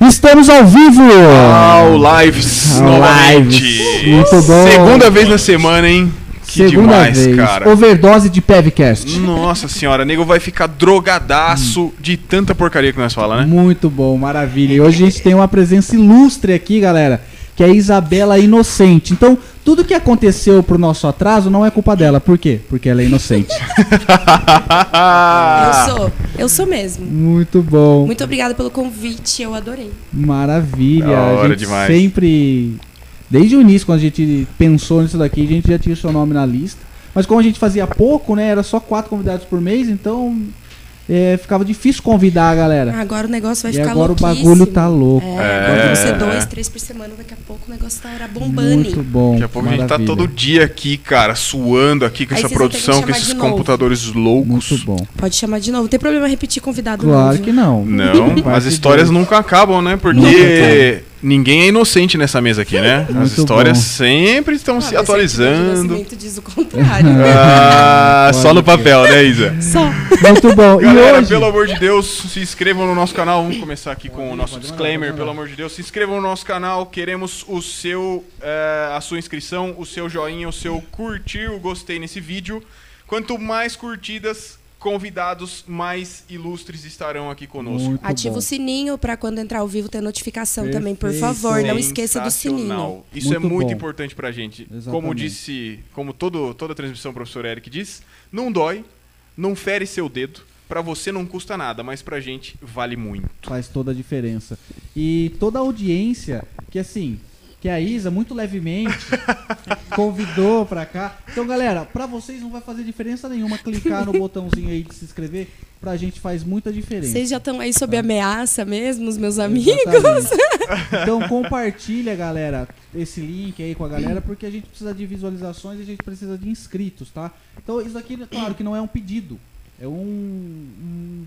Estamos ao vivo! Ao Ah, lives, Ao novamente. lives. Muito bom. Segunda vez na semana, hein? Que Segunda demais, vez. cara. Hum, Overdose de Pevcast. Nossa senhora, nego vai ficar drogadaço de tanta porcaria que nós falamos, né? Muito bom, maravilha. E hoje a gente tem uma presença ilustre aqui, galera, que é a Isabela Inocente. Então, tudo que aconteceu pro nosso atraso não é culpa dela. Por quê? Porque ela é inocente. Ah. Eu sou, eu sou mesmo. Muito bom, Muito obrigada pelo convite, eu adorei. maravilha. Da A hora gente demais. sempre, desde o início, quando a gente pensou nisso daqui, a gente já tinha o seu nome na lista. Mas como a gente fazia pouco, né, era só quatro convidados por mês, então é, ficava difícil convidar a galera. Agora o negócio vai É. e ficar agora o louquíssimo. bagulho tá louco. É, É. agora vão ser dois, três por semana, daqui a pouco o negócio tá era bombando. Muito bom. Daqui a pouco a gente tá maravilha. todo dia aqui, cara, suando aqui com Aí essa vocês vão ter que produção, me com chamar esses de novo. computadores loucos. Muito bom. Pode chamar de novo, não tem problema repetir convidado Claro novo. que não. Não, Parte as histórias de- nunca acabam, né? Porque ninguém é inocente nessa mesa aqui, né? As Muito histórias bom. sempre estão Ah, se mas atualizando. certidão de nascimento diz o contrário. Ah, só no Pode papel, né, Isa? Só. Muito bom. E Galera, hoje, pelo amor de Deus, se inscrevam no nosso canal. Vamos começar aqui com o nosso disclaimer, pelo amor de Deus. Se inscrevam no nosso canal, queremos o seu, eh, a sua inscrição, o seu joinha, o seu curtir, o gostei nesse vídeo. Quanto mais curtidas, convidados mais ilustres estarão aqui conosco. Muito Ativa Tá bom. o sininho pra quando entrar ao vivo ter notificação Perfeito. também, por favor. Não esqueça do sininho. Sensacional. Isso é Muito muito bom. importante pra gente. Como Exatamente. disse, como todo, toda transmissão o professor Eric diz, não dói, não fere seu dedo. Pra você não custa nada, mas pra gente vale muito. faz toda a diferença. E toda a audiência, que assim, que a Isa, muito levemente, convidou pra cá. Então, galera, pra vocês não vai fazer diferença nenhuma clicar no botãozinho aí de se inscrever. Pra gente faz muita diferença. Vocês já estão aí sob ameaça mesmo, os meus amigos? Tá. Exatamente. Então compartilha, galera, esse link aí com a galera, porque a gente precisa de visualizações e a gente precisa de inscritos, tá? Então isso aqui, é claro, que não é um pedido, é um, um-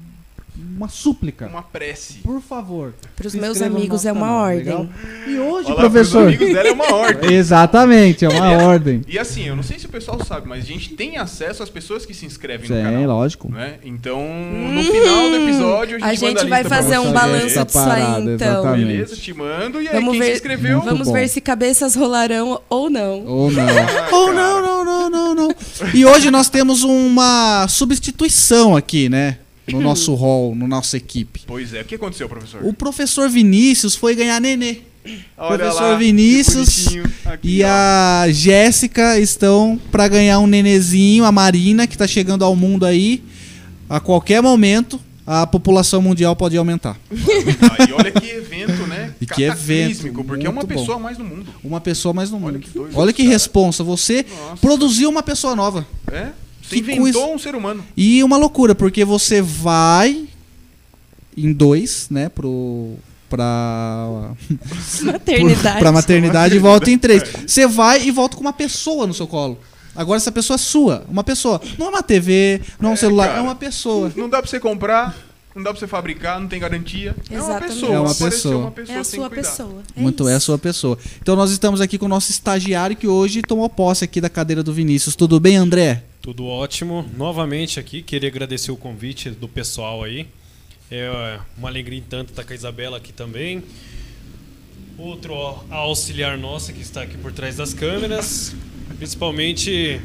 uma súplica. Uma prece. Por favor. Pros se meus inscreva no amigos nosso é uma canal, tá ordem. legal? E hoje, Olá, professor. pros amigos dela é uma ordem. Exatamente, é uma ordem. E assim, eu não sei se o pessoal sabe, mas a gente tem acesso às pessoas que se inscrevem no É, canal. lógico. Né? Então, no final do episódio, a gente, A manda gente vai lista pra fazer você. um vocês. balanço Essa disso aí, parada, então. exatamente. Beleza, te mando. E aí, Vamos quem se ver- inscreveu, Muito Vamos bom. ver se cabeças rolarão ou não. Ou não. Ou não, não, não, não, não. E hoje nós temos uma substituição aqui, né? No nosso hall, na nossa equipe. Pois é, o que aconteceu, professor? O professor Vinícius foi ganhar nenê. Olha professor lá, que Vinícius bonitinho. Aqui, E a Jéssica estão pra ganhar um nenezinho, a Marina, que tá chegando ao mundo aí. A qualquer momento, a população mundial pode aumentar. ó. E olha que evento, né? E que evento, Cataclísmico, porque é uma muito bom. pessoa a mais no mundo. Uma pessoa mais no mundo. que doido, Olha que cara. responsa. Você Nossa. produziu uma pessoa nova. É? Que Você inventou coisa- um ser humano. E uma loucura, porque você vai em dois, né, pro pra Maternidade. pra maternidade e volta em três. Você vai e volta com uma pessoa no seu colo. Agora essa pessoa é sua, uma pessoa. Não é uma TV, não é um celular, cara. é uma pessoa. Não dá pra você comprar, não dá pra você fabricar, não tem garantia. É uma Exatamente. pessoa. É uma apareceu pessoa. uma pessoa, É a tem que sua cuidar. pessoa. Muito é a isso. sua pessoa. Então nós estamos aqui com o nosso estagiário que hoje tomou posse aqui da cadeira do Vinícius. Tudo bem, André? Tudo ótimo. Novamente aqui, queria agradecer o convite do pessoal aí. É uma alegria em tanto estar com a Isabela aqui também. Outro ó, auxiliar nossa que está aqui por trás das câmeras. Principalmente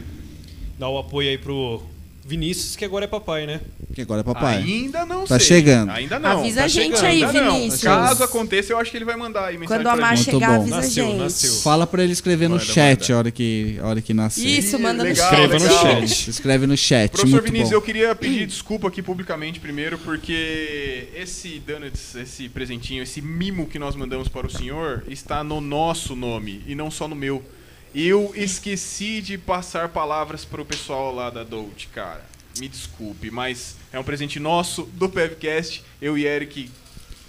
dar o apoio aí pro Vinícius, que agora é papai, né? Que agora é papai. Ainda não Tá sei. chegando. Ainda não. Avisa tá a gente chegando, aí, ainda não. Vinícius. Caso aconteça, eu acho que ele vai mandar aí mensagem Quando a pra Mar gente. Muito chegar, bom. avisa a Nasceu, gente. nasceu. Fala pra ele escrever no Manda, chat manda. a hora que, a hora que nascer. Isso, manda no Legal, chat. Escreva no legal. chat. Escreve no chat. Professor É, muito Vinícius, bom. eu queria pedir desculpa aqui publicamente primeiro, porque esse donuts, esse presentinho, esse mimo que nós mandamos para o senhor está no nosso nome e não só no meu. Eu esqueci de passar palavras para o pessoal lá da Dolce, cara. Me desculpe, mas é um presente nosso do Pevcast. Eu e Eric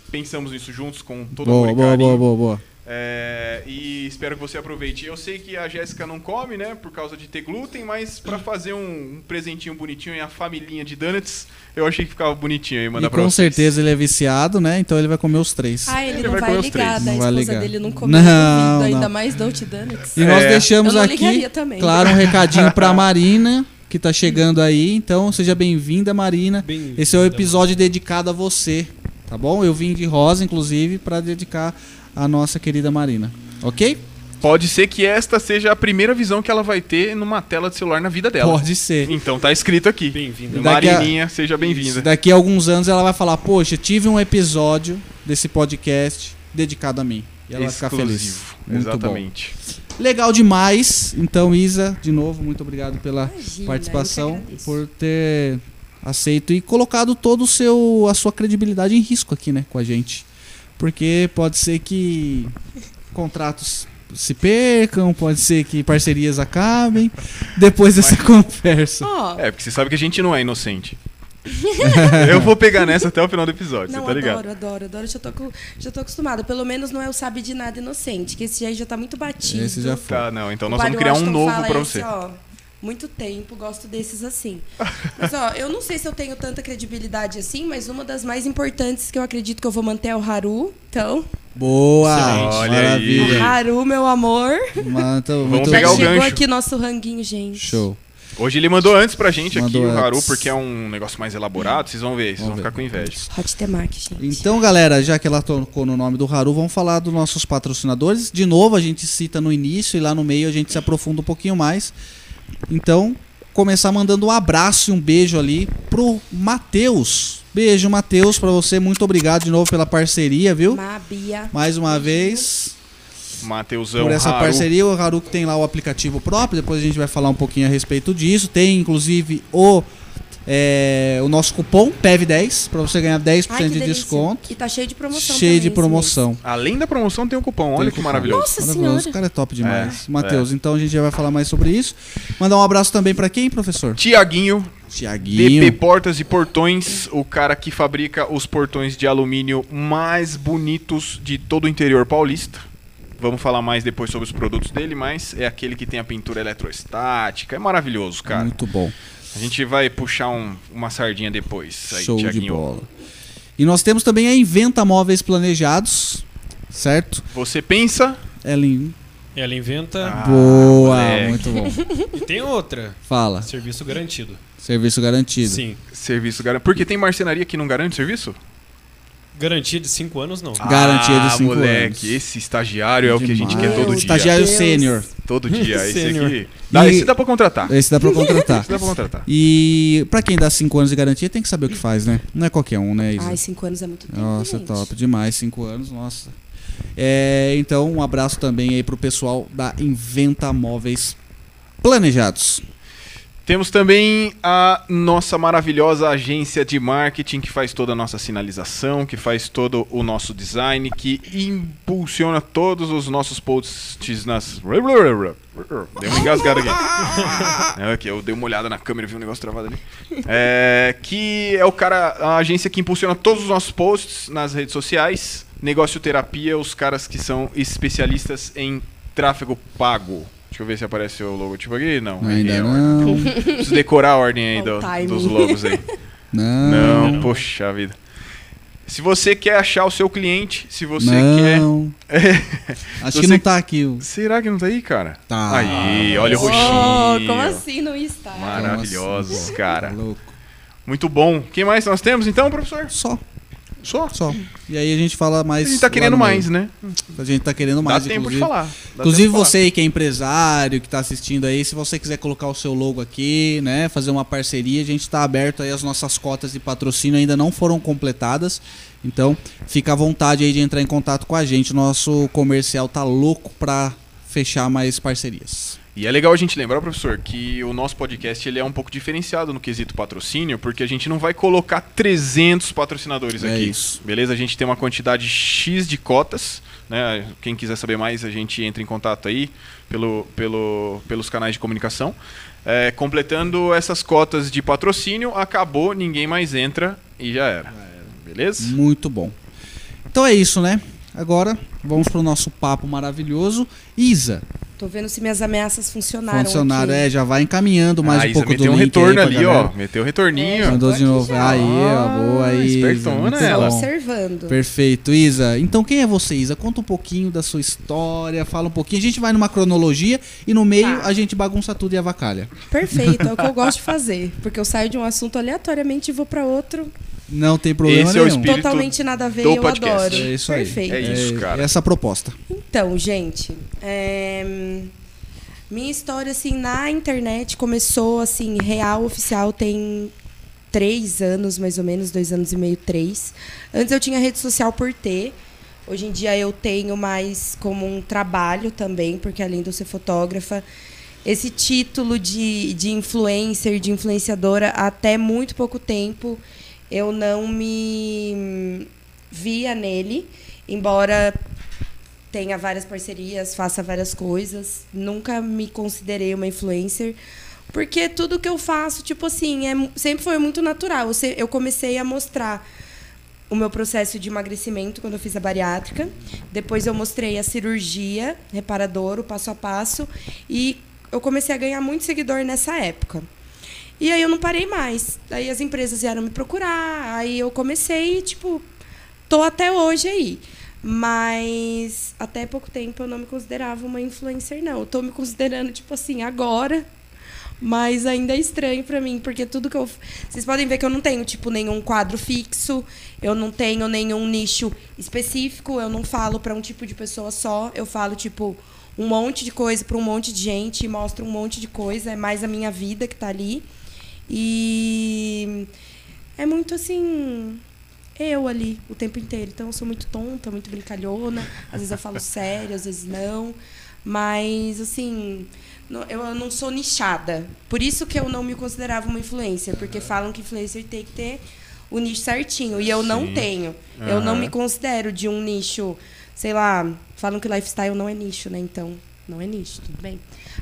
pensamos nisso juntos com todo amor Boa, e boa, um boa, carinho. boa, boa. É, e espero que você aproveite. Eu sei que a Jéssica não come, né, por causa de ter glúten, mas pra fazer um, um presentinho bonitinho e a familhinha de donuts, eu achei que ficava bonitinho aí, mandar E pra com vocês. certeza ele é viciado, né? Então ele vai comer os três. Ah, ele, Ele não vai vai comer os ligar, três. da Não vai esposa ligar. dele não comeu Não, comida, ainda não. mais Dolce Donuts. E nós É. deixamos Eu não aqui, ligaria também. claro, um recadinho pra Marina, que tá chegando aí. Então, seja bem-vinda, Marina. Bem-vinda, Esse é o episódio dedicado a você, tá bom? Eu vim de rosa, inclusive, pra dedicar a nossa querida Marina, ok? Pode ser que esta seja a primeira visão que ela vai ter numa tela de celular na vida dela. Pode ser. Então tá escrito aqui. Bem-vinda. Daqui a- Marininha, seja bem-vinda. Daqui a alguns anos ela vai falar, poxa, tive um episódio desse podcast dedicado a mim. E ela vai ficar feliz. Exclusivo. Muito Exatamente. Legal demais. Então, Isa, de novo, muito obrigado pela Imagina, eu participação, que agradeço. por ter aceito e colocado todo o seu a sua credibilidade em risco aqui, né, com a gente. Porque pode ser que contratos se percam, pode ser que parcerias acabem depois dessa conversa. Ó, É, porque você sabe que a gente não é inocente. Eu vou pegar nessa até o final do episódio, não, você tá ligado? adoro, adoro, adoro. Já tô, com- já tô acostumada. Pelo menos não é o Sabe de Nada Inocente, que esse aí já tá muito batido. Esse já foi. Tá, não, então O nós vamos Barry criar um Washington novo fala pra esse, você. ó, muito tempo, gosto desses assim. Mas, ó, eu não sei se eu tenho tanta credibilidade assim, mas uma das mais importantes que eu acredito que eu vou manter é o Haru. Então, Boa! Excelente. Olha aí. maravilha. Sim. Haru, meu amor. Manta, Vamos Já pegar o chegou gancho. aqui nosso ranguinho, gente. Show. Hoje ele mandou antes pra gente Mandou aqui o Haru, antes. porque é um negócio mais elaborado, vocês vão ver, vocês Vamos vão ver. ficar com inveja. Hot temaki, gente. Então, galera, já que ela tocou no nome do Haru, vamos falar dos nossos patrocinadores. De novo, a gente cita no início e lá no meio a gente se aprofunda um pouquinho mais. Então, começar mandando um abraço e um beijo ali pro Matheus. Beijo, Matheus, pra você. Muito obrigado de novo pela parceria, viu? Mabia. Então, Mais uma vez, Mateusão, por essa Haru. parceria, o Haru que tem lá o aplicativo próprio, depois a gente vai falar um pouquinho a respeito disso. Tem, inclusive, o, é, o nosso cupom PEV10, pra você ganhar 10% Ai, que de delícia. desconto E tá cheio de promoção. cheio também de esse mês. promoção. Além da promoção tem um cupom, olha que cupom. maravilhoso. Nossa Maravilhoso. senhora. O cara é top demais. É, Matheus, então a gente já vai falar mais sobre isso. Mandar um abraço também pra quem, professor? Tiaguinho, DP Tiaguinho. Portas e Portões, o cara que fabrica os portões de alumínio mais bonitos de todo o interior paulista. Vamos falar mais depois sobre os produtos dele, mas é aquele que tem a pintura eletrostática. É maravilhoso, cara. Muito bom. A gente vai puxar um- uma sardinha depois. Aí, Show de Tiaguinho. bola. E nós temos também a Inventa Móveis Planejados, certo? Você pensa, Ellen. Ela inventa. Ah, Boa, moleque. muito bom. E tem outra. Fala. Serviço garantido. Serviço garantido. Sim. serviço garante. Porque tem marcenaria que não garante serviço? Garantia de 5 anos, não. Garantia de ah, cinco moleque, anos. esse estagiário é o que a gente quer Demais. todo dia. Estagiário Deus. sênior. Todo dia. Esse Sênior. aqui. Dá, E- Esse dá pra contratar. Esse dá pra contratar. Esse dá pra contratar. E pra quem dá 5 anos de garantia, tem que saber o que faz, né? Não é qualquer um, né, Isa? Ai, cinco anos é muito tempo. Nossa, gente. top demais, cinco anos, nossa. É, então, um abraço também aí pro pessoal da Inventa Móveis Planejados. Temos também a nossa maravilhosa agência de marketing que faz toda a nossa sinalização, que faz todo o nosso design, que impulsiona todos os nossos posts nas. Deu uma engasgada aqui. É, aqui, eu dei uma olhada na câmera e vi um negócio travado ali. É, que é o cara, a agência que impulsiona todos os nossos posts nas redes sociais. Negócio Terapia, os caras que são especialistas em tráfego pago. Deixa eu ver se aparece o logotipo aqui. Não, errei Ainda a não, Preciso decorar a ordem aí Olha do- o timing. dos logos aí. não, Não, não. poxa vida. Se você quer achar o seu cliente, se você não. quer. Acho Você- que não tá aqui. o- Será que não tá aí, cara? Tá. Aí, olha o Oh, roxinho. como assim não está? Maravilhosos, Tá cara. louco. Muito bom. Quem mais nós temos então, professor? Só, Só. só. E aí a gente fala A mais. gente tá lá querendo no mais, meio. né? A gente tá querendo mais, Dá tempo inclusive. de falar. Dá Inclusive tempo de você aí que é empresário, que tá assistindo aí, se você quiser colocar o seu logo aqui, né, fazer uma parceria, a gente tá aberto aí, as nossas cotas de patrocínio ainda não foram completadas. Então, fica à vontade aí de entrar em contato com a gente. O nosso comercial tá louco pra fechar mais parcerias. E é legal a gente lembrar, professor, que o nosso podcast ele é um pouco diferenciado no quesito patrocínio, porque a gente não vai colocar 300 patrocinadores É aqui. isso. Beleza? A gente tem uma quantidade X de cotas. Né? Quem quiser saber mais, a gente entra em contato aí pelo, pelo, pelos canais de comunicação. É, completando essas cotas de patrocínio, acabou, ninguém mais entra e já era. Beleza? Muito bom. Então é isso, né? Agora vamos pro nosso papo maravilhoso. Isa, Tô vendo se minhas ameaças funcionaram. funcionário, aqui. é, já vai encaminhando mais Ah, um Isa pouco do meteu um link aí retorno pra ali, galera. ó. Meteu um retorninho. Mandou de Aqui novo. já. Aí, ó, boa aí. Isa, Ah, espertona muito ela. Tô tá bom. observando. Perfeito, Isa. Então quem é você, Isa? Conta um pouquinho da sua história, fala um pouquinho. A gente vai numa cronologia e no meio Tá. a gente bagunça tudo e avacalha. Perfeito, é o que eu gosto de fazer. Porque eu saio de um assunto aleatoriamente e vou pra outro Não tem problema Esse é o nenhum. espírito Totalmente nada a ver, do eu podcast. adoro. É isso aí. Perfeito. É isso, cara. Essa é a proposta. Então, gente, é, minha história assim na internet começou assim real oficial tem três anos mais ou menos, dois anos e meio, três. Antes eu tinha rede social por ter. Hoje em dia eu tenho mais como um trabalho também, porque além de eu ser fotógrafa, esse título de, de influencer, de influenciadora, até muito pouco tempo eu não me via nele, embora tenha várias parcerias, faça várias coisas. Nunca me considerei uma influencer. Porque tudo que eu faço, tipo assim, é, mu- sempre foi muito natural. Eu se- Eu comecei a mostrar o meu processo de emagrecimento quando eu fiz a bariátrica. Depois eu mostrei a cirurgia reparadora, o passo a passo. E eu comecei a ganhar muito seguidor nessa época. E aí eu não parei mais. Aí as empresas vieram me procurar. Aí eu comecei, tipo, tô até hoje aí. Mas até pouco tempo eu não me considerava uma influencer, não. Eu tô me considerando, tipo assim, agora. Mas ainda é estranho pra mim, porque tudo que eu. Vocês podem ver que eu não tenho, tipo, nenhum quadro fixo, eu não tenho nenhum nicho específico, eu não falo pra um tipo de pessoa só, eu falo, tipo, um monte de coisa pra um monte de gente, mostro um monte de coisa, é mais a minha vida que tá ali. E é muito assim. Eu ali o tempo inteiro. Então eu sou muito tonta, muito brincalhona. Às vezes eu falo sério, às vezes não. Mas, assim, não- eu não sou nichada. Por isso que eu não me considerava uma influencer. Porque falam que influencer tem que ter o nicho certinho. E eu não Sim. tenho. É, Eu não Aham. me considero de um nicho. Sei lá, falam que lifestyle não é nicho, né? Então, não é nicho, tudo bem.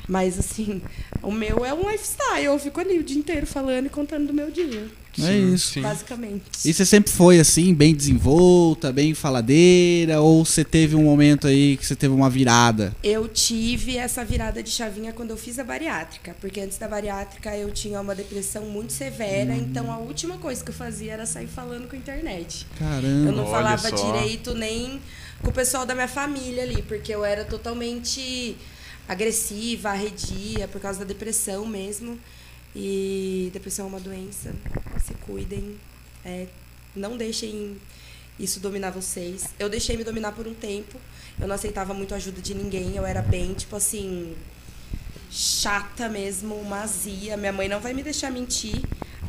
Mas, assim, o meu é um lifestyle. Eu fico ali o dia inteiro falando e contando do meu dia. é isso. Sim. Basicamente. E você sempre foi assim, bem desenvolta, bem faladeira, ou você teve um momento aí que você teve uma virada? Eu tive essa virada de chavinha quando eu fiz a bariátrica, porque antes da bariátrica eu tinha uma depressão muito Hum. severa, então a última coisa que eu fazia era sair falando com a internet. Eu Caramba. não Hum. Olha falava só. direito nem com o pessoal da minha família ali, porque eu era totalmente agressiva, arredia, por causa da depressão mesmo. E depressão é uma doença. Se cuidem. é, não deixem isso dominar vocês. Eu deixei me dominar por um tempo. Eu não aceitava muito a ajuda de ninguém. Eu era bem, tipo assim, chata mesmo, uma azia. Minha mãe não vai me deixar mentir.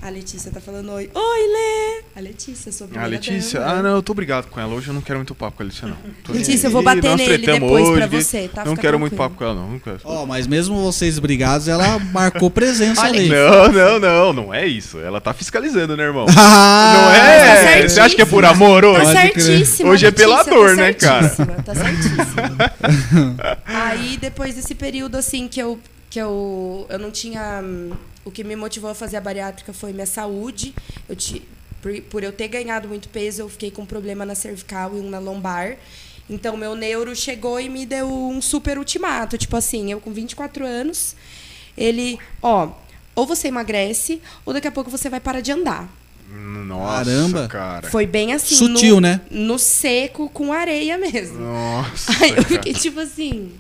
A Letícia tá falando oi. Oi, Lê! A Letícia, sua A primeira Letícia, dama. ah, não, eu tô brigado com ela. Hoje eu não quero muito papo com a Letícia, não. Tô nem Letícia, eu aí. vou bater Nós nele tretamos depois pra hoje. você, tá? Não Fica quero muito papo tranquilo. com ela, não. não quero. Ó, mas mesmo vocês brigados, ela marcou presença ali. Não, não, não, não é isso. Ela tá fiscalizando, né, irmão? Ah, não tá é? certíssima. Você acha que é por amor hoje? Tá Pode crer. certíssima. Hoje é Letícia, pela dor, né, certíssima, Tá certíssima. Aí, depois desse período, assim, que eu, que eu, eu não tinha... hum, O que me motivou a fazer a bariátrica foi minha saúde. Eu ti- por, por eu ter ganhado muito peso, eu fiquei com um problema na cervical e um na lombar. Então, meu neuro chegou e me deu um super ultimato. Tipo assim, eu com 24 anos, ele... Ó, ou você emagrece, ou daqui a pouco você vai parar de andar. Nossa, Caramba. cara. Foi bem assim. Sutil, no, né? No seco, com areia mesmo. Nossa, Aí eu cara. fiquei tipo assim.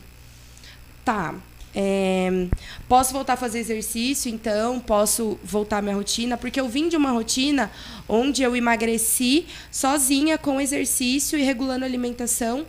Tá. é, posso voltar a fazer exercício, então? Posso voltar à minha rotina? Porque eu vim de uma rotina onde eu emagreci sozinha com exercício e regulando a alimentação.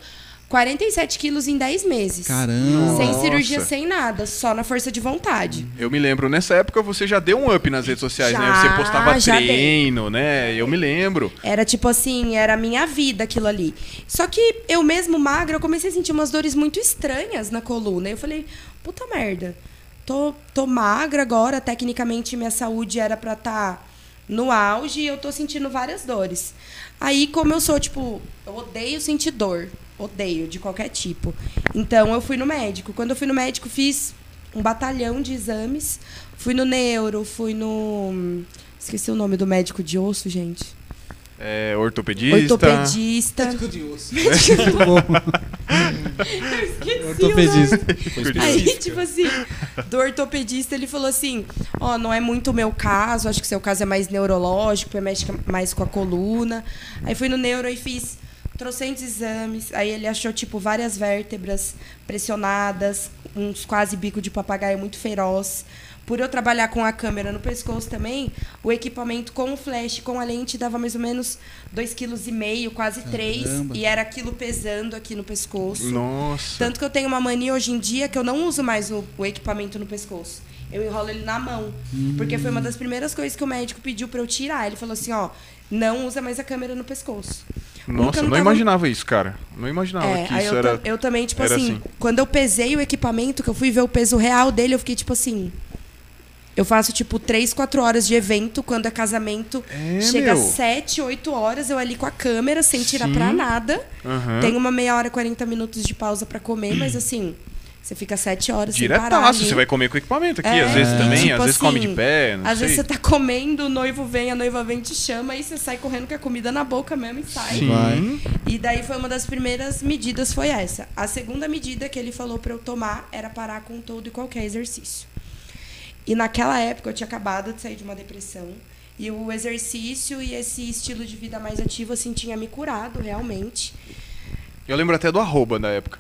47 quilos em 10 meses. Caramba. Sem Nossa. cirurgia, sem nada, só na força de vontade. Eu me lembro, nessa época você já deu um up nas redes sociais, né? Já, Você postava já dei. treino, né? Eu me lembro. Era tipo assim, era a minha vida aquilo ali. Só que eu mesmo magra, eu comecei a sentir umas dores muito estranhas na coluna. Eu falei, puta merda, tô, tô magra agora, tecnicamente minha saúde era pra estar no auge e eu tô sentindo várias dores. Aí, como eu sou, tipo, eu odeio sentir dor. Odeio, de qualquer tipo. Então, eu fui no médico. Quando eu fui no médico, fiz um batalhão de exames. Fui no neuro, fui no... Esqueci o nome do médico de osso, gente. É, ortopedista. Ortopedista. ortopedista. Aí, tipo assim, do ortopedista, ele falou assim: Ó, não é muito o meu caso, acho que seu caso é mais neurológico, é mexe mais com a coluna. Aí fui no neuro e fiz trocentos exames. Aí ele achou, tipo, várias vértebras pressionadas, uns quase bico de papagaio muito feroz. Por eu trabalhar com a câmera no pescoço também, o equipamento com o flash, com a lente, dava mais ou menos 2,5 kg, quase 3. Caramba. E era aquilo pesando aqui no pescoço. Nossa. Tanto que eu tenho uma mania hoje em dia que eu não uso mais o, o equipamento no pescoço. Eu enrolo ele na mão. Porque foi uma das primeiras coisas que o médico pediu pra eu tirar. Ele falou assim, ó, não usa mais a câmera no pescoço. Nossa, Nunca eu não tava- imaginava isso, cara. Não imaginava É, que aí isso eu, era. ta- eu também, tipo era assim, assim. quando eu pesei o equipamento, que eu fui ver o peso real dele, eu fiquei tipo assim. Eu faço tipo 3, 4 horas de evento, quando é casamento, É, chega meu. 7, 8 horas, eu ali com a câmera, sem tirar Sim. pra nada. Aham. Tem uma meia hora, 40 minutos de pausa pra comer, mas assim, você fica 7 horas sem parar. né? Diretaço, ali. Hum. você vai comer com equipamento aqui, Tipo assim, É, às vezes e também, tipo às vezes come de assim, pé, não Às sei. vezes você tá comendo, o noivo vem, a noiva vem, te chama, aí você sai correndo com a comida na boca mesmo e sai. Sim. E daí foi uma das primeiras medidas, foi essa. A segunda medida que ele falou pra eu tomar era parar com todo e qualquer exercício. E naquela época eu tinha acabado de sair de uma depressão. E o exercício e esse estilo de vida mais ativo, assim, tinha me curado realmente. Eu lembro até do arroba da época.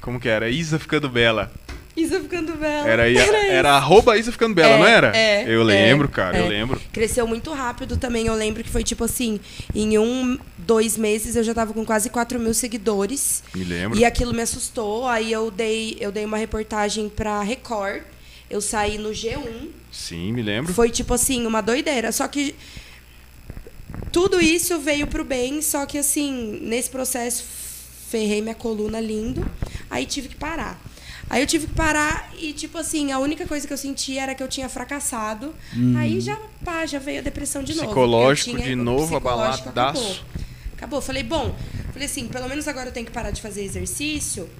Como que era? Isa ficando bela. Isa ficando bela. Era, Ah, isso. era arroba Isa ficando bela, É, não era? é, eu é, lembro, cara, eu é. lembro. Cresceu muito rápido também. Eu lembro que foi tipo assim: em um, dois meses eu já tava com quase 4 mil seguidores. Me lembro. E aquilo me assustou. Aí eu dei, eu dei uma reportagem pra Record. Eu saí no G1. Sim, me lembro. Foi tipo assim, uma doideira. Só que tudo isso veio pro bem, só que assim, nesse processo ferrei minha coluna lindo, aí tive que parar. Aí eu tive que parar e, tipo assim, a única coisa que eu sentia era que eu tinha fracassado. Aí já, pá, já veio a depressão de novo. Hum. Psicológico Eu tinha- de o novo, psicológico abaladaço. Acabou. acabou. Falei, bom, falei assim, pelo menos agora eu tenho que parar de fazer exercício,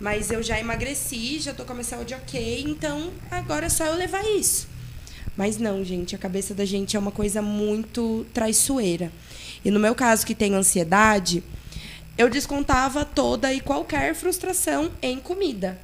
mas eu já emagreci, já tô com a minha saúde ok, então agora é só eu levar isso. Mas não, gente, a cabeça da gente é uma coisa muito traiçoeira. E no meu caso, que tenho ansiedade, eu descontava toda e qualquer frustração em comida.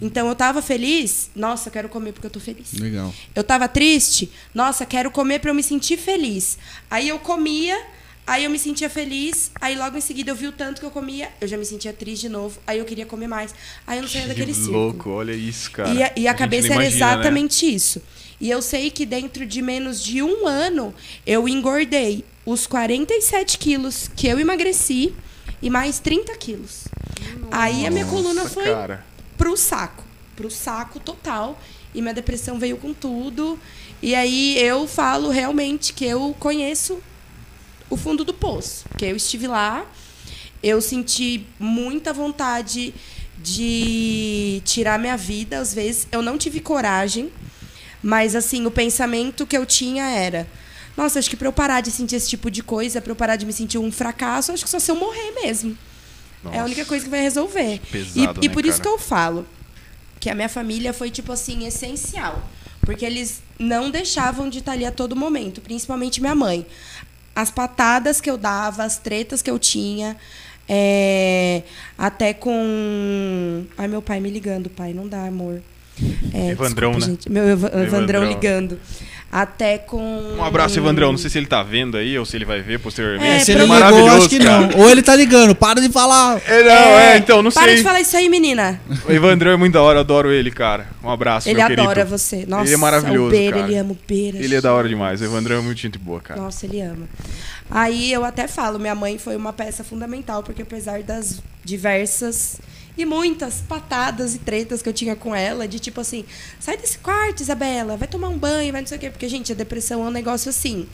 Então eu tava feliz, nossa, eu quero comer porque eu tô feliz. Legal. Eu tava triste, nossa, quero comer pra eu me sentir feliz. Aí eu comia, aí eu me sentia feliz, aí logo em seguida eu vi o tanto que eu comia, eu já me sentia triste de novo, aí eu queria comer mais. aí eu não saía daquele que círculo. louco, olha isso, cara. E a, e a gente cabeça não era imagina, né? exatamente isso. E eu sei que dentro de menos de um ano eu engordei os 47 quilos que eu emagreci e mais 30 quilos. Aí a minha coluna Nossa, foi Cara. pro saco. Pro saco total. E minha depressão veio com tudo. E aí eu falo realmente que eu conheço o fundo do poço. Porque eu estive lá, eu senti muita vontade de tirar minha vida, às vezes. Eu não tive coragem, mas assim, o pensamento que eu tinha era. Nossa, acho que pra eu parar de sentir esse tipo de coisa, pra eu parar de me sentir um fracasso, acho que só se eu morrer mesmo. É a única coisa que vai resolver. Pesado, e, e né, por isso que cara? eu falo que a minha família foi, tipo assim, essencial. Porque eles não deixavam de estar ali a todo momento, principalmente minha mãe. As patadas que eu dava, as tretas que eu tinha, é, até com. Ai, meu pai me ligando, pai, não dá, amor. É, Evandrão, desculpa, né? gente. Meu Eva- Evandrão, Evandrão. ligando. Até com. Um abraço, Evandrão. Não sei se ele tá vendo aí ou se ele vai ver posteriormente. Hum. É, se pra ele mim- ligou, Maravilhoso, acho que cara. não. Ou ele tá ligando, para de falar. É, não, é, então, não Para sei. de falar isso aí, menina. O Evandrão é muito da hora, eu adoro ele, cara. Um abraço, Ele meu adora querido. é você. Nossa, maravilhoso, o Beira, cara. ele ama o Beira. Ele é da hora demais. O Evandrão é muito gente boa, cara. Nossa, ele ama. Aí eu até falo, minha mãe foi uma peça fundamental, porque apesar das diversas e muitas patadas e tretas que eu tinha com ela, de tipo assim, sai desse quarto, Isabela, vai tomar um banho, vai não sei o quê, porque, gente, a depressão é um negócio assim.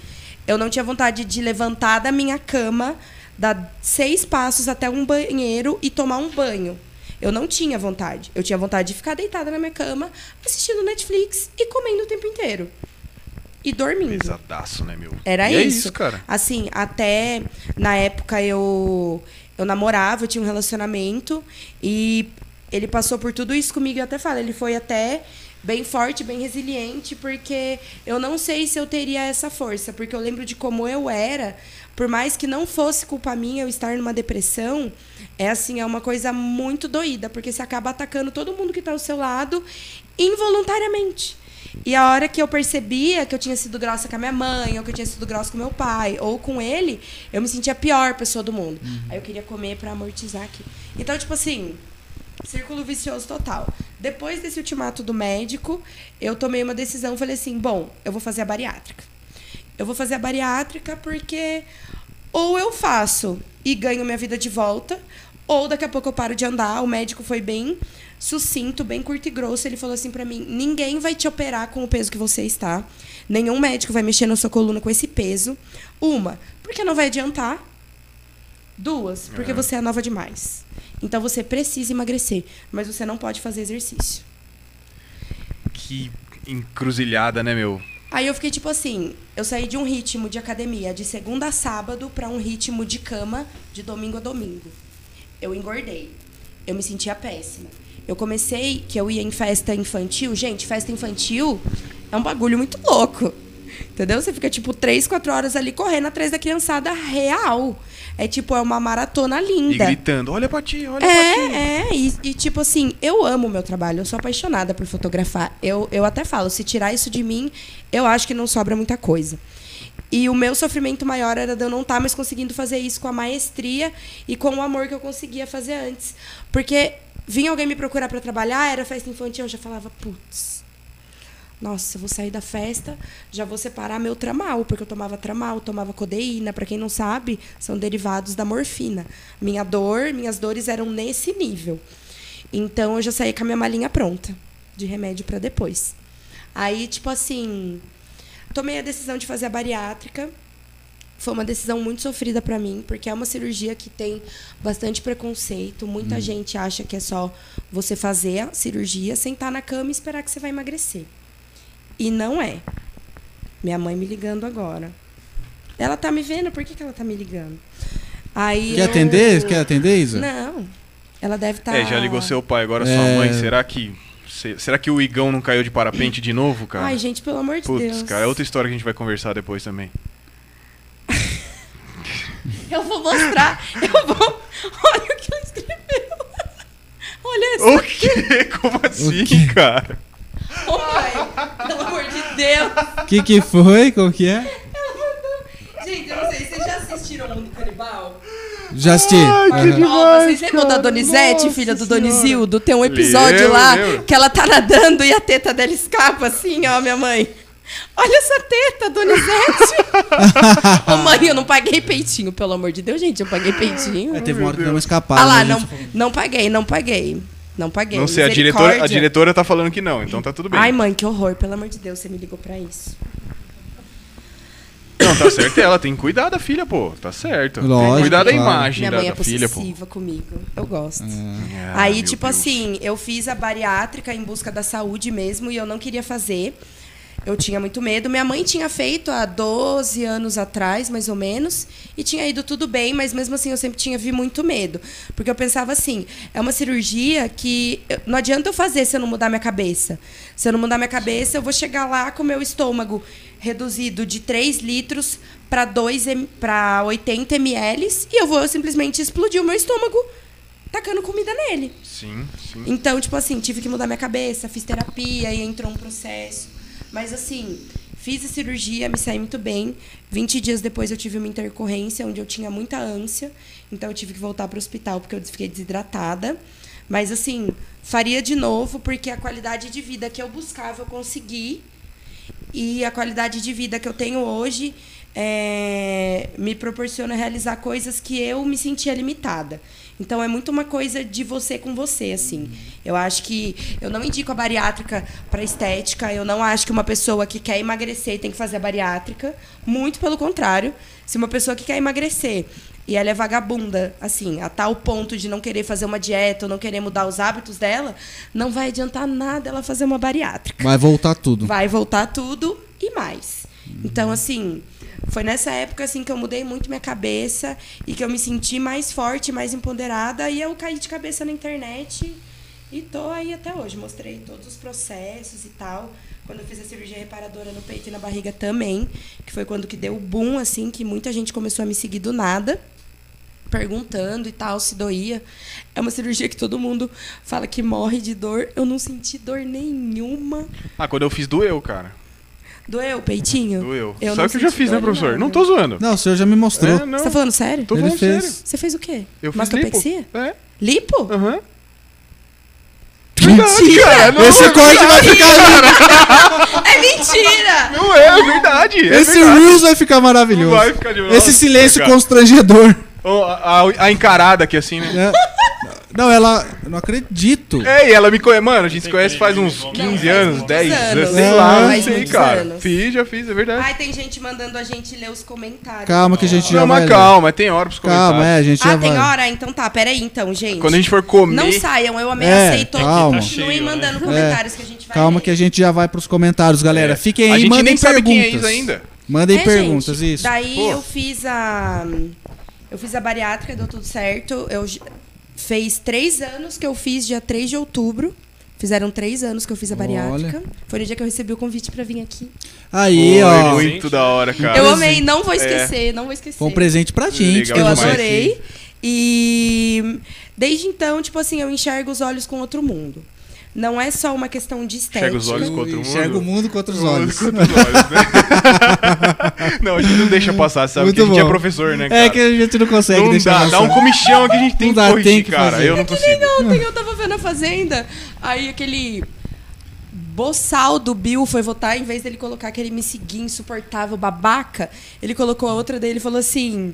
Eu não tinha vontade de levantar da minha cama, dar seis passos até um banheiro e tomar um banho. Eu não tinha vontade. Eu tinha vontade de ficar deitada na minha cama, assistindo Netflix e comendo o tempo inteiro. E dormindo. Pesadaço, né, meu? Era E isso. É isso, cara. Assim, até na época eu eu namorava, eu tinha um relacionamento e ele passou por tudo isso comigo, eu até falo, ele foi até bem forte, bem resiliente, porque eu não sei se eu teria essa força, porque eu lembro de como eu era, por mais que não fosse culpa minha eu estar numa depressão, é assim, é uma coisa muito doída, porque você acaba atacando todo mundo que está ao seu lado involuntariamente. E a hora que eu percebia que eu tinha sido grossa com a minha mãe, ou que eu tinha sido grossa com meu pai, ou com ele, eu me sentia a pior pessoa do mundo. Aí eu queria comer pra amortizar aqui. Então, tipo assim, círculo vicioso total. Depois desse ultimato do médico, eu tomei uma decisão, falei assim, bom, eu vou fazer a bariátrica. Eu vou fazer a bariátrica porque ou eu faço e ganho minha vida de volta, ou daqui a pouco eu paro de andar. O médico foi bem sucinto, bem curto e grosso. Ele falou assim pra mim: ninguém vai te operar com o peso que você está. Nenhum médico vai mexer na sua coluna com esse peso. Uma, porque não vai adiantar. Duas, porque você é nova demais. Então você precisa emagrecer, mas você não pode fazer exercício. Que encruzilhada, né, meu? Aí eu fiquei tipo assim, eu saí de um ritmo de academia de segunda a sábado para um ritmo de cama de domingo a domingo. Eu engordei. Eu me sentia péssima. Eu comecei que eu ia em festa infantil. Gente, festa infantil é um bagulho muito louco. Entendeu? Você fica tipo três, quatro horas ali correndo atrás da criançada real. É tipo, é uma maratona E linda. gritando, olha pra ti, olha pra ti. É, é. E, e, tipo assim, eu amo o meu trabalho, eu sou apaixonada por fotografar. Eu, eu até falo, se tirar isso de mim, eu acho que não sobra muita coisa. E o meu sofrimento maior era de eu não estar mais conseguindo fazer isso com a maestria e com o amor que eu conseguia fazer antes. Porque vinha alguém me procurar para trabalhar, era festa infantil, eu já falava, putz. Nossa, eu vou sair da festa, já vou separar meu tramal, porque eu tomava tramal, tomava codeína, para quem não sabe, são derivados da morfina. Minha dor, minhas dores eram nesse nível. Então eu já saí com a minha malinha pronta de remédio para depois. Aí, tipo assim, tomei a decisão de fazer a bariátrica. Foi uma decisão muito sofrida para mim, porque é uma cirurgia que tem bastante preconceito. Muita Uhum. gente acha que é só você fazer a cirurgia, sentar na cama e esperar que você vai emagrecer. E não é. Minha mãe me ligando agora. Ela tá me vendo, por que, que ela tá me ligando? Aí Quer eu- atender? Quer atender, Isa? Não. Ela deve tá estar. É, já ligou seu pai, agora sua É. mãe. Será que. se- Será que o Igão não caiu de parapente de novo, cara? Ai, gente, pelo amor de Putz, Deus. cara, é outra história que a gente vai conversar depois também. Eu vou mostrar. Eu vou. Olha o que ela escreveu. Olha isso. O quê? Como assim, cara? Ô, pai. Pelo amor de Deus. O que, que foi? Qual que é? Ela mandou. Gente, eu não sei, vocês já assistiram o Mundo Canibal? Já assisti. Aham. Ó, vocês lembram da Donizete, filha do Donizildo? Tem um episódio Lembro, lá lembro. que ela tá nadando e a teta dela escapa assim, ó, minha mãe. Olha essa teta, Donizete. Ô, mãe, eu não paguei peitinho, pelo amor de Deus, gente. Eu paguei peitinho. É, teve uma hora que deu uma escapada. Ah lá, né, não, gente? não paguei, não paguei. Não paguei. Não sei, a diretora, a misericórdia. diretora tá falando que não, então tá tudo bem. Ai, mãe, que horror. Pelo amor de Deus, você me ligou pra isso. Não, tá certo ela, tem que cuidar da filha, pô. Tá certo. tem que Lógico, cuidar da claro. imagem Minha da, mãe é da filha, pô. possessiva comigo. Eu gosto. Ah, Aí, meu tipo Deus. assim, eu fiz a bariátrica em busca da saúde mesmo e eu não queria fazer. Eu tinha muito medo. Minha mãe tinha feito há 12 anos atrás, mais ou menos, e tinha ido tudo bem, mas mesmo assim eu sempre tinha vi muito medo. Porque eu pensava assim: é uma cirurgia que eu- não adianta eu fazer se eu não mudar minha cabeça. Se eu não mudar minha cabeça, eu vou chegar lá com o meu estômago reduzido de 3 litros para 2 em- para 80 ml e eu vou simplesmente explodir o meu estômago tacando comida nele. Sim, sim. Então, tipo assim, tive que mudar minha cabeça, fiz terapia e entrou um processo. Mas assim, fiz a cirurgia, me saí muito bem. 20 dias depois eu tive uma intercorrência onde eu tinha muita ânsia, então eu tive que voltar para o hospital porque eu fiquei desidratada. Mas assim, faria de novo porque a qualidade de vida que eu buscava eu consegui. E a qualidade de vida que eu tenho hoje é, me proporciona realizar coisas que eu me sentia limitada. Então é muito uma coisa de você com você, assim. Eu acho que eu não indico a bariátrica para estética. Eu não acho que uma pessoa que quer emagrecer tem que fazer a bariátrica. Muito pelo contrário, se uma pessoa que quer emagrecer e ela é vagabunda, assim, a tal ponto de não querer fazer uma dieta ou não querer mudar os hábitos dela, não vai adiantar nada ela fazer uma bariátrica. Vai voltar tudo. Vai voltar tudo e mais. Então, assim, foi nessa época assim que eu mudei muito minha cabeça e que eu me senti mais forte, mais empoderada. E eu caí de cabeça na internet e tô aí até hoje. Mostrei todos os processos e tal. Quando eu fiz a cirurgia reparadora no peito e na barriga também, que foi quando que deu o boom, assim, que muita gente começou a me seguir do nada perguntando e tal, se doía. É uma cirurgia que todo mundo fala que morre de dor. Eu não senti dor nenhuma. Ah, quando eu fiz, doeu, cara. Doeu o peitinho? Doeu. Eu Sabe não o que eu já senti fiz, né, dor professor? nenhuma. Não tô zoando. Não, o senhor já me mostrou. É, não. Você tá falando sério? Tô Ele falando fez. sério. Você fez o quê? É, Eu fiz lipo. Mastopexia? É, Lipo? aham. verdade, cara. Não, Esse é corte vai ficar. É mentira! Não é, é verdade. É Esse verdade. Reels vai ficar maravilhoso. Vai ficar de- Esse Nossa, silêncio cara. constrangedor. Ó, A, a- a encarada aqui assim, né? É. Não, ela. Não acredito. É, e ela me conhece. Mano, a gente se conhece faz uns Não, 15 faz anos, muitos 10 anos, anos, sei né? lá, não Faz sei, muitos cara. anos. Fiz, já fiz, é verdade. Ai, tem gente mandando a gente ler os comentários. Calma que a gente já Não, vai. mas calma, tem hora pros comentários. Calma, é, a gente já Ah, tem vai. hora? Então tá, peraí então, gente. Quando a gente for comer. né? Não saiam, eu ameacei É, todos. calma. É, Continuem Tá cheio, mandando comentários que a gente vai Calma ler. que a gente já vai pros comentários, galera. Fiquem aí, É. a gente mandem nem sabe perguntas. quem é isso ainda. Mandem É, perguntas, gente, isso. Daí Pô. eu fiz a. Eu fiz a bariátrica, deu tudo certo. Eu j- fez três anos que eu fiz, dia 3 de outubro. Fizeram três anos que eu fiz a bariátrica. Foi no dia que eu recebi o convite pra vir aqui. Aí, Pô, é ó. muito da hora, cara. eu amei, não É. vou esquecer, não vou esquecer. Foi um presente pra gente. Legal ter Eu demais. você aqui. adorei. E desde então, tipo assim, eu enxergo os olhos com outro mundo. Não é só uma questão de estética. Enxerga os olhos com outro mundo. Enxerga o mundo com outros Com olhos. outros olhos, né? não, a gente não deixa passar, sabe? Muito Porque a gente bom. é professor, né, cara? É que a gente não consegue não deixar dá, passar. dá um comichão que a gente tem Não que dá, tem corrigir, que cara. fazer. Eu não consigo. Ah. Ontem eu tava vendo a Fazenda, aí aquele boçal do Bill foi votar, em vez dele colocar aquele me seguir insuportável, babaca, ele colocou a outra dele e falou assim.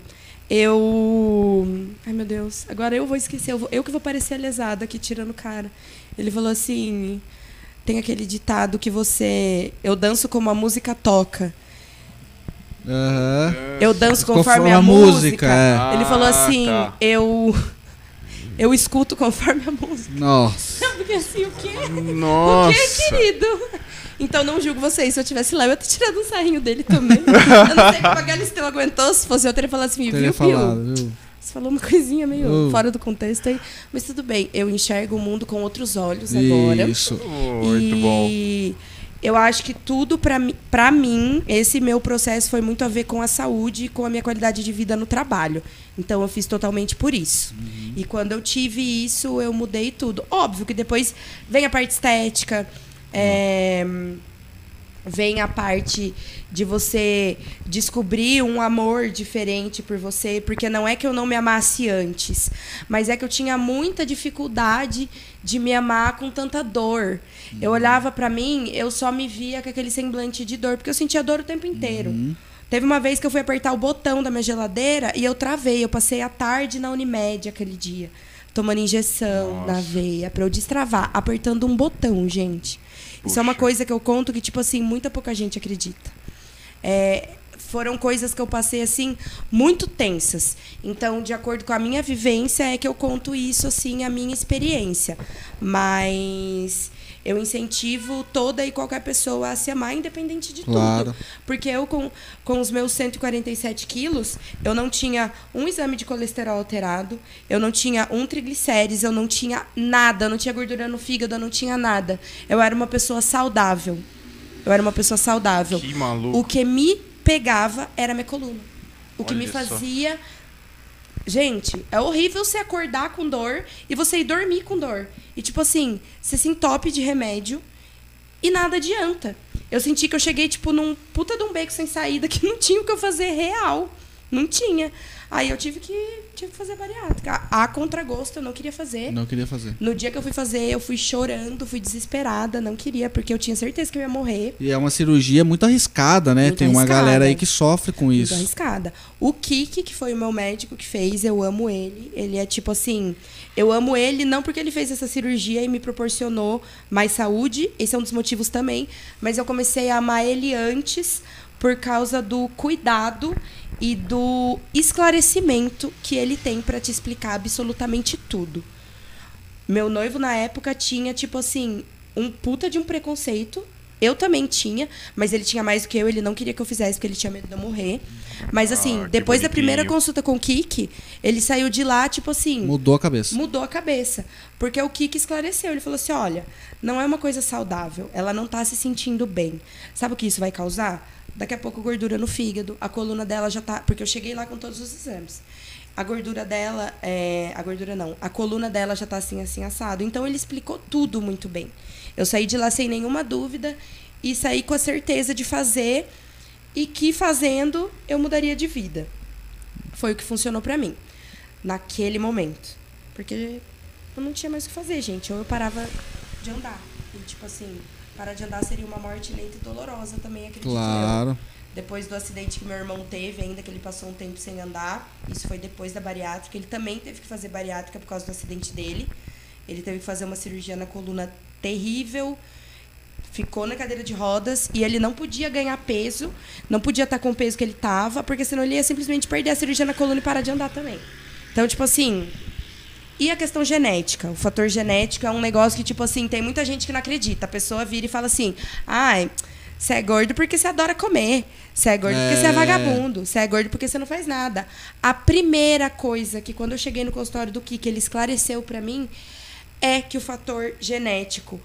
Eu. Ai meu Deus, agora eu vou esquecer, eu, vou- eu que vou parecer a lesada aqui tirando o cara. Ele falou assim: tem aquele ditado que você. Eu danço como a música toca. Aham. Eu danço Conforme conforme, a a, música, música. é. Ele falou Ah, assim: tá. eu. Eu escuto conforme a música. Nossa. Porque assim, o quê? O quê, Nossa. querido? Então não julgo vocês. Se eu tivesse lá, eu ia ter tirado um sarrinho dele também. eu não sei como a Galisteu aguentou. Se fosse eu, eu teria falado assim, Teria viu, falado, Bill? viu? Você falou uma coisinha meio Uh. fora do contexto aí. Mas tudo bem, eu enxergo o mundo com outros olhos agora. Isso. Muito bom. E eu acho que tudo pra mi- pra mim, esse meu processo foi muito a ver com a saúde e com a minha qualidade de vida no trabalho. Então eu fiz totalmente por isso. Uhum. E quando eu tive isso, eu mudei tudo. Óbvio que depois vem a parte estética, é, Uhum. vem a parte de você descobrir um amor diferente por você, porque não é que eu não me amasse antes, mas é que eu tinha muita dificuldade de me amar com tanta dor. Eu olhava pra mim, eu só me via com aquele semblante de dor, porque eu sentia dor o tempo inteiro. Teve uma vez que eu fui apertar o botão da minha geladeira e eu travei. Eu passei a tarde na Unimed aquele dia, tomando injeção na veia pra eu destravar, apertando um botão, gente. Isso é uma coisa que eu conto que, tipo assim, muita pouca gente acredita. É, foram coisas que eu passei, assim, muito tensas. Então, de acordo com a minha vivência, é que eu conto isso, assim, a minha experiência. Mas eu incentivo toda e qualquer pessoa a se amar, independente de Claro. tudo. Porque eu, com, com os meus 147 quilos, eu não tinha um exame de colesterol alterado, eu não tinha um triglicérides, eu não tinha nada, eu não tinha gordura no fígado, eu não tinha nada. Eu era uma pessoa saudável. Eu era uma pessoa saudável. Que maluco. O que me pegava era a minha coluna. O que Olha me só. fazia. Gente, é horrível você acordar com dor e você ir dormir com dor. E tipo assim, você se entope de remédio e nada adianta. Eu senti que eu cheguei, tipo, num puta de um beco sem saída que não tinha o que eu fazer real. Não tinha. Aí eu tive que, tive que fazer bariátrica. A, a contragosto eu não queria fazer. Não queria fazer. No dia que eu fui fazer, eu fui chorando, fui desesperada, não queria, porque eu tinha certeza que eu ia morrer. E é uma cirurgia muito arriscada, né? Muito Tem uma arriscada. galera aí que sofre com Muito isso. arriscada. O Kiki, que foi o meu médico que fez, eu amo ele. Ele é tipo assim, eu amo ele não porque ele fez essa cirurgia e me proporcionou mais saúde, esse é um dos motivos também, mas eu comecei a amar ele antes por causa do cuidado e do esclarecimento que ele tem pra te explicar absolutamente tudo. Meu noivo na época tinha, tipo assim, um puta de um preconceito. Eu também tinha, mas ele tinha mais do que eu, ele não queria que eu fizesse, porque ele tinha medo de eu morrer. Mas assim, Ah, que depois da primeira bonitinho. consulta com o Kiki, ele saiu de lá, tipo assim, Mudou a cabeça. mudou a cabeça. Porque é o Kiki esclareceu. Ele falou assim: olha, não é uma coisa saudável. Ela não tá se sentindo bem. Sabe o que isso vai causar? Daqui a pouco gordura no fígado, a coluna dela já tá. Porque eu cheguei lá com todos os exames. A gordura dela, é, a gordura não, a coluna dela já tá assim, assim, assado. Então ele explicou tudo muito bem. Eu saí de lá sem nenhuma dúvida e saí com a certeza de fazer e que fazendo eu mudaria de vida. Foi o que funcionou pra mim naquele momento. Porque eu não tinha mais o que fazer, gente. Ou eu parava de andar. E, tipo assim, parar de andar seria uma morte lenta e dolorosa também, acredito eu. Claro. Depois do acidente que meu irmão teve, ainda que ele passou um tempo sem andar, isso foi depois da bariátrica. Ele também teve que fazer bariátrica por causa do acidente dele. Ele teve que fazer uma cirurgia na coluna terrível. Ficou na cadeira de rodas e ele não podia ganhar peso, não podia estar com o peso que ele estava, porque senão ele ia simplesmente perder a cirurgia na coluna e parar de andar também. Então, tipo assim, e a questão genética? O fator genético é um negócio que, tipo assim, tem muita gente que não acredita. A pessoa vira e fala assim: ai, você é gordo porque você adora comer. Você é gordo porque você é É. vagabundo. Você é gordo porque você não faz nada. A primeira coisa que, quando eu cheguei no consultório do Kiki, ele esclareceu pra mim é que o fator genético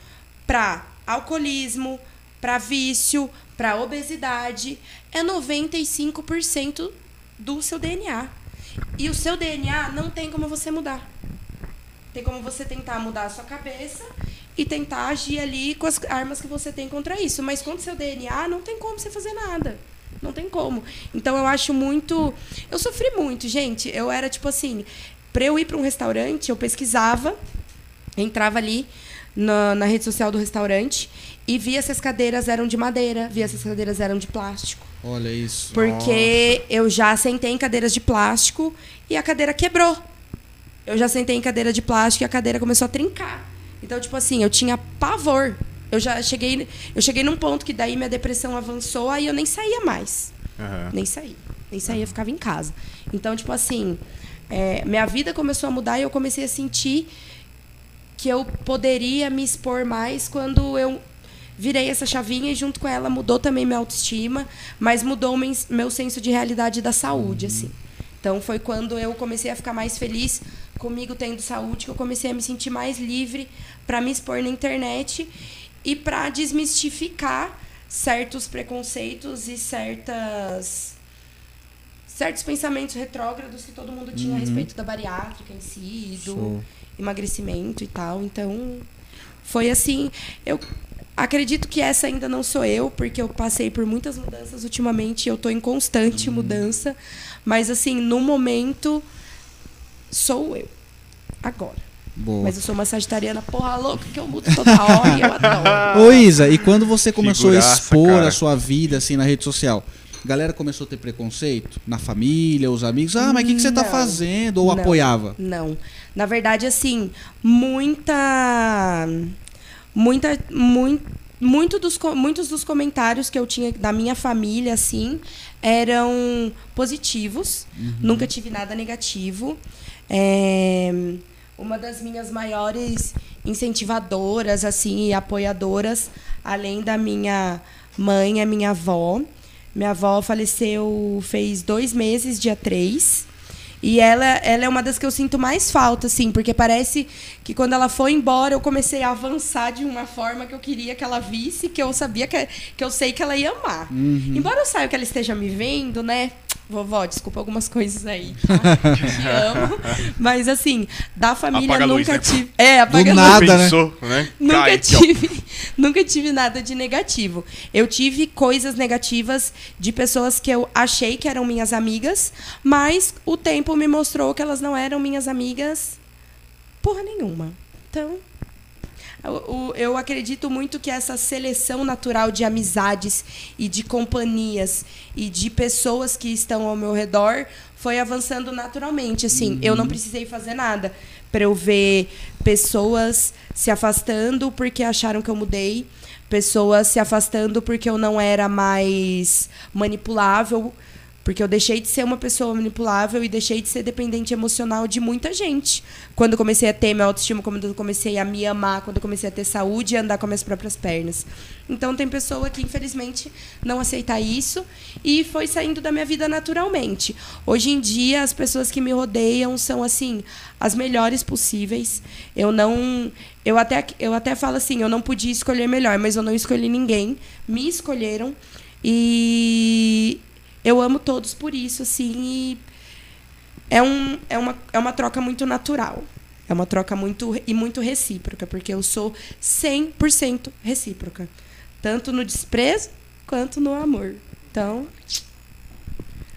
pra alcoolismo, pra vício, pra obesidade é 95% do seu DNA. E o seu DNA não tem como você mudar. Tem como você tentar mudar a sua cabeça e tentar agir ali com as armas que você tem contra isso. Mas contra o seu DNA, não tem como você fazer nada. Não tem como. Então eu acho muito. Eu sofri muito, gente. Eu era tipo assim. Pra eu ir pra um restaurante, eu pesquisava, entrava ali na, na rede social do restaurante e via se as cadeiras eram de madeira, via se as cadeiras eram de plástico. Olha isso. Porque eu já sentei em cadeiras de plástico e a cadeira quebrou. Eu já sentei em cadeira de plástico e a cadeira começou a trincar. Então, tipo assim, eu tinha pavor. Eu já cheguei, eu cheguei num ponto que daí minha depressão avançou, aí eu nem saía mais. Aham. Nem saía. Nem saía, ficava em casa. Então, tipo assim, é, minha vida começou a mudar e eu comecei a sentir que eu poderia me expor mais quando eu virei essa chavinha e junto com ela mudou também minha autoestima, mas mudou o men- meu senso de realidade da saúde, assim. Então foi quando eu comecei a ficar mais feliz comigo tendo saúde, que eu comecei a me sentir mais livre para me expor na internet e para desmistificar certos preconceitos e certas certos pensamentos retrógrados que todo mundo tinha a respeito da bariátrica em si, e do Show. emagrecimento e tal. Então, foi assim. Eu acredito que essa ainda não sou eu, porque eu passei por muitas mudanças ultimamente. Eu estou em constante mudança. Mas, assim, no momento, sou eu. Agora. Boa. Mas eu sou uma sagitariana porra louca que eu mudo toda hora e eu adoro. Ô Isa, e quando você começou a Figuraça, expor cara. a sua vida assim na rede social, a galera começou a ter preconceito? Na família, os amigos? Ah, mas o que, que você tá Não. fazendo? Ou Não. apoiava? Não. Na verdade, assim, muita. Muita. Muito, muito dos, co- muitos dos comentários que eu tinha da minha família, assim, eram positivos. Nunca tive nada negativo. É, uma das minhas maiores incentivadoras, assim, e apoiadoras, além da minha mãe, a minha avó. Minha avó faleceu fez dois meses, dia 3. E ela, ela é uma das que eu sinto mais falta, assim, porque parece que quando ela foi embora eu comecei a avançar de uma forma que eu queria que ela visse, que eu sabia que, que eu sei que ela ia amar. Embora eu saiba que ela esteja me vendo, né? Vovó, desculpa algumas coisas aí, tá? Te amo. Mas assim, da família Apaga a luz, nunca né? tive. É, apaga a luz. nada, né? Pensou, né? Nunca Cai aqui, ó. tive, nunca tive nada de negativo. Eu tive coisas negativas de pessoas que eu achei que eram minhas amigas, mas o tempo me mostrou que elas não eram minhas amigas porra nenhuma. Então, o- o- eu acredito muito que essa seleção natural de amizades e de companhias e de pessoas que estão ao meu redor foi avançando naturalmente. Assim, eu não precisei fazer nada para eu ver pessoas se afastando porque acharam que eu mudei, pessoas se afastando porque eu não era mais manipulável. Porque eu deixei de ser uma pessoa manipulável e deixei de ser dependente emocional de muita gente. Quando eu comecei a ter minha autoestima, quando eu comecei a me amar, quando eu comecei a ter saúde e andar com as minhas próprias pernas. Então tem pessoa que infelizmente não aceita isso e foi saindo da minha vida naturalmente. Hoje em dia as pessoas que me rodeiam são assim as melhores possíveis. Eu não eu até eu até falo assim, eu não podia escolher melhor, mas eu não escolhi ninguém. Me escolheram e eu amo todos por isso, assim, e é, um, é, uma, é uma troca muito natural. É uma troca muito e muito recíproca, porque eu sou 100% recíproca. Tanto no desprezo quanto no amor. Então,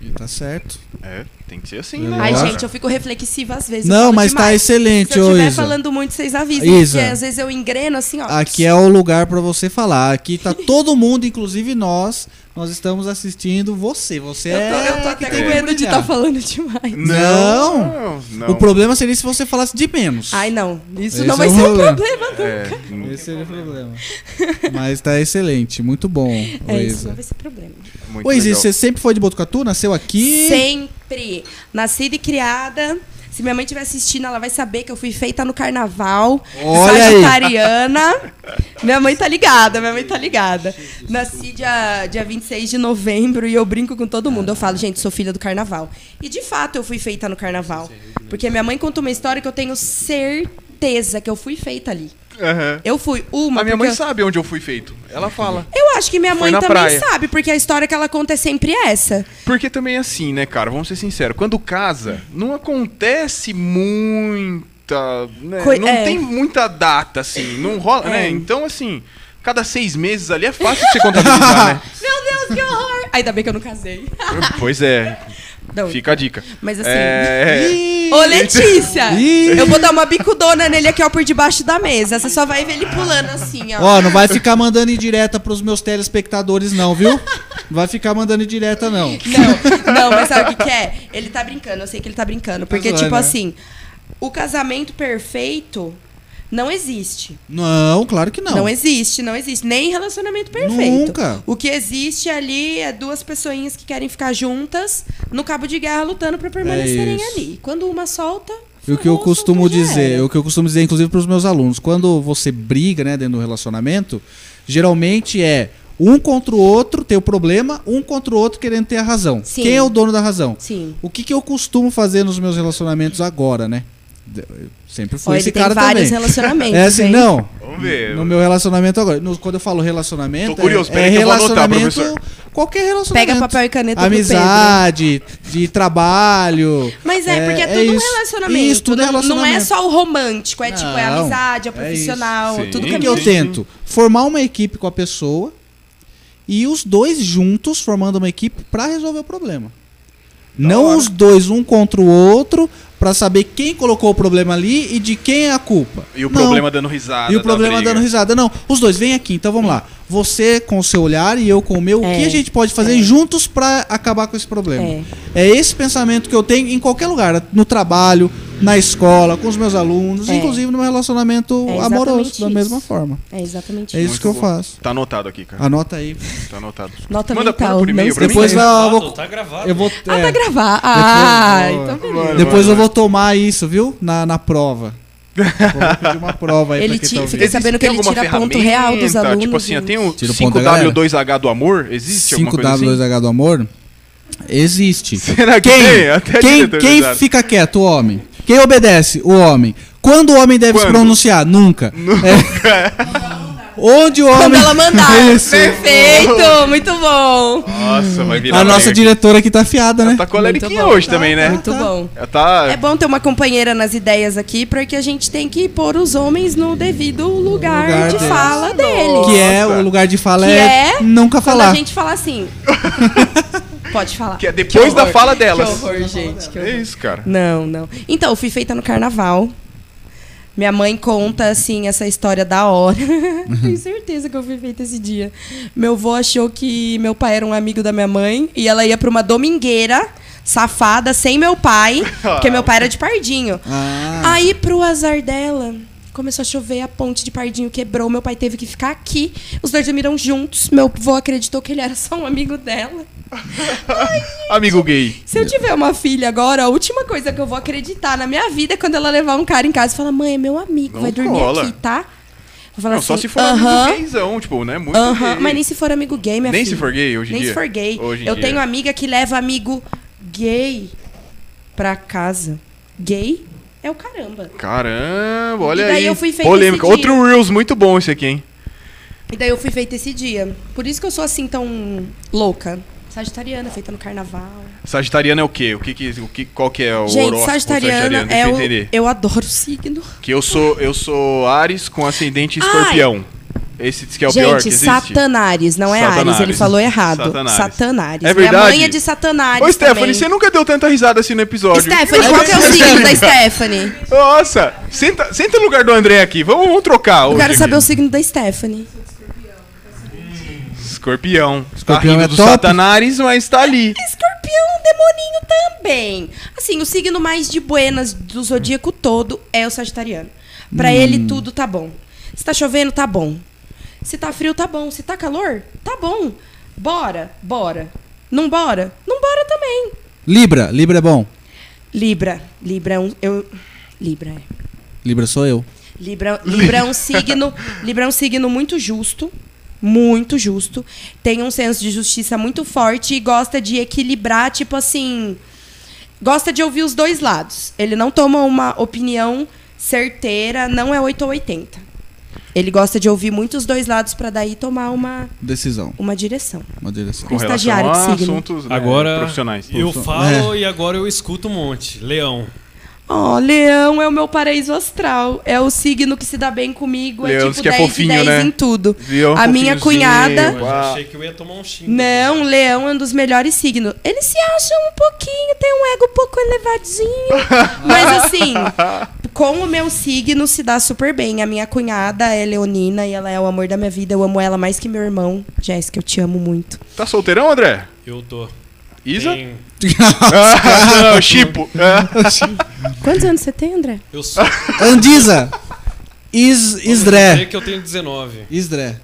E tá certo. É, tem que ser assim, né? Ai, cara? gente, eu fico reflexiva às vezes. eu Não, falo mas tá demais. excelente, Se eu ô estiver Isa. falando muito, vocês avisam. Isa. Porque às vezes eu engreno assim, ó. Aqui é o lugar pra você falar. Aqui tá todo mundo, inclusive nós. Nós estamos assistindo você. Você Eu tô, é eu tô que até tem com que medo de brilhar. estar falando demais. Não. Não, não. O problema seria se você falasse de menos. Ai, não. Isso Esse não vai é um ser um problema. problema, não. É, Esse seria o problema. Mas tá excelente, muito bom, É, isso não Luísa. vai ser problema. muito Ô, Isa, legal. você sempre foi de Botucatu? Nasceu aqui? Sempre. Nascida e criada. Se minha mãe estiver assistindo, ela vai saber que eu fui feita no carnaval. Olha aí. sagitariana. Minha mãe tá ligada, minha mãe tá ligada. Nasci dia, dia 26 de novembro e eu brinco com todo mundo. Eu falo, gente, sou filha do carnaval. E de fato eu fui feita no carnaval. Porque minha mãe conta uma história que eu tenho certeza que eu fui feita ali. Aham. Eu fui uma. A minha porque mãe eu- sabe onde eu fui feito. Ela fala. Eu acho que minha Foi mãe na também praia. sabe, porque a história que ela conta é sempre essa. Porque também é assim, né, cara? Vamos ser sinceros. Quando casa, não acontece muita. né? Coi- não é. tem muita data, assim. Não rola, né? É. Então, assim, cada seis meses ali é fácil de você contabilizar, né? Meu Deus, que horror! Ainda bem que eu não casei. pois é. Não, Fica a dica. Mas assim. É. Ô, Letícia! Ih. Eu vou dar uma bicudona nele aqui, ó, por debaixo da mesa. Você só vai ver ele pulando assim, ó. Ó, não vai ficar mandando indireta pros meus telespectadores, não, viu? Não vai ficar mandando indireta, não. Não, não, mas sabe o que, que é? Ele tá brincando, eu sei que ele tá brincando. Porque, zoando, tipo né? assim, o casamento perfeito não existe. Não, claro que não. Não. existe, não existe. Nem relacionamento perfeito. Nunca. O que existe ali é duas pessoinhas que querem ficar juntas no cabo de guerra lutando pra permanecerem É isso. ali. Quando uma solta. E o que eu ferrou, costumo soltou, já dizer, era. o que eu costumo dizer, inclusive, pros meus alunos, quando você briga, né, dentro do relacionamento, geralmente é um contra o outro ter o problema, um contra o outro querendo ter a razão. Sim. Quem é o dono da razão? Sim. O que, que eu costumo fazer nos meus relacionamentos agora, né? De- eu Sempre Ó, fui ele esse tem cara vários também. relacionamentos. É assim, hein? não. Vamos ver. No meu relacionamento agora. No- quando eu falo relacionamento, Tô curioso, é, é peraí que eu vou anotar, relacionamento. qualquer relacionamento. Pega papel e caneta do Amizade, de trabalho. Mas é, porque é tudo um isso. relacionamento. Isso, tudo é não, não relacionamento. é só o romântico, é tipo, é a Não, amizade, é é profissional, isso. Sim. tudo O que que, é que eu Sim, sim. tento? Formar uma equipe com a pessoa e os dois juntos formando uma equipe pra resolver o problema. Não os dois um contra o outro pra saber quem colocou o problema ali e de quem é a culpa. E o Não. problema dando risada. E o da problema briga. dando risada. Não, os dois, vem aqui, então vamos lá. Você com o seu olhar e eu com o meu, o É, que a gente pode fazer juntos pra acabar com esse problema? É. esse pensamento que eu tenho em qualquer lugar, no trabalho, na escola, com os meus alunos, É. inclusive no meu relacionamento É exatamente amoroso, da isso. mesma forma. É exatamente É isso Muito que eu bom. faço. Ah. Tá anotado aqui, cara. Anota aí. Tá anotado. Nota Manda mental, manda por e-mail não pra mim. é Depois lá eu Gravado, vou. Tá gravado. Eu vou Ah, é, tá gravar. Ah, Depois- então beleza. Mano, depois mano, eu vou tomar isso, viu? Na, na prova. Vou pedir uma prova aí Ele pra quem ti- tá fiquei ouvindo. sabendo Existe que ele alguma tira ponto ferramenta? real dos Tipo alunos, né? assim, gente. tem o Tira o ponto da 5W2H do amor? Existe alguma coisa assim? 5W2H do amor? Existe. Será que tem? Até quem, diretor quem risada. fica quieto? O homem. Quem obedece? O homem. Quando o homem deve se Quando? pronunciar? Nunca. É. Onde o homem. É Quando ela mandar. Isso. Perfeito, muito bom. Nossa, vai virar A nossa merda. diretora aqui tá afiada, né? Ela tá Muito coleriquinha bom. hoje também, É, né? Muito bom. Ela tá... É bom ter uma companheira nas ideias aqui, porque a gente tem que pôr os homens no devido lugar, lugar de deles. fala deles. Que é Nossa. o lugar de fala Que é, é nunca Quando falar. a gente fala assim. Pode falar. Que é depois da horror. fala delas. Que horror, gente. que É horror. isso, cara. Não, não. Então, eu fui feita no carnaval. Minha mãe conta, assim, essa história da hora. Uhum. Tenho certeza que eu fui feita esse dia. Meu avô achou que meu pai era um amigo da minha mãe e ela ia pra uma domingueira, safada, sem meu pai, porque meu pai era de Pardinho. Ah, Aí, pro azar dela, começou a chover, a ponte de Pardinho quebrou, meu pai teve que ficar aqui. Os dois dormiram juntos, meu avô acreditou que ele era só um amigo dela. Amigo gay. Se eu tiver uma filha agora, a última coisa que eu vou acreditar na minha vida é quando ela levar um cara em casa e falar: mãe, é meu amigo, Não vai dormir cola. aqui, tá? Vou falar Não, só assim, se for "Aham, amigo gayzão, tipo, né? Muito aham", gay. Mas nem se for amigo gay, minha Nem filha. se for gay hoje em Nem dia? se for gay. Hoje em eu dia. tenho amiga que leva amigo gay pra casa. Gay é o caramba. Caramba, olha E daí aí. eu fui feita Polêmica. esse dia. Outro Reels muito bom esse aqui, hein? E daí eu fui feita esse dia. Por isso que eu sou assim tão louca. Sagitariana, feita no carnaval. Sagitariano é o quê? O que que, o que qual que é o Gente, horóscopo Sagitariana Deixa é eu o. entender. Eu adoro o signo. Que eu sou, eu sou Ares com ascendente Ai! escorpião. Esse diz que é o pior que Gente, existe? Satanares, não é Satanares. Ares, ele falou errado. Satanares. Satanares. É Minha verdade? mãe é de Satanares. Ô, Stephanie, também. você nunca deu tanta risada assim no episódio. Stephanie, qual que é o signo da Stephanie? Nossa, senta, senta no lugar do André aqui. Vamos, vamos trocar. Eu hoje quero aqui. saber o signo da Stephanie. Escorpião. tá Escorpião rindo é do top. Satanares, mas tá É ali. Escorpião, um demoninho também. Assim, o signo mais de buenas do zodíaco todo é o sagitariano. Pra ele, tudo tá bom. Se tá chovendo, tá bom. Se tá frio, tá bom. Se tá calor, tá bom. Bora, bora. Não bora? Não bora também. Libra, Libra é bom. Libra. Libra é um... Eu, Libra, é. Libra sou eu. Libra, Libra é um signo, Libra é um signo muito justo, muito justo. Tem um senso de justiça muito forte e gosta de equilibrar, tipo assim, gosta de ouvir os dois lados. Ele não toma uma opinião certeira, não é 8 ou 80. Ele gosta de ouvir muitos dois lados para daí tomar uma, Decisão, uma direção. uma direção. Com relação estagiário de a signo. assuntos né, É, Agora profissionais. eu falo e agora eu escuto um monte. Leão. Ó, Leão é o meu paraíso astral. É o signo que se dá bem comigo, Leão é diz tipo que é 10 fofinho, de 10 né? em tudo. Leão a minha fofinhozinho. cunhada Eu Uau. achei que eu ia tomar um xingo. Não, leão é um dos melhores signos. Eles se acham um pouquinho, tem um ego um pouco elevadinho. mas assim, com o meu signo se dá super bem. A minha cunhada é leonina e ela é o amor da minha vida. Eu amo ela mais que meu irmão. Jéssica, eu te amo muito. Tá solteirão, André? Eu tô. Isa? Tem- Ah, não, Chipo. Ah, Quantos anos você tem, André? Eu sou. Andiza! Is, Eu sei Isdré. que eu tenho 19. Isdré.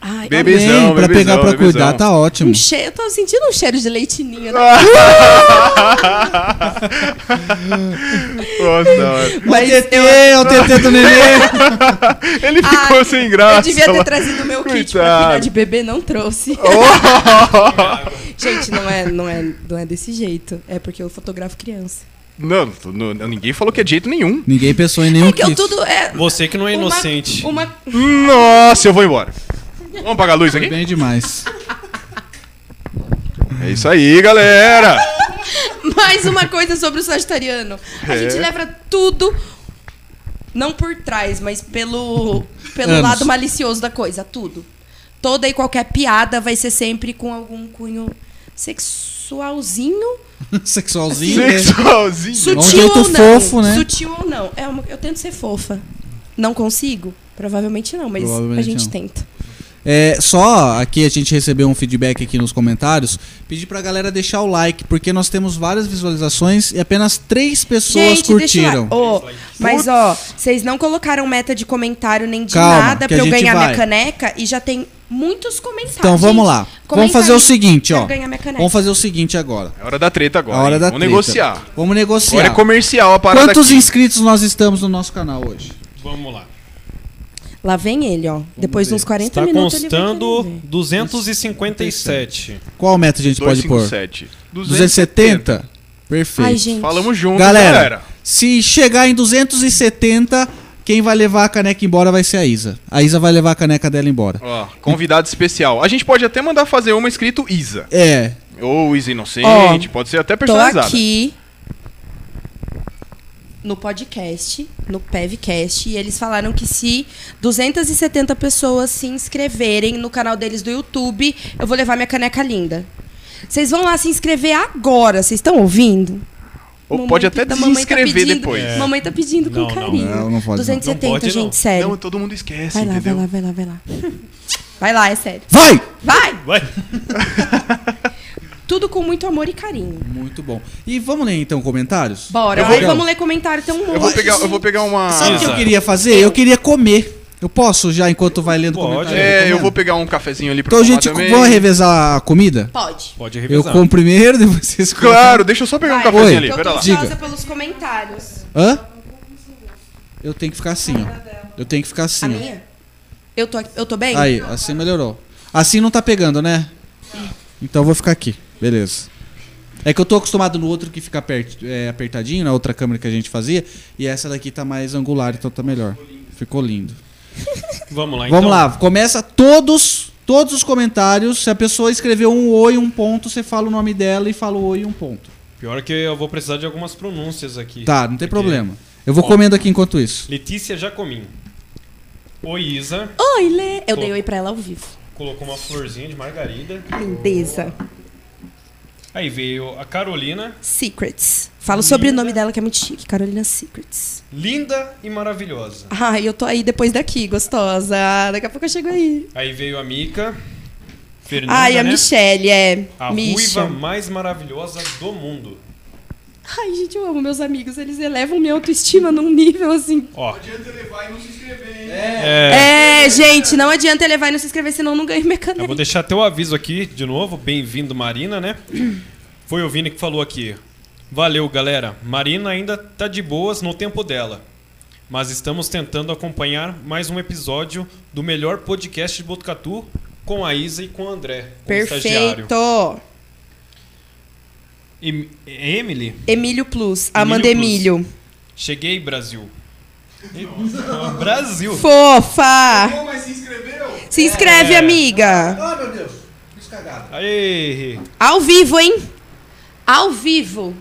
Ai, bebezão, Bem, pra bebezão, pegar pra bebezão. cuidar, tá ó, um ótimo. cheiro, eu tô sentindo um cheiro de leitinho, né? Nossa, da hora. Mas O TT, eu, o TT do nenê. Ele ficou Ai, sem Ah, eu graça. devia ter trazido o meu kit pra Coitado. cuidar de bebê, não trouxe. Oh. Gente, não é, não, é, não é desse jeito. É porque eu fotografo criança. Não, não, não, ninguém falou que é de jeito nenhum. Ninguém pensou em nenhum É que eu kiff. tudo é. Você que não é inocente. um- Uma, uma Nossa, eu vou embora. Vamos apagar a luz aqui? Bem demais. É isso aí, galera. Mais uma coisa sobre o sagitariano. A gente leva tudo, não por trás, mas pelo, pelo Anos. lado malicioso da coisa, tudo. Toda e qualquer piada vai ser sempre com algum cunho sexualzinho, Sexualzinho. né? Sexualzinho. sutil jeito ou não. fofo, né? Sutil ou não. É uma- eu tento ser fofa. Não consigo? Provavelmente não, mas Provavelmente a gente não. tenta. É, só aqui a gente recebeu um feedback aqui nos comentários. Pedir pra galera deixar o like, porque nós temos várias visualizações e apenas três pessoas Gente, curtiram. deixa eu... Ô, mas ó, vocês não colocaram meta de comentário nem de Calma, nada que pra a eu gente ganhar vai. minha caneca e já tem muitos comentários. Então vamos lá. Vamos comenta fazer o aí seguinte, pra ó. eu ganhar minha caneca. Vamos fazer o seguinte agora. É hora da treta agora. A hora hein? da Vamos treta. negociar. Vamos Agora é negociar. comercial a parada Quantos aqui. inscritos nós estamos no nosso canal hoje? Vamos lá. Lá vem ele, ó. Depois de uns 40 Está minutos ele vai constando querer ver. 257. Qual meta a gente pode pôr? 257. 270? Perfeito. Ai, gente. um Falamos junto, Galera, galera. se chegar em 270, quem vai levar a caneca embora vai ser a Isa. A Isa vai levar a caneca dela embora. Ó, convidado especial. A gente pode até mandar fazer uma escrito Isa. É, Ou Isa Inocente, Ó, pode ser até Tô personalizada. aqui no podcast, no PevCast, e eles falaram que se 270 pessoas se inscreverem no canal deles do YouTube, eu vou levar minha caneca linda. Vocês vão lá se inscrever agora, vocês estão ouvindo? Ou Mamãe pode pe- até da- mamãe tá desinscrever pedindo- depois. Mamãe tá pedindo com É. Não, não. carinho. Não, não pode, 270, não. Não pode, não. gente, sério. Não, todo mundo esquece, vai lá, vai entendeu? lá, vai lá, vai lá. Vai lá, é sério. Vai! Vai! Vai. Tudo com muito amor e carinho. Muito bom. E vamos ler então comentários? Bora, Eu vou- aí vamos ler comentário, tem um monte. Eu vou pegar, eu vou pegar uma. um. Sabe o que eu Isa. queria fazer? Eu queria comer. Eu posso já enquanto vai lendo o Pode. comentário? É, comendo? eu vou pegar um cafezinho ali pra Então, tomar gente, também. vamos revezar a comida? Pode. Pode Eu revisar. como primeiro, depois vocês comem. Claro, deixa eu só pegar um Vai, cafezinho Oi. ali, Eu tô pera lá. ansiosa Diga. pelos comentários. Hã? Eu tenho que ficar assim, ó. Eu tenho que ficar assim. A ó. minha? Eu tô, eu tô bem? Aí, assim melhorou. Assim não tá pegando, né? Então eu vou ficar aqui. Beleza. É que eu tô acostumado no outro que fica apert- é, apertadinho, na outra câmera que a gente fazia, e essa daqui tá mais angular, então tá melhor. Ficou lindo. Vamos lá, então. Vamos lá, começa todos, todos os comentários. Se a pessoa escreveu um oi, um ponto, você fala o nome dela e fala o oi, um ponto. Pior que eu vou precisar de algumas pronúncias aqui. Tá, não tem Porque- problema. Eu vou comendo aqui enquanto isso. Letícia Jacomim. O Isa Oi, Lê! Eu dei Pô. oi pra ela ao vivo. colocou uma florzinha de margarida. Lindeza. Aí veio a Carolina, Secrets. Fala o sobrenome dela que é muito chique. Carolina Secrets. linda e maravilhosa. Ai, eu tô aí depois daqui, gostosa. Daqui a pouco eu chego aí. Aí veio a Mica. Fernanda, Ai, a né? Michelle, é. A Misha. ruiva mais maravilhosa do mundo. Ai, gente, eu amo meus amigos. Eles elevam minha autoestima num nível assim. Ó, adianta levar e não se inscrever, hein? é, É, gente, não adianta elevar e não se inscrever, senão eu não ganho minha eu vou caneta. deixar teu aviso aqui de novo. Bem-vindo, Marina, né? Foi o Vini que falou aqui. Valeu, galera. Marina ainda tá de boas no tempo dela. Mas estamos tentando acompanhar mais um episódio do melhor podcast de Botucatu com a Isa e com o André, com o um estagiário. Perfeito. Em- Emily, Emílio Plus, Amanda Emílio Emílio. cheguei, Brasil. Ó, Brasil. Fofa! Pô, mas se inscreveu? Se inscreve, amiga. Ah, meu Deus. Fiz cagada. Aê! Ao vivo, hein? Ao vivo.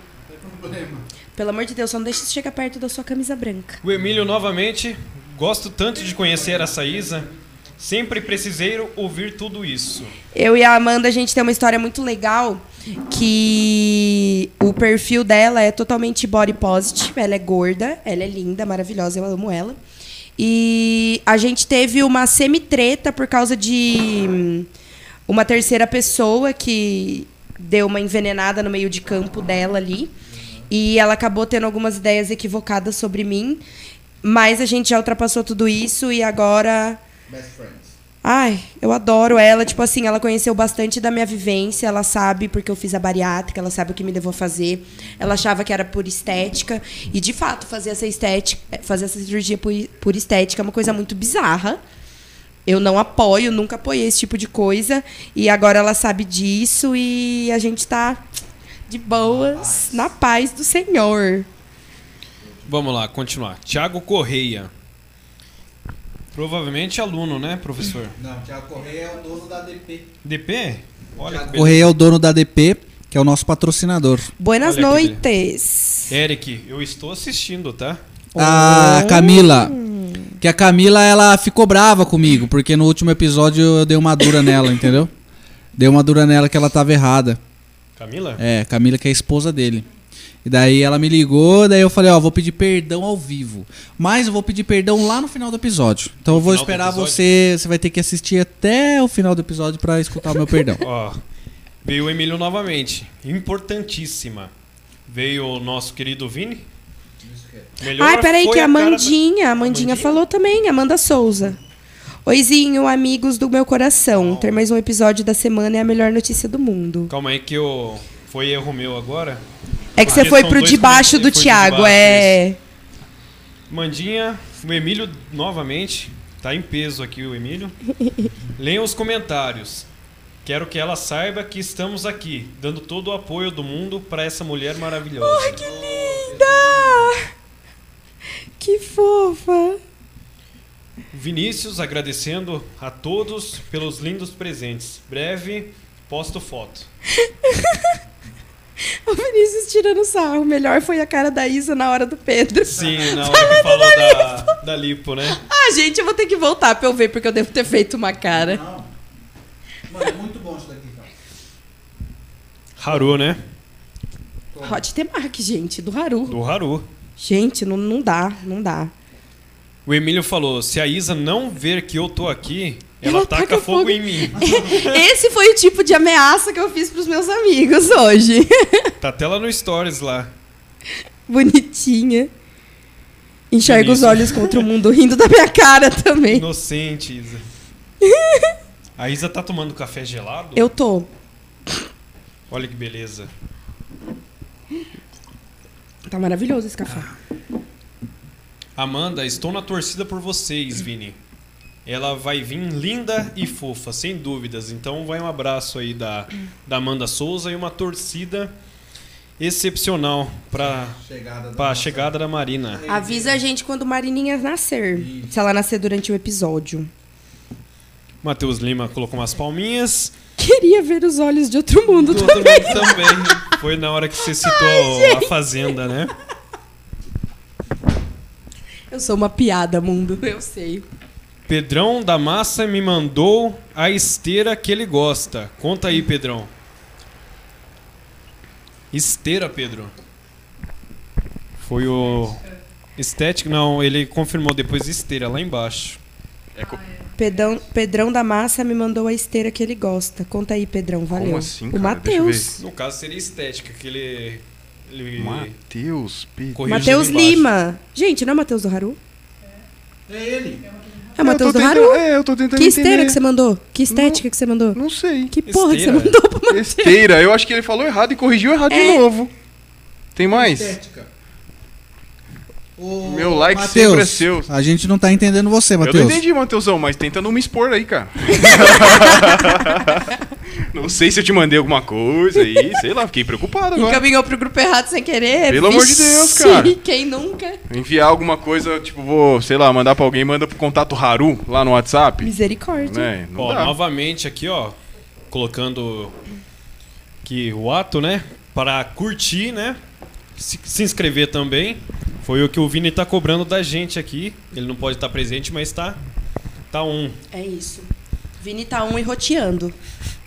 Pelo amor de Deus, só não deixa isso chegar perto da sua camisa branca. O Emílio novamente. Gosto tanto de conhecer essa Isa. Sempre precisei ouvir tudo isso. Eu e a Amanda, a gente tem uma história muito legal que o perfil dela é totalmente body positive. Ela é gorda, ela é linda, maravilhosa, eu amo ela. E a gente teve uma semi-treta por causa de hum, uma terceira pessoa que deu uma envenenada no meio de campo dela ali. E ela acabou tendo algumas ideias equivocadas sobre mim. Mas a gente já ultrapassou tudo isso e agora Ai, eu adoro ela. Tipo assim, ela conheceu bastante da minha vivência. Ela sabe porque eu fiz a bariátrica, ela sabe o que me levou a fazer. Ela achava que era por estética. E, de fato, fazer essa, estética, fazer essa cirurgia por, por estética é uma coisa muito bizarra. Eu não apoio, nunca apoiei esse tipo de coisa. E agora ela sabe disso e a gente tá de boas, na paz do Senhor. Vamos lá, continuar. Tiago Correia. Provavelmente aluno, né, professor? Não, Thiago Correia é o dono da DP. DP? Olha que beleza. Correia é o dono da DP, que é o nosso patrocinador. Buenas Olha que noites. Eric, eu estou assistindo, tá? A Camila. Hum. Que a Camila, ela ficou brava comigo, porque no último episódio eu dei uma dura nela, entendeu? Dei uma dura nela que ela tava errada. Camila? É, Camila que é a esposa dele. E daí ela me ligou, daí eu falei, ó, vou pedir perdão ao vivo. Mas eu vou pedir perdão lá no final do episódio. Então eu vou final do esperar episódio? você, você vai ter que assistir até o final do episódio pra escutar o meu perdão. Ó, veio o Emílio novamente. Importantíssima. Veio o nosso querido Vini. Melhor Ai, peraí, foi que a cara da- Mandinha, a Mandinha Amandinha? falou também, Amanda Souza. Oizinho, amigos do meu coração. Ter mais um episódio da semana é a melhor notícia do mundo. Calma aí que eu... Foi erro meu agora. É que você Porque foi são pro dois debaixo do comentários, foi de Thiago, baixo, é. Mandinha, o Emílio novamente. Tá em peso aqui o Emílio. Leiam os comentários. Quero que ela saiba que estamos aqui, dando todo o apoio do mundo pra essa mulher maravilhosa. Ai, que linda! Que fofa! Vinícius agradecendo a todos pelos lindos presentes. Breve, posto foto. O Vinícius tirando sarro. O melhor foi a cara da Isa na hora do Pedro. Sim, Tá na hora que falou da, da lipo, né? Ah, gente, eu vou ter que voltar pra eu ver, porque eu devo ter feito uma cara. Não. Mano, é muito bom isso daqui, cara. Haru, né? Hot Temark, gente, do Haru. Do Haru. Gente, não, não dá, não dá. O Emílio falou: se a Isa não ver que eu tô aqui, ela, Ela taca, taca fogo, fogo. em mim. Esse foi o tipo de ameaça que eu fiz pros meus amigos hoje. Tá até lá no Stories lá. Bonitinha. Enxerga os Vinícius. olhos contra o mundo rindo da minha cara também. Inocente, Isa. A Isa tá tomando café gelado? Eu tô. Olha que beleza. Tá maravilhoso esse café. Amanda, estou na torcida por vocês, Vini. Ela vai vir linda e fofa, sem dúvidas. Então vai um abraço aí da, da Amanda Souza e uma torcida excepcional pra, Chegada da pra nossa- chegada da Marina. Ah, Avisa a gente quando Marininha nascer. Se ela nascer durante o episódio. Matheus Lima colocou umas palminhas. Queria ver os olhos de outro mundo Do também. também. também. Foi na hora que você citou a Fazenda, né? Eu sou uma piada, mundo. Eu sei. Pedrão da Massa me mandou a esteira que ele gosta. Conta aí, Pedrão. Esteira, Pedro. Foi o. Estética? Não, ele confirmou depois esteira, lá embaixo. É co- Pedrão, Pedrão da Massa me mandou a esteira que ele gosta. Conta aí, Pedrão. Valeu. assim, o cara? Matheus. No caso seria estética, que ele. ele Então, Matheus, Pedro. corrigiu Matheus embaixo. Lima. Gente, não é Matheus do Haru? É ele. É o Matheus do Haru. É, eu tô tentando Que esteira entender. que você mandou? Que estética que você mandou? Não sei. Que porra que você Esteira. mandou pro Matheus? Esteira, eu acho que ele falou errado e corrigiu errado É. de novo. Tem mais? Estética. O- Meu like sempre é Matheus, seu. a gente não tá entendendo você, Eu não Matheus. entendi, Matheusão, mas tenta não me expor aí, cara. não sei se eu te mandei alguma coisa aí, sei lá, fiquei preocupado agora. Encaminhou pro grupo errado sem querer. Pelo amor de Deus, cara. Quem nunca? Enviar alguma coisa, tipo, vou, sei lá, mandar pra alguém, manda pro contato Haru lá no WhatsApp. Misericórdia. Né? Não Ó, dá. novamente aqui, ó, colocando que o ato, né, para curtir, né, se, se inscrever também, foi o que o Vini tá cobrando da gente aqui. Ele não pode estar presente, mas tá, tá um. É isso. Vini tá um e roteando.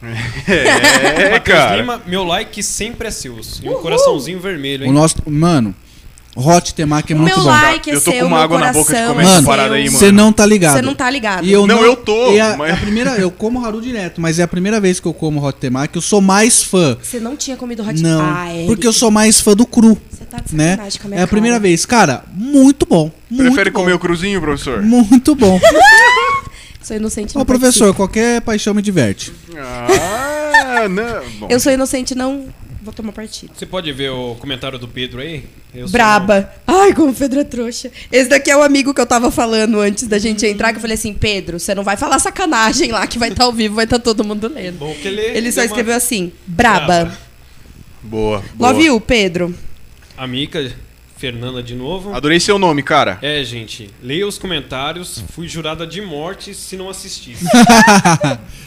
É, Matheus cara. Lima, meu like sempre é seu. E um coraçãozinho vermelho, O hein? nosso. Mano, Hot Temaki é O muito meu bom. like é Eu tô seu, com uma meu água na boca de coração comer essa é seu. parada aí, mano. Você não tá ligado. Você não tá ligado. E eu Não, não, eu tô, E a, mas- é a primeira, eu como Haru direto, mas é a primeira vez que eu como Hot Temaki. Eu sou mais fã. Você não tinha comido hot Não, Ah, Eric, porque eu sou mais fã do cru, Você tá de né? sacanagem com a minha É a primeira cara. vez, cara. Muito bom. Muito Prefere bom. comer o cruzinho, professor? Muito bom. Sou inocente. Ô, não professor, qualquer paixão me diverte. Ah, não. Bom, participo. Eu sou inocente, não vou tomar partido. Você pode ver o comentário do Pedro aí? Eu sou- Braba. Ai, como o Pedro é trouxa. Esse daqui é o amigo que eu tava falando antes da Hum. gente entrar, que eu falei assim, Pedro, você não vai falar sacanagem lá, que vai estar ao vivo, vai estar todo mundo lendo. Bom que ele Ele só deu uma escreveu assim, braba. Braba. boa. boa. Love you, Pedro. Amiga Fernanda de novo. Adorei seu nome, cara. É, gente, leia os comentários. Fui jurada de morte se não assistisse.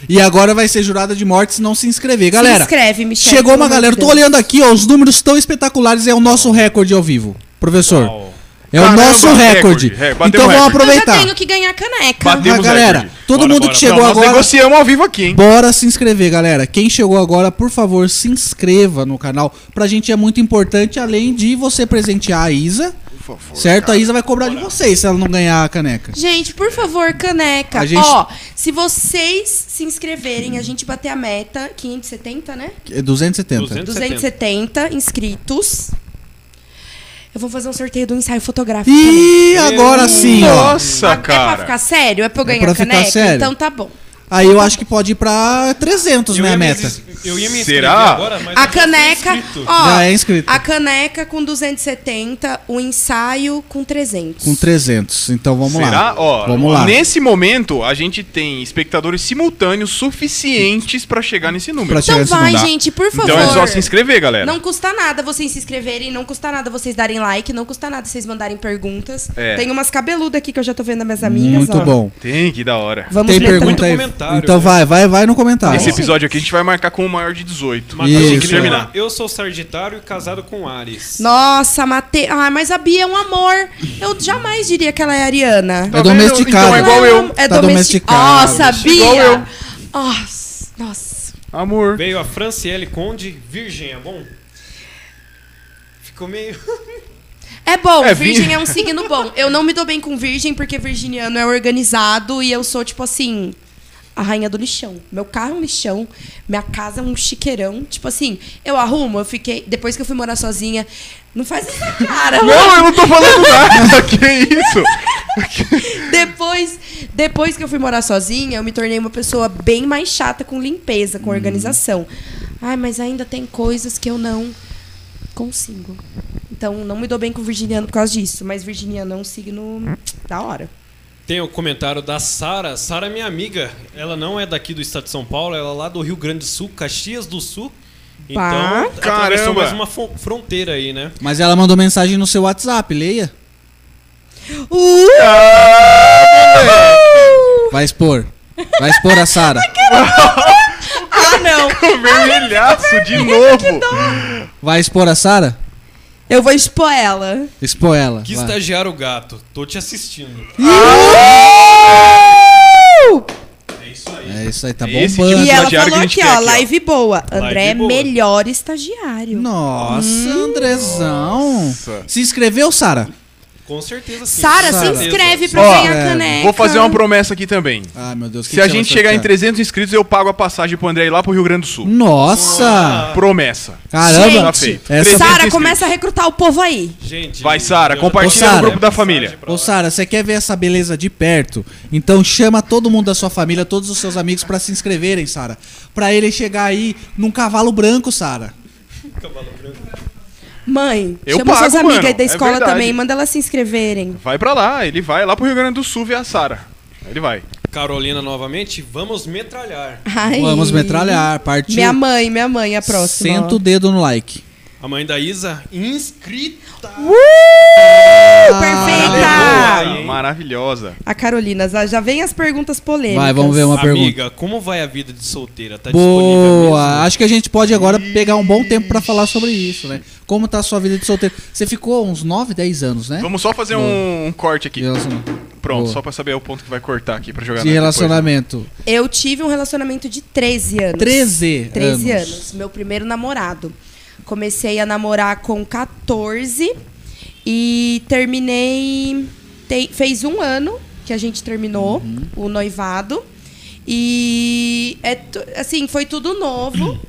E agora vai ser jurada de morte se não se inscrever. Galera, Se inscreve, Michel. chegou uma pelo amor galera. de Tô Deus. olhando aqui, ó. Os números estão espetaculares. É o nosso recorde ao vivo. Professor, Uau. é Caramba, o nosso recorde. recorde, é, batemos então vamos recorde. Eu já aproveitar. tenho que ganhar caneca. Bateu. Ah, Temos galera, recorde. todo Bora, mundo bora. que chegou Nós agora, negociamos ao vivo aqui, hein? bora se inscrever, galera. Quem chegou agora, por favor, se inscreva no canal. Pra gente é muito importante, além de você presentear a Isa. certo? A Isa vai cobrar de vocês se ela não ganhar a caneca. Gente, por favor, caneca. A gente- Ó, se vocês se inscreverem, a gente bater a meta, 570, né? É 270. 200. 270 inscritos. Eu vou fazer um sorteio do ensaio fotográfico. também. E agora sim, Assim, ó. Nossa, É pra cara. ficar sério? É pra eu ganhar pra ficar caneca? sério. Então tá bom. Aí eu acho que pode ir pra 300, né, a ia me meta. ins- eu ia me inscrever Será? agora, mas A tá eu já tô caneca, inscrito. ó, Já é Ah. inscrito. a caneca com 270, o ensaio com 300. Com 300. Então vamos Será? lá. Ó, vamos lá. Nesse momento, a gente tem espectadores simultâneos suficientes pra chegar nesse número. Pra Então chegar nesse vai, não dá. gente, por favor. Então é só se inscrever, galera. Não custa nada vocês se inscreverem, não custa nada vocês darem like, não custa nada vocês mandarem perguntas. É. Tem umas cabeludas aqui que eu já tô vendo das minhas amigas. Muito ó. bom. Tem, que da hora. Vamos Tem ler também. pergunta aí. comentário, Então né? vai, vai, vai no comentário. Esse Nossa. episódio aqui a gente vai marcar com o maior de 18. Matheus Isso. Tem Lima, que terminar. Eu sou Sagitário e casado com Ares. Nossa, Mate... Ah, mas a Bia é um amor. Eu jamais diria que ela é ariana. Tá É vendo? domesticado. Então é igual Ela eu. É Tá domestic... domesticado. Nossa, Igual eu. Bia. Nossa, nossa. Amor. Veio a Franciele Conde, virgem, é bom? Ficou meio... É bom, É, vi- virgem é um signo bom. Eu não me dou bem com virgem porque virginiano é organizado e eu sou, tipo assim, a rainha do lixão. Meu carro é um lixão, minha casa é um chiqueirão. Tipo assim, eu arrumo, eu fiquei. Depois que eu fui morar sozinha, não faz essa cara, mano. Não, eu não tô falando nada. que isso? Depois, depois que eu fui morar sozinha, eu me tornei uma pessoa bem mais chata com limpeza, Hum. com organização. Ai, mas ainda tem coisas que eu não consigo. Então, não me dou bem com virginiano por causa disso. Mas virginiano é um signo da hora. Tem o comentário da Sara. Sara é minha amiga. Ela não é daqui do estado de São Paulo, ela é lá do Rio Grande do Sul, Caxias do Sul. Então, Bah. atravessou Caramba. mais uma fron- fronteira aí, né? Mas ela mandou mensagem no seu WhatsApp, leia. Uh! Ah, Vai expor. Vai expor a Sara. Ah, não! Vermelhaço de novo. Vai expor a Sara? Eu vou expor ela. Expor ela. Que vai. estagiário gato. Tô te assistindo. aí. É isso aí, tá É esse bombando. E ela estagiário falou que a gente quer aqui, ó, aqui, ó. live boa. André é boa. melhor estagiário. Nossa, Andrezão. Nossa. Se inscreveu, Sara? Com certeza sim. Sara, Com se certeza. inscreve pra Ó, ganhar caneca. Vou fazer um uma promessa aqui também. Ah, meu Deus. que Se a que ela gente tá- chegar em 300 inscritos, eu pago a passagem pro André ir lá pro Rio Grande do Sul. Nossa! Promessa. Caramba! Tá feito. essa- Três- Sara, inscritos. começa a recrutar o povo aí. Gente, Vai, Sara, eu- compartilha no Sara, grupo da passagem família. pra Ô, lá. Sara, você quer ver essa beleza de perto? Então chama todo mundo da sua família, todos os seus amigos pra se inscreverem, Sara. Pra ele chegar aí num cavalo branco, Sara. Cavalo branco. Mãe, Eu chama suas pago, amigas mano, aí da é escola verdade. também, manda elas se inscreverem. Vai pra lá, ele vai lá pro Rio Grande do Sul ver a Sara. Ele vai. Carolina novamente, vamos metralhar. Ai. Vamos metralhar, partiu. Minha mãe, minha mãe, a próxima. Senta ó. o dedo no like. A mãe da Isa, inscrita. Uh, Ah, perfeita! hein? Maravilhosa. A Carolina, já já vem as perguntas polêmicas. Vai, vamos ver uma pergunta. Amiga, como vai a vida de solteira? Tá disponível né? Boa! mesmo? Acho que a gente pode agora pegar um bom tempo pra falar sobre isso, né? Como tá a sua vida de solteiro? Você ficou uns 9, 10 anos, né? Vamos só fazer um, um corte aqui. De relaciona- Pronto, Boa. só pra saber o ponto que vai cortar aqui pra jogar de na- relacionamento. Eu tive um relacionamento de 13 anos. 13 13 anos. anos. meu primeiro namorado. Comecei a namorar com 14 e terminei. tem- fez um ano que a gente terminou o noivado. E é tu- assim, foi tudo novo.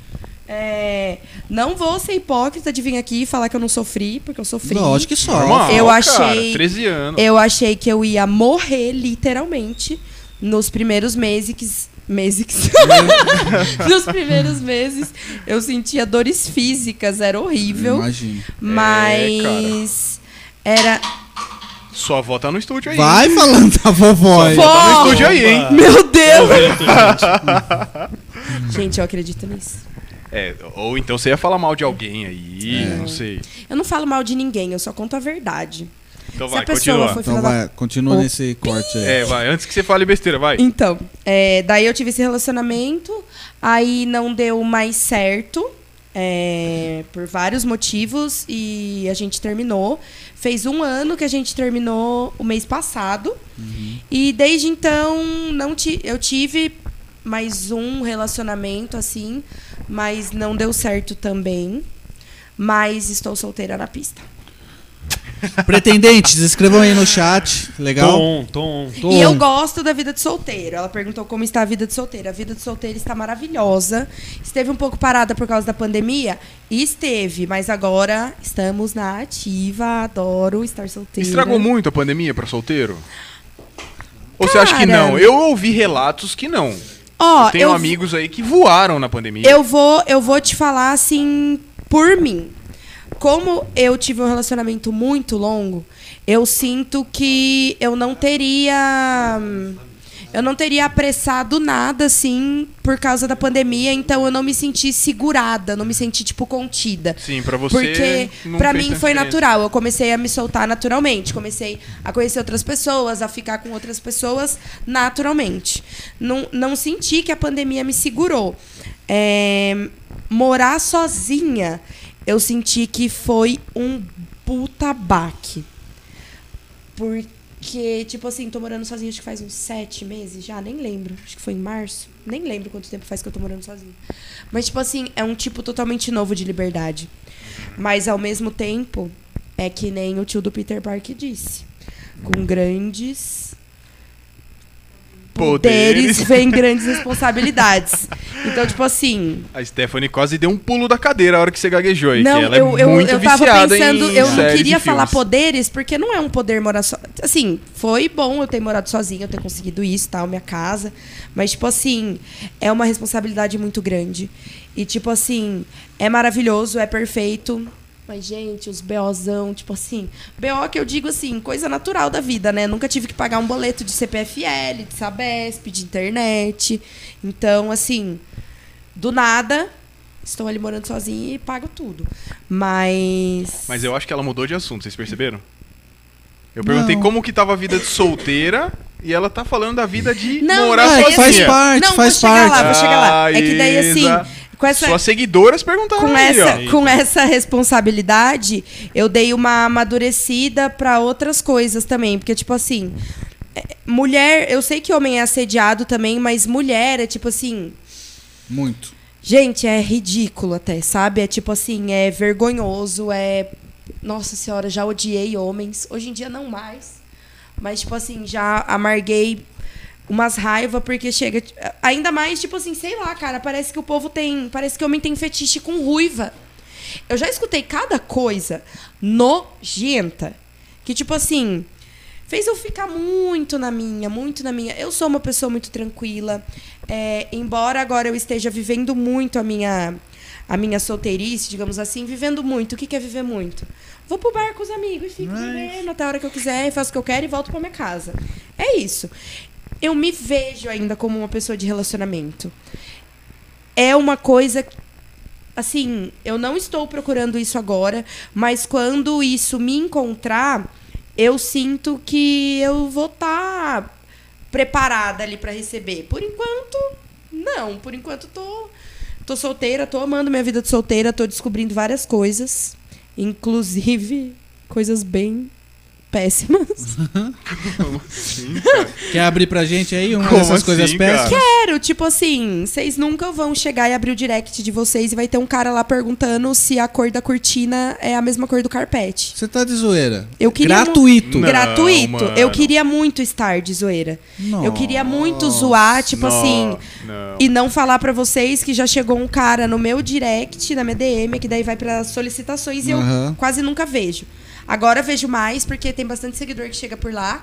É, não vou ser hipócrita de vir aqui e falar que eu não sofri, porque eu sofri. Lógico que só. Normal, cara, Eu achei- 13 anos. Eu achei que eu ia morrer, literalmente, nos primeiros meses. Meses. nos primeiros meses, eu sentia dores físicas, era horrível. Imagina. É, Mas. era. Sua avó tá no estúdio aí. Vai falando da vovó aí. Vó! Tá no estúdio aí, hein? Meu Deus! Vento, gente. Gente, eu acredito nisso. É, ou então você ia falar mal de alguém aí, É. não sei. Eu não falo mal de ninguém, eu só conto a verdade. Então Se vai, a pessoa continua. foi filha Então da vai, continua O nesse corte aí. É, vai, antes que você fale besteira, vai. Então, é, daí eu tive esse relacionamento, aí não deu mais certo, é, por vários motivos, e a gente terminou. Fez um ano que a gente terminou o mês passado, e desde então não ti, eu tive mais um relacionamento assim, mas não deu certo também. Mas estou solteira na pista. Pretendentes, escrevam aí no chat. Legal. Tom, tom, tom. E eu gosto da vida de solteiro. Ela perguntou como está a vida de solteiro. A vida de solteiro está maravilhosa. Esteve um pouco parada por causa da pandemia? Esteve, mas agora estamos na ativa. Adoro estar solteira. Estragou muito a pandemia pra solteiro? Ou você acha que Cara. não? Eu ouvi relatos que não. Ó, eu tenho eu, amigos aí que voaram na pandemia. eu vou, eu vou te falar assim por mim. Como eu tive um relacionamento muito longo, eu sinto que eu não teria eu não teria apressado nada assim por causa da pandemia, então eu não me senti segurada, não me senti tipo contida. Sim, pra você. Porque não pra fez mim tanta foi diferença. natural, eu comecei a me soltar naturalmente, comecei a conhecer outras pessoas, a ficar com outras pessoas naturalmente. Não, não senti que a pandemia me segurou. É, morar sozinha, eu senti que foi um puta baque. Porque, tipo assim, tô morando sozinha acho que faz uns sete meses já, nem lembro. Acho que foi em março. Nem lembro quanto tempo faz que eu tô morando sozinha. Mas, tipo assim, é um tipo totalmente novo de liberdade. Mas, ao mesmo tempo, é que nem o tio do Peter Park disse. Com grandes poderes Poderes. vem grandes responsabilidades. Então, tipo assim, A Stephanie quase deu um pulo da cadeira a hora que você gaguejou aí. não, que ela eu, é eu, muito eu tava viciada pensando, em eu não séries queria e falar filmes. poderes, porque não é um poder morar só. Assim, foi bom eu ter morado sozinha, eu ter conseguido isso, tal, minha casa. Mas, tipo assim, é uma responsabilidade muito grande. E, tipo assim, é maravilhoso, é perfeito. Mas, gente, os BOzão, tipo assim. BO que eu digo assim, coisa natural da vida, né? Nunca tive que pagar um boleto de CPFL, de Sabesp, de internet. Então, assim, do nada, estou ali morando sozinha e pago tudo. Mas. Mas eu acho que ela mudou de assunto, vocês perceberam? Eu perguntei Não. como que tava a vida de solteira e ela tá falando da vida de Não, morar mas Ah, sozinha. faz parte, Não, faz vou chegar parte. lá, vou chegar lá. Ah, É que daí, assim, Isa, com essa. Suas seguidoras perguntaram Com aí, essa, ó. com essa responsabilidade, eu dei uma amadurecida para outras coisas também. Porque, tipo assim, mulher, eu sei que homem é assediado também, mas mulher é tipo assim. Muito. Gente, é ridículo até, sabe? É tipo assim, é vergonhoso, é. Nossa senhora, já odiei homens. Hoje em dia não mais. Mas, tipo assim, já amarguei umas raivas porque chega. Ainda mais, tipo assim, sei lá, cara, parece que o povo tem. Parece que homem tem fetiche com ruiva. Eu já escutei cada coisa nojenta. Que, tipo assim, fez eu ficar muito na minha, muito na minha. Eu sou uma pessoa muito tranquila. É, embora agora eu esteja vivendo muito a minha a minha solteirice, digamos assim, vivendo muito. O que que é viver muito? Vou pro bar com os amigos e fico vivendo até a hora que eu quiser, faço o que eu quero e volto pra minha casa. É isso. Eu me vejo ainda como uma pessoa de relacionamento. É uma coisa assim, eu não estou procurando isso agora, mas quando isso me encontrar, eu sinto que eu vou estar preparada ali para receber. Por enquanto, não. Por enquanto, tô, tô solteira, tô amando minha vida de solteira, tô descobrindo várias coisas, inclusive coisas bem péssimas. Como assim, cara? Quer abrir pra gente aí uma Como dessas assim, coisas cara? péssimas? Quero, tipo assim, vocês nunca vão chegar e abrir o direct de vocês e vai ter um cara lá perguntando se a cor da cortina é a mesma cor do carpete. Você tá de zoeira. Eu queria mu- Gratuito. Não, Gratuito. Eu mano. queria muito estar de zoeira. Eu queria muito Nossa. zoar, tipo Não, assim, Não. E não falar pra vocês que já chegou um cara no meu direct, na minha DM, que daí vai pra solicitações e eu Aham. quase nunca vejo. Agora eu vejo mais, porque tem bastante seguidor que chega por lá.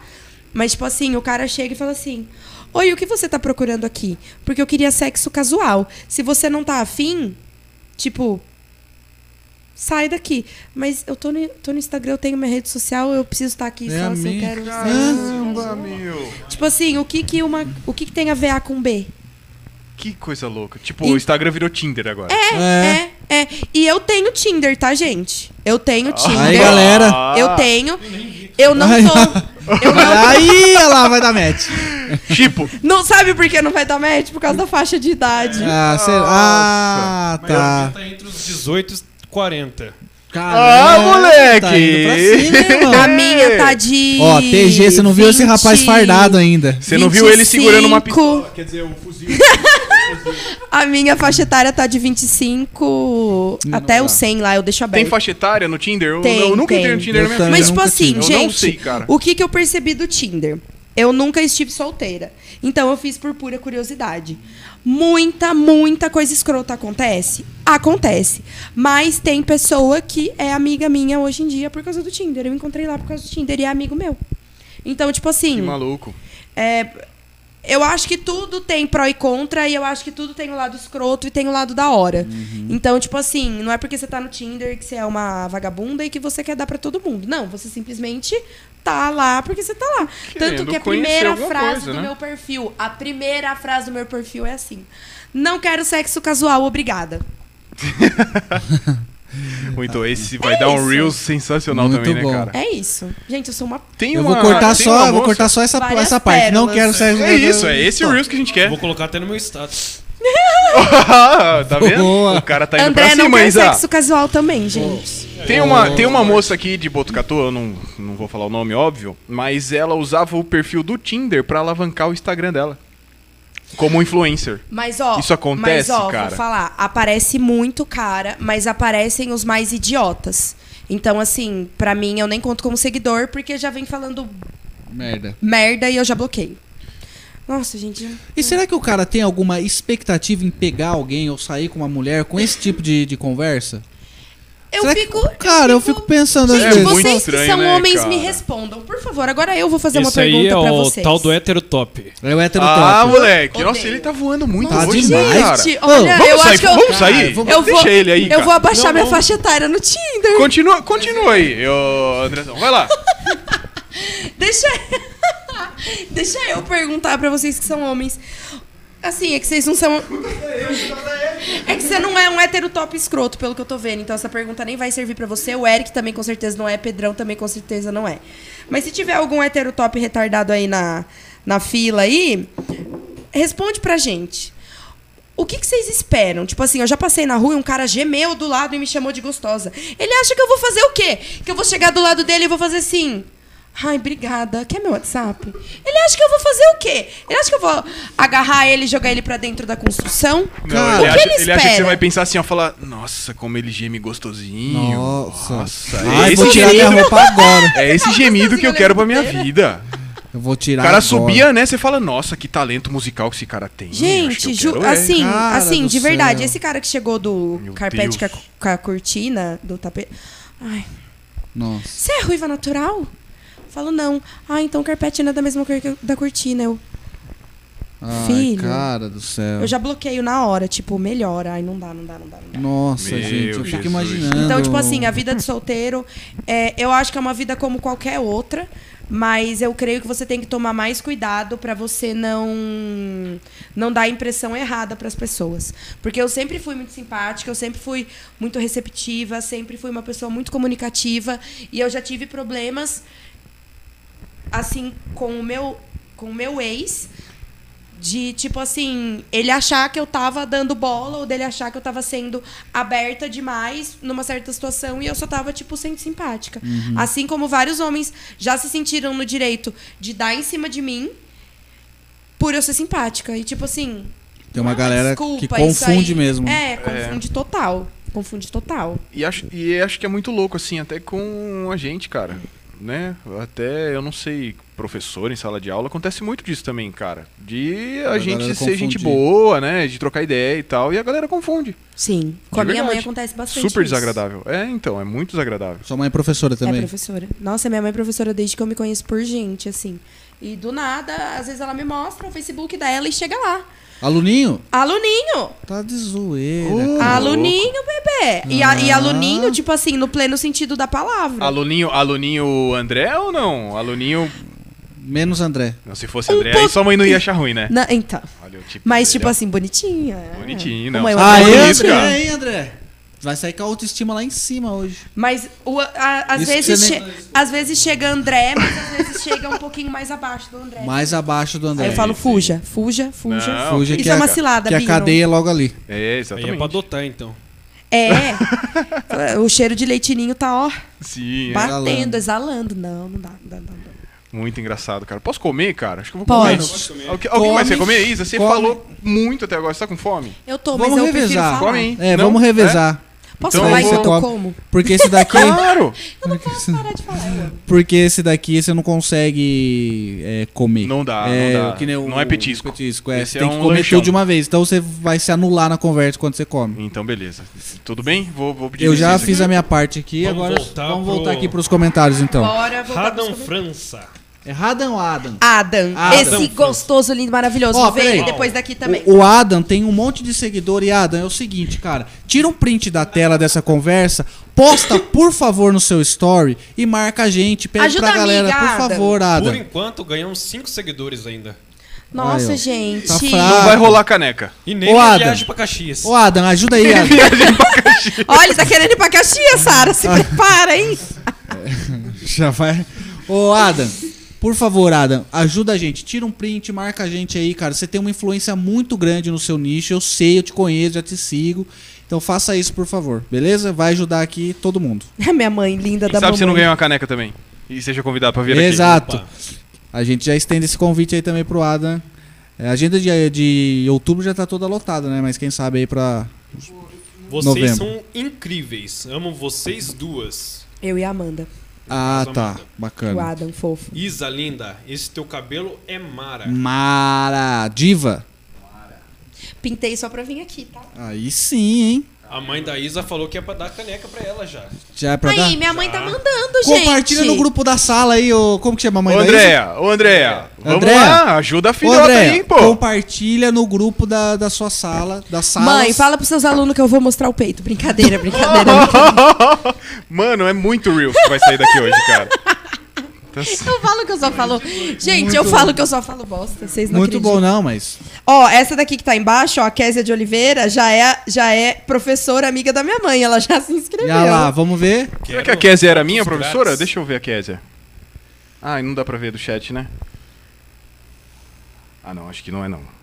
Mas, tipo assim, o cara chega e fala assim: Oi, o que você tá procurando aqui? Porque eu queria sexo casual. Se você não tá afim, tipo. Sai daqui. Mas eu tô no, tô no Instagram, eu tenho minha rede social, eu preciso estar aqui. É só a se eu minha. assim, quero. Caramba, meu. Tipo assim, o que que, uma, o que que tem a ver A com B? Que coisa louca. Tipo, E- o Instagram virou Tinder agora. É, É. É, é. E eu tenho Tinder, tá, gente? Eu tenho Tinder. Aí, galera. então, Ah. Eu tenho. Eu não Ai. tô. Eu não, Aí, olha lá, vai dar match. Tipo, não sabe por que não vai dar match? Por causa da faixa de idade. Ah, sei lá. Ah, Mas tá. tá entre os 18 e 40. Ah, moleque! Tá indo pra cima, hein, mano? A minha tá de. Ó, TG, você não viu esse rapaz 20, fardado ainda. você não viu ele segurando uma 25. pistola. Quer dizer, um fuzil. A minha faixa etária tá de 25 até o 100 lá, eu deixo Tem aberto. faixa etária no Tinder? Eu, Tem, eu nunca tem. entrei no Eu Tinder na minha vida. também. Mas, tipo nunca assim, tive. Eu gente, não sei, cara. o que, que eu percebi do Tinder? Eu nunca estive solteira. Então, eu fiz por pura curiosidade. Muita, muita coisa escrota acontece? Acontece. Mas tem pessoa que é amiga minha hoje em dia por causa do Tinder. Eu encontrei lá por causa do Tinder e é amigo meu. Então, tipo Que assim, maluco. é, eu acho que tudo tem pró e contra, e eu acho que tudo tem o lado escroto e tem o lado da hora. Uhum. Então, tipo assim, não é porque você tá no Tinder que você é uma vagabunda e que você quer dar pra todo mundo. Não, você simplesmente tá lá porque você tá lá. Querendo Tanto que a conhecer primeira alguma frase coisa, do né? meu perfil, a primeira frase do meu perfil é assim: Não quero sexo casual, obrigada. Ou então, esse vai dar um isso. Reels sensacional Muito também, bom. né, cara? É isso. Gente, eu sou uma. Tem Eu uma- vou cortar tem só, uma eu vou moça- cortar só essa, Várias essa parte. Não quero pérolas. sair. É isso, é esse o Reels que a gente quer. Vou colocar até no meu status. tá vendo? Boa. O cara tá indo André pra não cima, quer Isa. sexo casual também, gente. Tem uma, tem uma moça aqui de Botucatu, eu não, não vou falar o nome, óbvio, mas ela usava o perfil do Tinder pra alavancar o Instagram dela. Como influencer. Mas ó, Isso acontece, mas, ó, cara? Vou falar, aparece muito cara, mas aparecem os mais idiotas. Então assim, pra mim eu nem conto como seguidor porque já vem falando Merda. merda e eu já bloqueio. Nossa, gente. E será que o cara tem alguma expectativa em pegar alguém ou sair com uma mulher com esse tipo de, de conversa? Eu Será que- fico Cara, eu fico pensando às Gente, É vezes. muito vocês que estranho, são né, homens me cara? respondam, por favor. Agora eu vou fazer uma Isso aí pergunta é pra o vocês. tal do hétero top. É o hétero Ah, top. moleque. Odeio. Nossa, ele tá voando muito Nossa, hoje, demais. cara. Gente, Ô, olha, Vamos eu sair, acho que eu vamos sair? Cara, eu Deixa vou, ele aí, eu cara. vou abaixar Não, minha não. faixa etária no Tinder. Continua, continua aí, ô Andrezão. Vai lá. Deixa Deixa eu perguntar pra vocês que são homens. Assim, é que vocês não são. É que você não é um hétero top escroto, pelo que eu tô vendo. Então essa pergunta nem vai servir pra você. O Eric também com certeza não é, Pedrão também com certeza não é. Mas se tiver algum hétero top retardado aí na, na fila aí, responde pra gente. O que, que vocês esperam? Tipo assim, eu já passei na rua e um cara gemeu do lado e me chamou de gostosa. Ele acha que eu vou fazer o quê? Que eu vou chegar do lado dele e vou fazer assim. Ai, obrigada. Quer meu WhatsApp? Ele acha que eu vou fazer o quê? Ele acha que eu vou agarrar ele e jogar ele pra dentro da construção? Não, ele, acha, Cara, o que ele ele acha que você espera? vai pensar assim, ó, falar, nossa, como ele geme gostosinho. Nossa. Nossa, é, Ai, esse vou tirar minha gemido, roupa agora. é esse gemido que eu quero pra minha vida. Eu vou tirar O cara agora. subia, né? Você fala, nossa, que talento musical que esse cara tem. Acho que Gente, eu ju- quero é. assim, Cara assim, do de verdade, céu. esse cara que chegou do Meu carpete com a, Deus. com a cortina, do tapete. Ai, Nossa. você é ruiva natural? Falo, não. Ah, então o carpete não é da mesma cor que- da cortina. Eu, Ai, Filho. cara do céu. eu já bloqueio na hora, tipo, melhora. Ai, não dá, não dá, não dá, não dá. Nossa, Meu gente, eu fico Jesus. imaginando. Então, tipo assim, a vida de solteiro, é, eu acho que é uma vida como qualquer outra, mas eu creio que você tem que tomar mais cuidado pra você não não dar a impressão errada pras pessoas. Porque eu sempre fui muito simpática, eu sempre fui muito receptiva, sempre fui uma pessoa muito comunicativa e eu já tive problemas assim com o meu com o meu ex de tipo assim, ele achar que eu tava dando bola ou dele achar que eu tava sendo aberta demais numa certa situação e eu só tava tipo sendo simpática. Uhum. Assim como vários homens já se sentiram no direito de dar em cima de mim por eu ser simpática e tipo assim, Tem uma ah, galera desculpa, que isso aí- confunde mesmo. É, confunde total. Confunde total. E acho, e acho que é muito louco, assim, até com a gente, cara. Né? Até, eu não sei, professor em sala de aula, acontece muito disso também, cara. De a, A gente ser galera gente confundir. boa, né? De trocar ideia e tal, e a galera confunde. Sim. Com a De minha mãe verdade. acontece bastante. Super isso. desagradável. É, então, é muito desagradável. Sua mãe é professora É também. professora. Nossa, minha mãe é professora desde que eu me conheço por gente, assim. E do nada, às vezes ela me mostra o Facebook dela e chega lá. Aluninho? Aluninho! Ah, Tá de zoeira. Uh. cara. Aluninho, bebê! E, a- e Ah. aluninho, tipo assim, no pleno sentido da palavra. Aluninho, aluninho André ou não? Aluninho. Menos André. Não, se fosse Um André, aí sua mãe não ia achar ruim, né? Na- então. Olha o tipo Mas, dele, tipo ó. assim, bonitinha. Bonitinho, Como não. eu- Ah, Aí, é, André, cara. aí, André. Vai sair com a autoestima lá em cima hoje. Mas o- a- a- às, Isso vezes que che- você nem- às vezes chega André, mas às vezes chega um pouquinho mais abaixo do André. Mais abaixo do André. É. Aí eu falo, fuja, fuja, fuja. Não, fuja. Fuja Isso que é a- uma cilada, Que a Bino. cadeia é logo ali. É, Aí exatamente. é pra adotar, então. É. o cheiro de leitinho tá, ó, Sim, é batendo, exalando. Não, não dá, não dá, não dá. não dá. muito engraçado, cara. Posso comer, cara? Acho que eu vou Pode. comer. Pode comer. Alguém, alguém mais Come, quer comer, Isa? Você come. falou muito até agora. Você tá com fome? Eu tô, Vamos mas eu revezar. prefiro falar. Come aí. É, Não? vamos revezar. Posso Então falar eu enquanto vou- eu como? Porque esse daqui. Claro! Eu é não posso parar de falar. eu amo. Porque esse daqui você não consegue é, comer. Não dá, é, não dá. que nem o- Não é petisco. o petisco, é. Esse Você é tem que um comer lanchão. tudo de uma vez. Então você vai se anular na conversa quando você come. Então, beleza. Tudo bem? Vou, vou pedir Eu já licença fiz aqui. a minha parte aqui, Vamos agora voltar vamos pro- voltar aqui pros comentários então. Bora, voltar pros Radam comentários. França. É Radan Adam. Adam, Adam esse França. gostoso, lindo, maravilhoso. Ó, Vem peraí. depois daqui também. O, o Adam tem um monte de seguidor e Adam é o seguinte, cara, tira um print da tela dessa conversa, posta por favor no seu story e marca a gente, pede Ajuda pra a galera, amiga, por Adam. favor, Por Adam. enquanto, ganhamos 5 seguidores ainda. Nossa, Aí, ó. gente. Tá fraco. Não vai rolar caneca. E nem Ô, uma Adam. viagem pra Caxias. Ô Adam, ajuda aí, Adam. Olha, ele tá querendo ir pra Caxias, Sara. Se prepara, hein? Já vai. Ô, Adam, por favor, Adam, ajuda a gente. Tira um print, marca a gente aí, cara. Você tem uma influência muito grande no seu nicho. Eu sei, eu te conheço, já te sigo. Então faça isso, por favor, beleza? Vai ajudar aqui todo mundo. É Minha mãe, linda Quem da sabe mamãe. você não ganha uma caneca também. E seja convidado pra vir aqui. Exato. Opa. A gente já estende esse convite aí também pro Adam. É, a agenda de, de outubro já tá toda lotada, né? Mas quem sabe aí pra. Vocês Novembro. são incríveis. Amo vocês duas. Eu e a Amanda. Ah, Nossa, tá. Amanda. O Bacana. Adam, fofo. Isa, linda, esse teu cabelo é mara. Mara, diva. Pintei só pra vir aqui, tá? Aí sim, hein? A mãe da Isa falou que é pra dar caneca pra ela já. Já é pra Aí, dar? minha mãe tá Já. mandando, gente. Compartilha no grupo da sala aí, ô, como que chama a Ô, mãe é da Isa? Andréa, ô, Andréa. Vamos Andréa. lá, ajuda a Ô, filhota André, aí, pô. compartilha no grupo da, da sua sala, da sala. Mãe, fala pros seus alunos que eu vou mostrar o peito. Brincadeira, brincadeira. brincadeira. Mano, é muito real que vai sair daqui hoje, cara. Tá Eu falo que eu só falo. Gente, eu falo que eu só falo bosta. Vocês não Muito acreditam. bom, né? não, mas. Ó, essa daqui que tá embaixo, ó, a Késia de Oliveira, já é, já é professora amiga da minha mãe. Ela já se inscreveu. Já lá, vamos ver. Será que a Kézia era minha, Grátis. professora? Deixa eu ver a Kézia. Ah, não dá pra ver do chat, né? Ah, não, acho que não é não.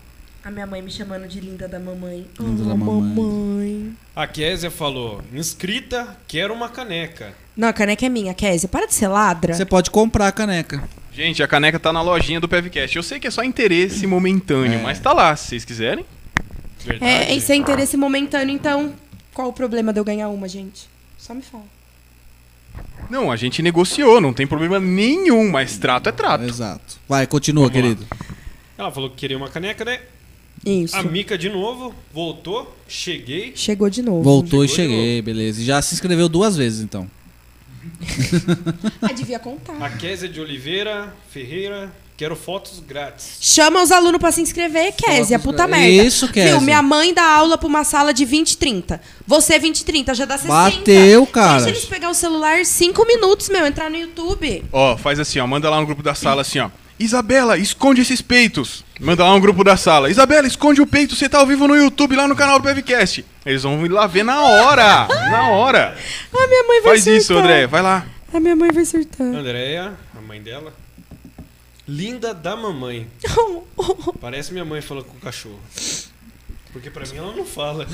A minha mãe me chamando de linda da mamãe. Linda Ah, da mamãe. mamãe. A Kézia falou, inscrita, quero uma caneca. Não, a caneca é minha, Kézia. Para de ser ladra. Você pode comprar a caneca. Gente, a caneca tá na lojinha do Pevcast. Eu sei que é só interesse momentâneo, mas tá lá, se vocês quiserem. Verdade. É, isso é interesse momentâneo, então. Qual o problema de eu ganhar uma, gente? Só me fala. Não, a gente negociou, não tem problema nenhum, mas trato é trato. Exato. Vai, continua, Vamos lá. querido. Ela falou que queria uma caneca, né? é- Isso. A Mica de novo, voltou, cheguei. Chegou de novo. Voltou e Chegou de cheguei, beleza. E já se inscreveu duas vezes, então. Ah, devia contar. A Kézia de Oliveira Ferreira, quero fotos grátis. Chama os alunos pra se inscrever, Kézia, Fotos puta pra- merda. Isso, Kézia. Viu, minha mãe dá aula pra uma sala de 20, 30. Você é 20, 30, já dá 60. Bateu, cara. Deixa eles pegar o celular 5 minutos, meu, entrar no YouTube. Ó, faz assim, ó, manda lá no grupo da sala assim, ó. Isabela, esconde esses peitos. Manda lá no grupo da sala. Isabela, esconde o peito, você tá ao vivo no YouTube, lá no canal do Pevcast. Eles vão ir lá ver na hora, na hora. Ah, minha mãe vai Faz surtar. isso, André, vai lá. A minha mãe vai surtar. Andréia, a mãe dela. Linda da mamãe. Parece minha mãe falando com o cachorro. Porque pra mim ela não fala.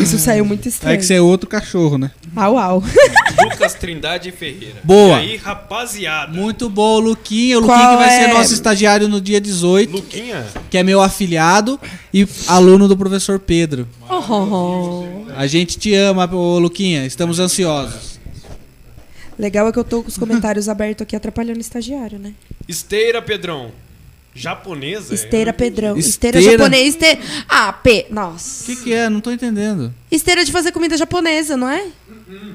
isso saiu muito É estranho. que você é outro cachorro, né? Au, au. Lucas Trindade Ferreira. Boa. E aí, rapaziada. Muito bom, Luquinha. O Qual Luquinha que vai é? ser nosso estagiário no dia 18, Luquinha, que é meu afiliado e aluno do professor Pedro. Oh, oh, oh. A gente te ama, ô Luquinha. Estamos ansiosos. Legal é que eu tô com os comentários abertos aqui atrapalhando o estagiário, né? esteira Pedrão. Japonesa? é? Esteira Pedrão. Esteira? Esteira, japonesa. Esteira... Ah, P. Nossa. O que, que é? Não tô entendendo. Esteira de fazer comida japonesa, não é?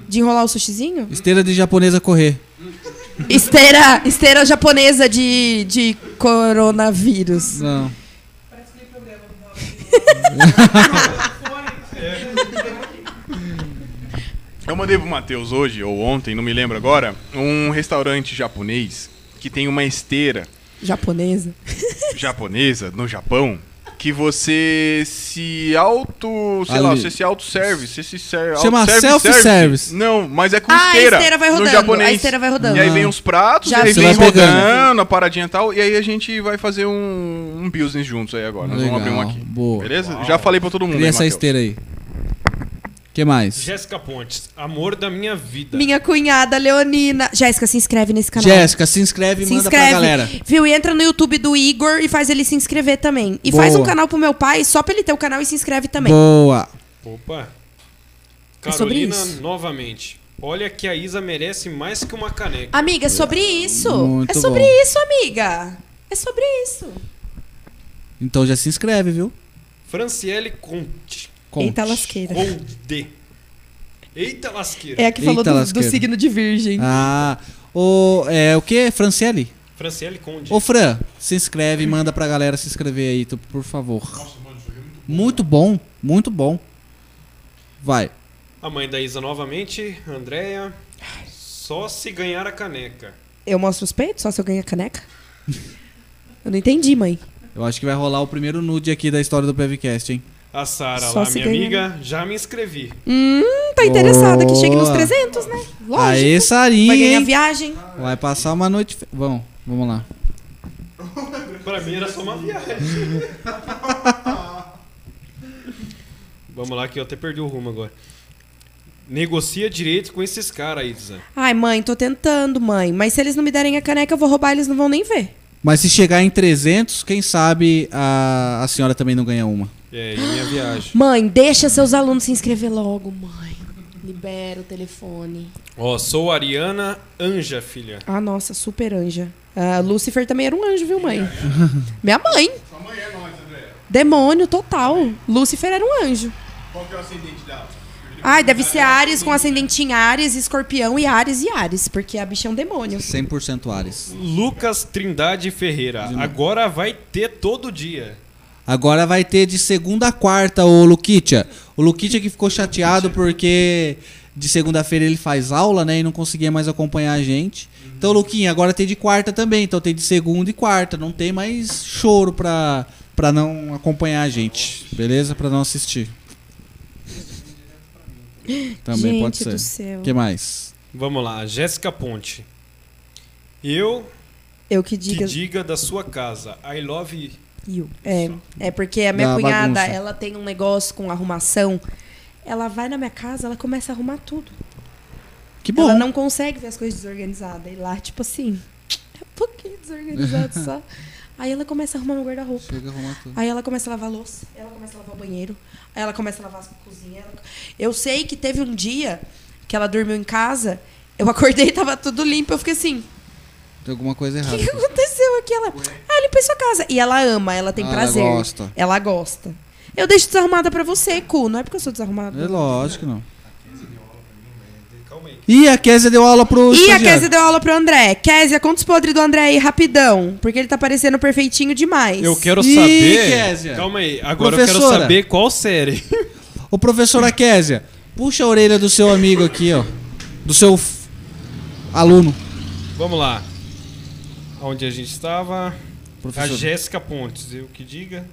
De enrolar o sushizinho? Esteira de japonesa correr. Esteira, esteira japonesa de, de coronavírus. Não. Eu mandei pro Matheus hoje, ou ontem, não me lembro agora, um restaurante japonês que tem uma esteira Japonesa? japonesa no Japão que você se auto, sei lá, Ali. você se auto serve, você se serve, Chama self-service. self-service. Não, mas é com Ah, a esteira. esteira vai No rodando, japonês. a esteira vai rodando. E aí vem Ah. os pratos, Já e aí Você vem vai pegando. rodando, a paradinha e tal, e aí a gente vai fazer um, um business juntos aí agora. Nós vamos abrir um Legal, aqui. boa. Beleza? Já falei pra todo mundo, Cria hein, essa Matheus? esteira aí. que mais? Jéssica Pontes, amor da minha vida. Minha cunhada Leonina. Jéssica, se inscreve nesse canal. Jéssica, se inscreve e se manda inscreve. pra galera. Viu? E entra no YouTube do Igor e faz ele se inscrever também. E Boa. faz um canal pro meu pai, só pra ele ter o canal e se inscreve também. Boa. Opa. É sobre Carolina, isso. novamente. Olha que a Isa merece mais que uma caneca. Amiga, é sobre isso. Muito é sobre bom. isso, amiga. É sobre isso. Então já se inscreve, viu? Franciele Conte. Conte. Eita lasqueira. Conde. Eita lasqueira. É a que falou Eita do- do, lasqueira. signo de virgem. Ah, o, é, o que? Franciele? Franciele Conde. Ô, Fran, se inscreve e manda pra galera se inscrever aí, tu- por favor. muito bom. Muito bom, Vai. A mãe da Isa novamente, Andréia. Só se ganhar a caneca. Eu mostro os peitos só se eu ganhar caneca? Eu não entendi, mãe. Eu acho que vai rolar o primeiro nude aqui da história do PevCast, hein? A Sara Só lá, se minha ganhar. amiga, já me inscrevi. Hum, tá interessada que chegue nos Boa. 300, né? Lógico. Aê, Sarinha, Vai ganhar hein? viagem. Vai passar uma noite... fe- Bom, vamos lá. Pra mim era só uma viagem. Vamos lá que eu até perdi o rumo agora. Negocia direito com esses caras, Isa. Ai, mãe, tô tentando, mãe. Mas se eles não me derem a caneca, eu vou roubar, eles não vão nem ver. Mas se chegar em 300, quem sabe a, a senhora também não ganha uma. É, e minha viagem. Mãe, deixa seus alunos se inscrever logo, mãe. Libera o telefone. Ó, sou Ariana Anja, filha. Ah, nossa, super anja. Ah, Lúcifer também era um anjo, viu, mãe? Minha mãe. Sua mãe é nós, André. Demônio total. Lúcifer era um anjo. Qual que é o ascendente dela? Ai, deve ser Ares com ascendente em Ares, escorpião e Ares e Ares, porque a bicha é um demônio. 100% Ares. Lucas Trindade Ferreira. Agora vai ter todo dia. Agora vai ter de segunda a quarta o Luquitia. O Luquitia que ficou chateado porque de segunda-feira ele faz aula, né? E não conseguia mais acompanhar a gente. Então, Luquinha, agora tem de quarta também. Então tem de segunda e quarta. Não tem mais choro pra, pra não acompanhar a gente. Beleza? Pra não assistir. Também Gente pode ser. do céu. O que mais? Vamos lá, Jéssica Ponte. Eu Eu que que diga. diga da sua casa. I love you. you. É, é porque a minha Da cunhada, bagunça. ela tem um negócio com arrumação. Ela vai na minha casa, ela começa a arrumar tudo. Que bom. Ela não consegue ver as coisas desorganizadas. E lá, tipo assim, é um pouquinho desorganizado só. Aí ela começa a arrumar meu guarda-roupa. Chega a arrumar tudo. Aí ela começa a lavar a louça, ela começa a lavar o banheiro, aí ela começa a lavar a cozinha. ela- Eu sei que teve um dia que ela dormiu em casa, eu acordei e tava tudo limpo. Eu fiquei assim, Tem alguma coisa o errada. que, que aconteceu aqui? Ela, ah, limpei sua casa. E ela ama, ela tem Ah, ela prazer. gosta. Ela gosta. Eu deixo desarrumada pra você, cu. Não é porque eu sou desarrumada. É lógico que não. Ih, a Kézia deu aula pro E a estagiário. Kézia deu aula pro André. Kézia, conta os podres do André aí rapidão. Porque ele tá parecendo perfeitinho demais. Eu quero Ih, saber. Kézia. Calma aí. Agora eu Professora. quero saber qual série. Ô, professora Kézia, puxa a orelha do seu amigo aqui, ó. Do seu f- aluno. Vamos lá. Onde a gente estava. A Professor. Jéssica Pontes, eu que diga.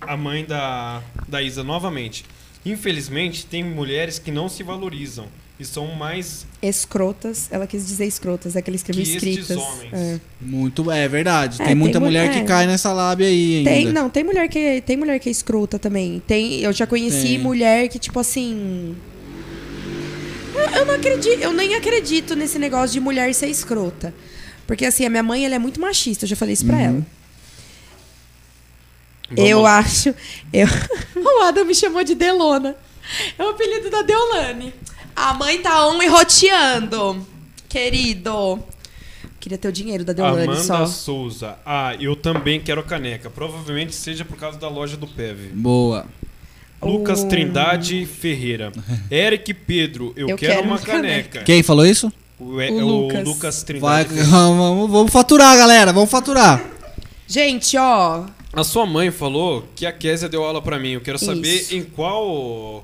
A mãe da, da Isa novamente. Infelizmente, tem mulheres que não se valorizam e são mais Escrotas. Ela quis dizer escrotas, é que ele escreveu Que estes escritas. homens. É. Muito, é verdade. É, tem muita tem mu- mulher é. que cai nessa lábia aí ainda. Tem, não, tem mulher que tem mulher que é escrota também. Tem, eu já conheci Tem. mulher que tipo assim, eu, eu não acredito, eu nem acredito nesse negócio de mulher ser escrota. Porque assim, a minha mãe, ela é muito machista, eu já falei isso pra ela. Uhum. Vamos eu lá. acho, eu O Adam me chamou de Delona. É o apelido da Deolane. A mãe tá on e roteando. Querido. Queria ter o dinheiro da Deolane Amanda só. Souza. Ah, eu também quero a caneca. Provavelmente seja por causa da loja do PEV. Boa. Lucas Oh. Trindade Ferreira. Eric Pedro, eu, Eu quero, quero uma uma caneca. Quem falou isso? O, é- O é o Lucas. Lucas. Vai, Trindade. Ferreira. vamos, vamos faturar, galera. Vamos faturar. Gente, ó, A sua mãe falou que a Késia deu aula pra mim. Eu quero saber Isso. em qual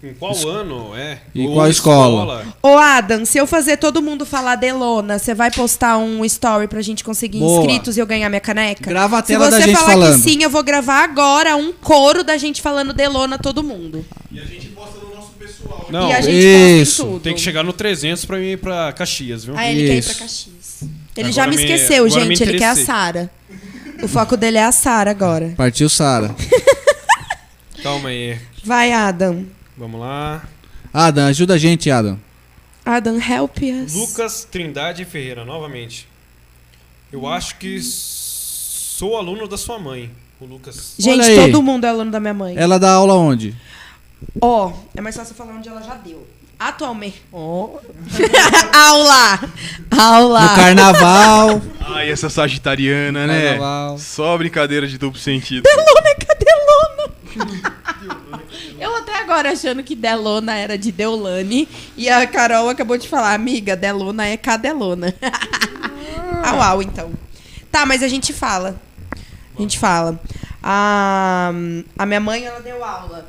em qual ano é? Em Ou qual escola? Ô, Adam, se eu fazer todo mundo falar Delona, você vai postar um story pra gente conseguir Boa. inscritos e eu ganhar minha caneca? Grava a se tela da você gente falar falando. que sim, eu vou gravar agora um coro da gente falando Delona todo mundo. E a gente posta no nosso pessoal. Não, e a gente isso. posta em tudo. tem que chegar no 300 pra mim ir pra Caxias, viu? Ah, ele quer ir pra Isso. Caxias. Ele Agora já me me- esqueceu, agora me gente. Ele quer a interessei. Sara. O foco dele é a Sara agora. Partiu, Sara. Calma aí. Vai, Adam. Vamos lá. Adam, ajuda a gente, Adam. Adam, help us. Lucas Trindade Ferreira, novamente. Eu Hum. acho que sou aluno da sua mãe, o Lucas. Gente, Olha aí. todo mundo é aluno da minha mãe. Ela dá aula onde? Ó, é mais fácil falar onde ela já deu. Atualmente. Ó. Aula! Aula! No carnaval. Ai, essa sagitariana, né? Carnaval. Só brincadeira de duplo sentido. Delona é cadelona! Eu até agora achando que Delona era de Deolane e a Carol acabou de falar, amiga, Delona é cadelona. au au, então. Tá, mas a gente fala. A gente fala. A, a minha mãe, ela deu aula.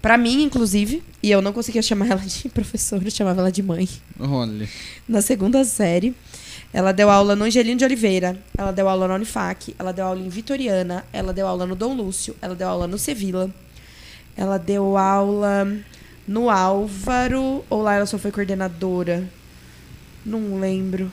Pra mim, inclusive, e eu não conseguia chamar ela de professora, eu chamava ela de mãe Olha. na segunda série. Ela deu aula no Angelino de Oliveira, ela deu aula na Unifac, ela deu aula em Vitoriana, ela deu aula no Dom Lúcio, ela deu aula no Sevilla, ela deu aula no Álvaro, ou lá ela só foi coordenadora? Não lembro.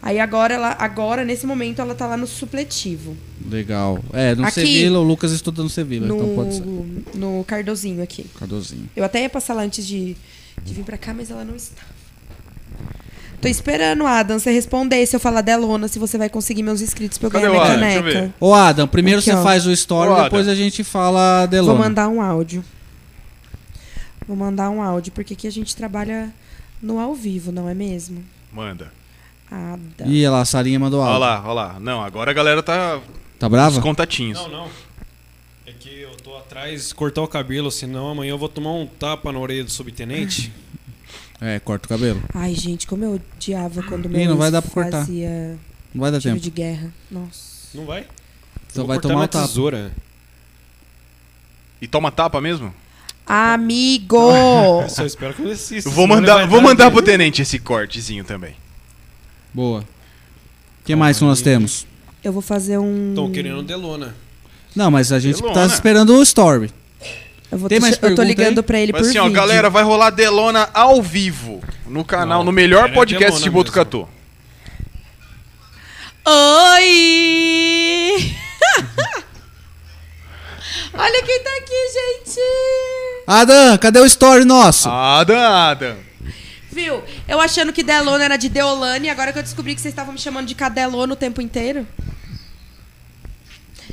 Aí agora, ela, agora nesse momento, ela tá lá no supletivo, Legal. É, no Aqui. Sevilla, o Lucas estuda no Sevilla, então pode ser. no, no Cardozinho aqui. Cardozinho. Eu até ia passar lá antes de, de vir pra cá, mas ela não está. Tô esperando, Adam, você responder se eu falar Delona, se você vai conseguir meus inscritos pra eu Cadê ganhar minha o Adam? Deixa eu caneca. Ô, Adam, primeiro Aqui, você ó. faz o Ô, story, Adam. depois a gente fala a Vou Delona. mandar um áudio. Vou mandar um áudio, porque aqui a gente trabalha no ao vivo, não é mesmo? Manda. Adam. Ih, olha lá, a Sarinha mandou aula. Olha lá, olha lá. Não, agora a galera tá Tá os brava? contatinhos. Não, não. É que eu tô atrás de cortar o cabelo, senão amanhã eu vou tomar um tapa na orelha do subtenente. É, corta o cabelo. Ai, gente, como eu odiava quando meu Ih, não ex vai dar pra cortar. Tá fazia Não vai dar tiro tempo. de guerra. Nossa. Não vai? Então Vou vai cortar tomar minha o tapa. tesoura. E toma tapa mesmo? Amigo! Eu Tá. só espero que eu assista. Eu vou mandar, vou mandar pro tenente esse cortezinho também. Boa. O que mais que nós temos? eu vou fazer um... Estão querendo Delona. Não, mas a gente Delona. tá esperando o story. Eu, vou Tem tô- mais eu tô pergunta aí? ligando pra ele Mas por assim, ó, vídeo. galera, vai rolar Delona ao vivo no canal, Não, no melhor era podcast Delona de Botucatu. Oi! Olha quem tá aqui, gente! Adam, cadê o story Ah. nosso? Adam, Adam. Viu? Eu achando que Delona era de Deolane, agora que eu descobri que vocês estavam me chamando de Cadelona o tempo inteiro.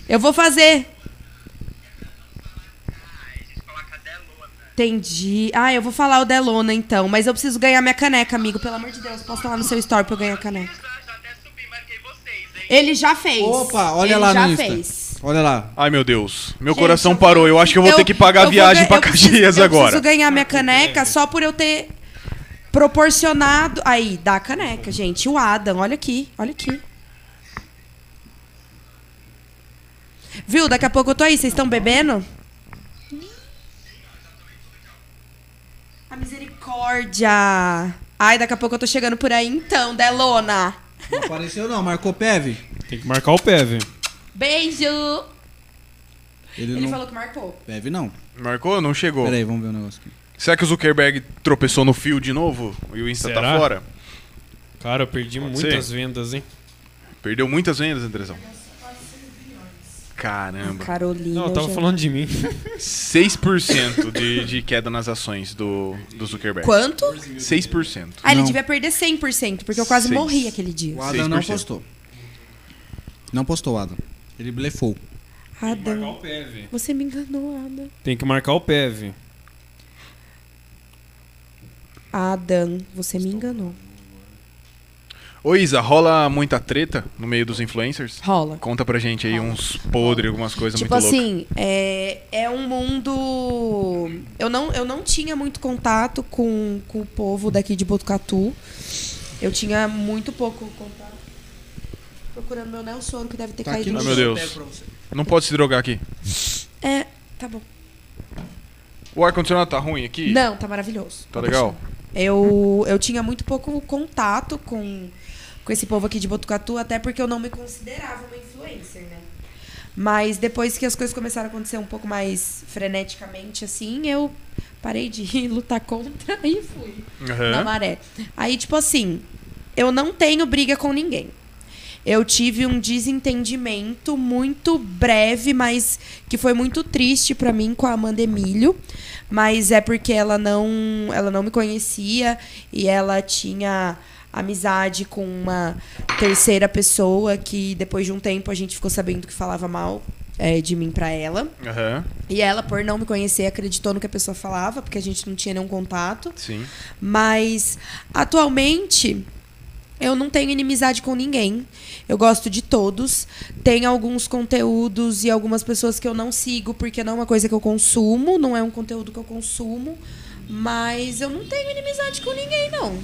Eu vou fazer. Entendi. Ah, eu vou falar o Delona então, mas eu preciso ganhar minha caneca, amigo. Pelo amor de Deus, posta lá no seu story pra eu ganhar a caneca. Ele já fez. Opa, olha Ele lá já no Insta. fez. Olha lá. Ai, meu Deus. Meu Gente, coração eu vou- parou. Eu acho que eu vou ter que pagar a eu vou viagem gan- pra eu preciso- Caxias Eu agora. preciso ganhar minha caneca só por eu ter proporcionado. Aí, dá a caneca, gente. O Adam, olha aqui, olha aqui. Viu? Daqui a pouco eu tô aí. Vocês estão bebendo? A misericórdia. Ai, daqui a pouco eu tô chegando por aí então, Delona. Não apareceu não, marcou PEV. Tem que marcar o pé, velho. Beijo. Ele, Ele não... falou que marcou. PEV não. Marcou? Não chegou. Pera aí, vamos ver o negócio aqui. Será que o Zuckerberg tropeçou no fio de novo? E o Insta tá Será? fora? Cara, eu perdi Pode muitas ser? vendas, hein? Perdeu muitas vendas, Andrezão. Caramba. Carolina. Não, eu tava já- falando de mim. 6% de, de queda nas ações do, do Zuckerberg. Quanto? 6%. Ah, ele Não. devia perder 100%, porque eu quase Seis. morri aquele dia. O Adam não 6%. postou. Não postou o Adam. Ele blefou. Adam, o pé, velho. você me enganou, Adam. Tem que marcar o pé, velho. Adam, você me enganou. Ô Isa, rola muita treta no meio dos influencers? Rola. Conta pra gente aí uns podres, algumas coisas Tipo muito loucas. assim, é, é um mundo. Eu não, eu não tinha muito contato com, com o povo daqui de Botucatu. Eu tinha muito pouco contato. Procurando meu Nelson, que deve ter caído no no Ai, Tá meu chão. Deus. Não pode se drogar aqui. É, tá bom. O ar-condicionado tá ruim aqui? Não, tá maravilhoso. Tá legal? Eu, eu tinha muito pouco contato com, com esse povo aqui de Botucatu, até porque eu não me considerava uma influencer, né? Mas depois que as coisas começaram a acontecer um pouco mais freneticamente, assim, eu parei de ir lutar contra e fui na Aham. maré. Aí, tipo assim, eu não tenho briga com ninguém. Eu tive um desentendimento muito breve, mas que foi muito triste pra mim com a Amanda Emílio. Mas é porque ela não, ela não me conhecia e ela tinha amizade com uma terceira pessoa que depois de um tempo a gente ficou sabendo que falava mal eh, de mim pra ela. Aham. E ela, por não me conhecer, acreditou no que a pessoa falava, porque a gente não tinha nenhum contato. Sim. Mas atualmente eu não tenho inimizade com ninguém. Eu gosto de todos. Tem alguns conteúdos e algumas pessoas que eu não sigo porque não é uma coisa que eu consumo, não é um conteúdo que eu consumo, mas eu não tenho inimizade com ninguém não.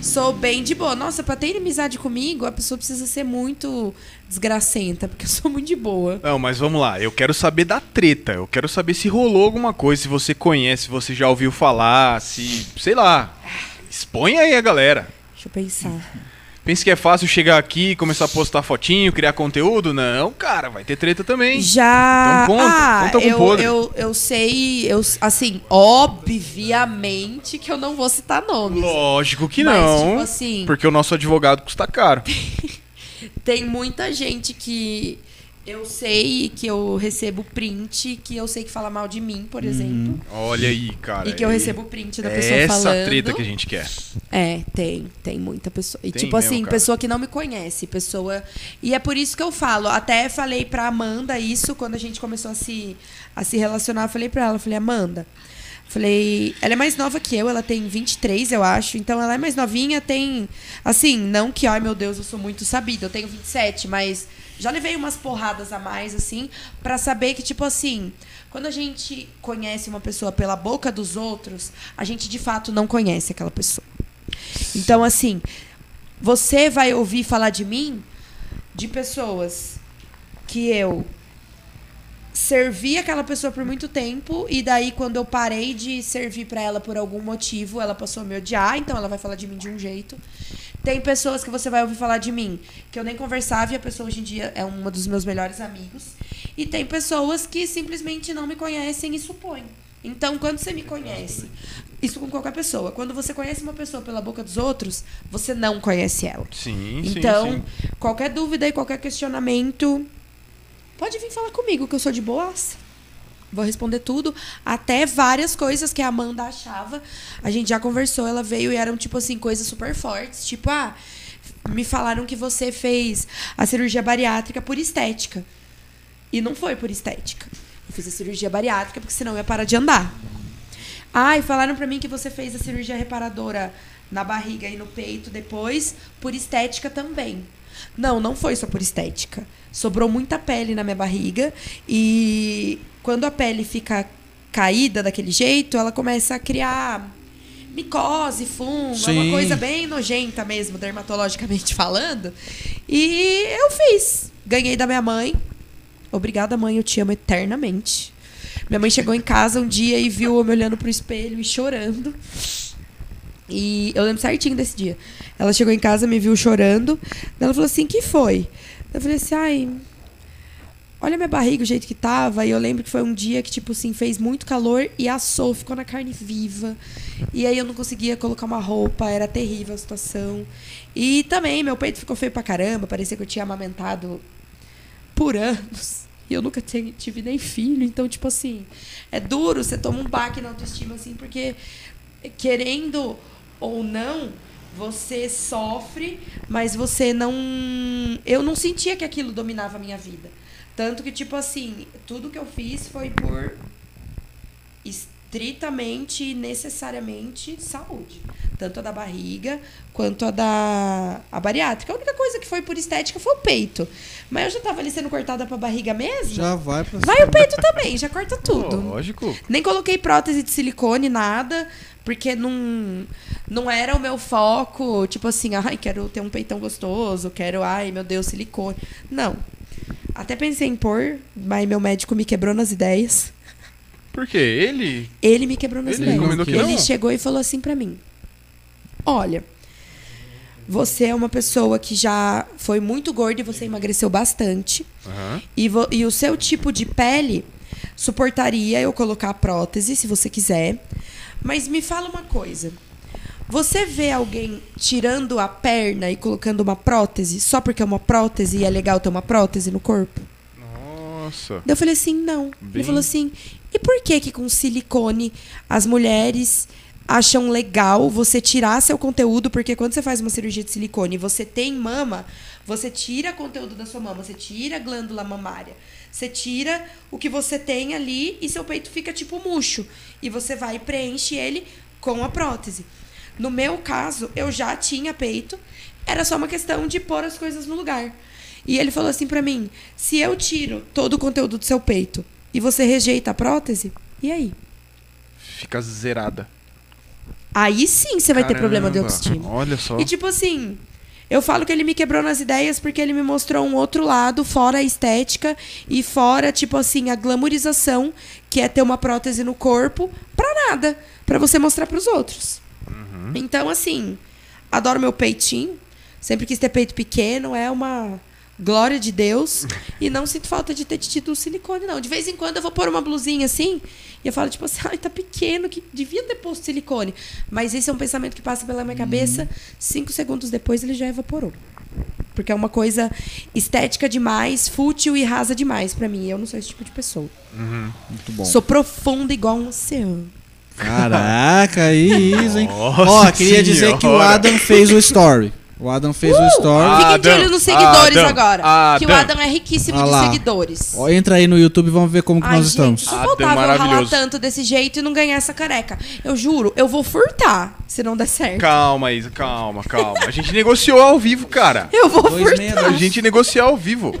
Sou bem de boa. Nossa, pra ter inimizade comigo, a pessoa precisa ser muito desgracenta, porque eu sou muito de boa. Não, mas vamos lá. Eu quero saber da treta. Eu quero saber se rolou alguma coisa, se você conhece, se você já ouviu falar, se. sei lá. Expõe aí a galera. Deixa eu pensar. Pensa que é fácil chegar aqui e começar a postar fotinho, criar conteúdo? Não, cara, vai ter treta também. Já. Então conta, ah, conta algum eu, podre. Eu, eu sei, eu, assim, obviamente que eu não vou citar nomes. Lógico que Mas, não. tipo assim- Porque o nosso advogado custa caro. Tem muita gente que eu sei que eu recebo print, que eu sei que fala mal de mim, por exemplo. Olha aí, cara. E que eu Hum, aí- recebo print da é pessoa essa falando. treta que a gente quer. É, tem, tem muita pessoa. E Tem tipo mesmo, assim, cara. pessoa que não me conhece, pessoa. E é por isso que eu falo, até falei pra Amanda isso quando a gente começou a se a se relacionar, eu falei pra ela, eu falei: "Amanda, falei, ela é mais nova que eu, ela tem 23, eu acho. Então ela é mais novinha, tem assim, não que ai meu Deus, eu sou muito sabida, eu tenho 27, mas já levei umas porradas a mais assim, pra saber que tipo assim, quando a gente conhece uma pessoa pela boca dos outros, a gente de fato não conhece aquela pessoa. Então, assim, você vai ouvir falar de mim de pessoas que eu servi aquela pessoa por muito tempo e daí quando eu parei de servir pra ela por algum motivo, ela passou a me odiar, então ela vai falar de mim de um jeito. Tem pessoas que você vai ouvir falar de mim que eu nem conversava e a pessoa hoje em dia é uma dos meus melhores amigos. E tem pessoas que simplesmente não me conhecem e supõem. Então, quando você me conhece, isso com qualquer pessoa, quando você conhece uma pessoa pela boca dos outros, você não conhece ela. Sim, sim, Então, sim. qualquer dúvida e qualquer questionamento, pode vir falar comigo, que eu sou de boas. vou responder tudo, até várias coisas que a Amanda achava. A gente já conversou, ela veio e eram, tipo assim, coisas super fortes. Tipo, ah, me falaram que você fez a cirurgia bariátrica por estética. E não foi por estética. Eu fiz a cirurgia bariátrica porque senão eu ia parar de andar. Ah, e falaram pra mim que você fez a cirurgia reparadora na barriga e no peito depois por estética também. Não, não foi só por estética. Sobrou muita pele na minha barriga e quando a pele fica caída daquele jeito, ela começa a criar micose, fungo, é Sim. uma coisa bem nojenta mesmo, dermatologicamente falando. E eu fiz. Ganhei da minha mãe. Obrigada, mãe, eu te amo eternamente. Minha mãe chegou em casa um dia e viu eu me olhando pro espelho e chorando. E eu lembro certinho desse dia. Ela chegou em casa, me viu chorando. Daí Ela falou assim: que foi? Eu falei assim: ai. Olha minha barriga, o jeito que tava. E eu lembro que foi um dia que, tipo assim, fez muito calor e assou, ficou na carne viva. E aí eu não conseguia colocar uma roupa, era terrível a situação. E também, meu peito ficou feio pra caramba, parecia que eu tinha amamentado por anos. E eu nunca te- tive nem filho. Então, tipo assim, é duro, você toma um baque na autoestima, assim, porque querendo ou não, você sofre, mas você não. Eu não sentia que aquilo dominava a minha vida. Tanto que, tipo assim, tudo que eu fiz foi por estritamente e necessariamente saúde. Tanto a da barriga quanto a da a bariátrica. A única coisa que foi por estética foi o peito. Mas eu já tava ali sendo cortada pra barriga mesmo. Já vai pra Vai o peito também, já corta tudo. né? Lógico. Nem coloquei prótese de silicone, nada, porque não, não era o meu foco, tipo assim, ai, quero ter um peitão gostoso, quero, ai, meu Deus, silicone. Não. Até pensei em pôr, mas meu médico me quebrou nas ideias. Por quê? Ele? Ele me quebrou nas Ele ideias. recomendou que Ele não? chegou e falou assim pra mim: Olha, você é uma pessoa que já foi muito gorda e você emagreceu bastante. Aham. E, vo- e o seu tipo de pele suportaria eu colocar a prótese, se você quiser. Mas me fala uma coisa. Você vê alguém tirando a perna e colocando uma prótese só porque é uma prótese e é legal ter uma prótese no corpo? Nossa. Daí eu falei assim, não. Bem- Ele falou assim, e por que que com silicone as mulheres acham legal você tirar seu conteúdo? Porque quando você faz uma cirurgia de silicone e você tem mama, você tira conteúdo da sua mama, você tira a glândula mamária. Você tira o que você tem ali e seu peito fica tipo murcho. E você vai e preenche ele com a prótese. No meu caso, eu já tinha peito, era só uma questão de pôr as coisas no lugar. E ele falou assim pra mim: se eu tiro todo o conteúdo do seu peito e você rejeita a prótese, e aí? Fica zerada. Aí sim você vai ter problema de autoestima. Olha só. E tipo assim, eu falo que ele me quebrou nas ideias porque ele me mostrou um outro lado, fora a estética e fora, tipo assim, a glamorização, que é ter uma prótese no corpo, pra nada. Pra você mostrar pros outros. Então, assim, adoro meu peitinho. Sempre quis ter peito pequeno, é uma glória de Deus. E não sinto falta de ter tido silicone, não. De vez em quando eu vou pôr uma blusinha assim e eu falo, tipo assim, ai, tá pequeno, que devia ter posto silicone. Mas esse é um pensamento que passa pela minha cabeça. Cinco segundos depois ele já evaporou. Porque é uma coisa estética demais, fútil e rasa demais pra mim. Eu não sou esse tipo de pessoa. Muito bom. Sou profunda igual um oceano. Caraca, aí, isso, hein? Nossa Ó, queria dizer senhora. que o Adam fez o story. O Adam fez o story. Fiquem Uh! de Adam, olho nos seguidores Adam, agora. Que o Adam. Adam é riquíssimo Ah de lá. seguidores. Ó, entra aí no YouTube e vamos ver como que Ai, nós gente, estamos. só Adam é faltava eu ralar maravilhoso. tanto desse jeito e não ganhar essa careca. Eu juro, eu vou furtar se não der certo. Calma, Isa, calma, calma. A gente negociou ao vivo, cara. Eu vou Dois furtar. meia, A gente negociou ao vivo.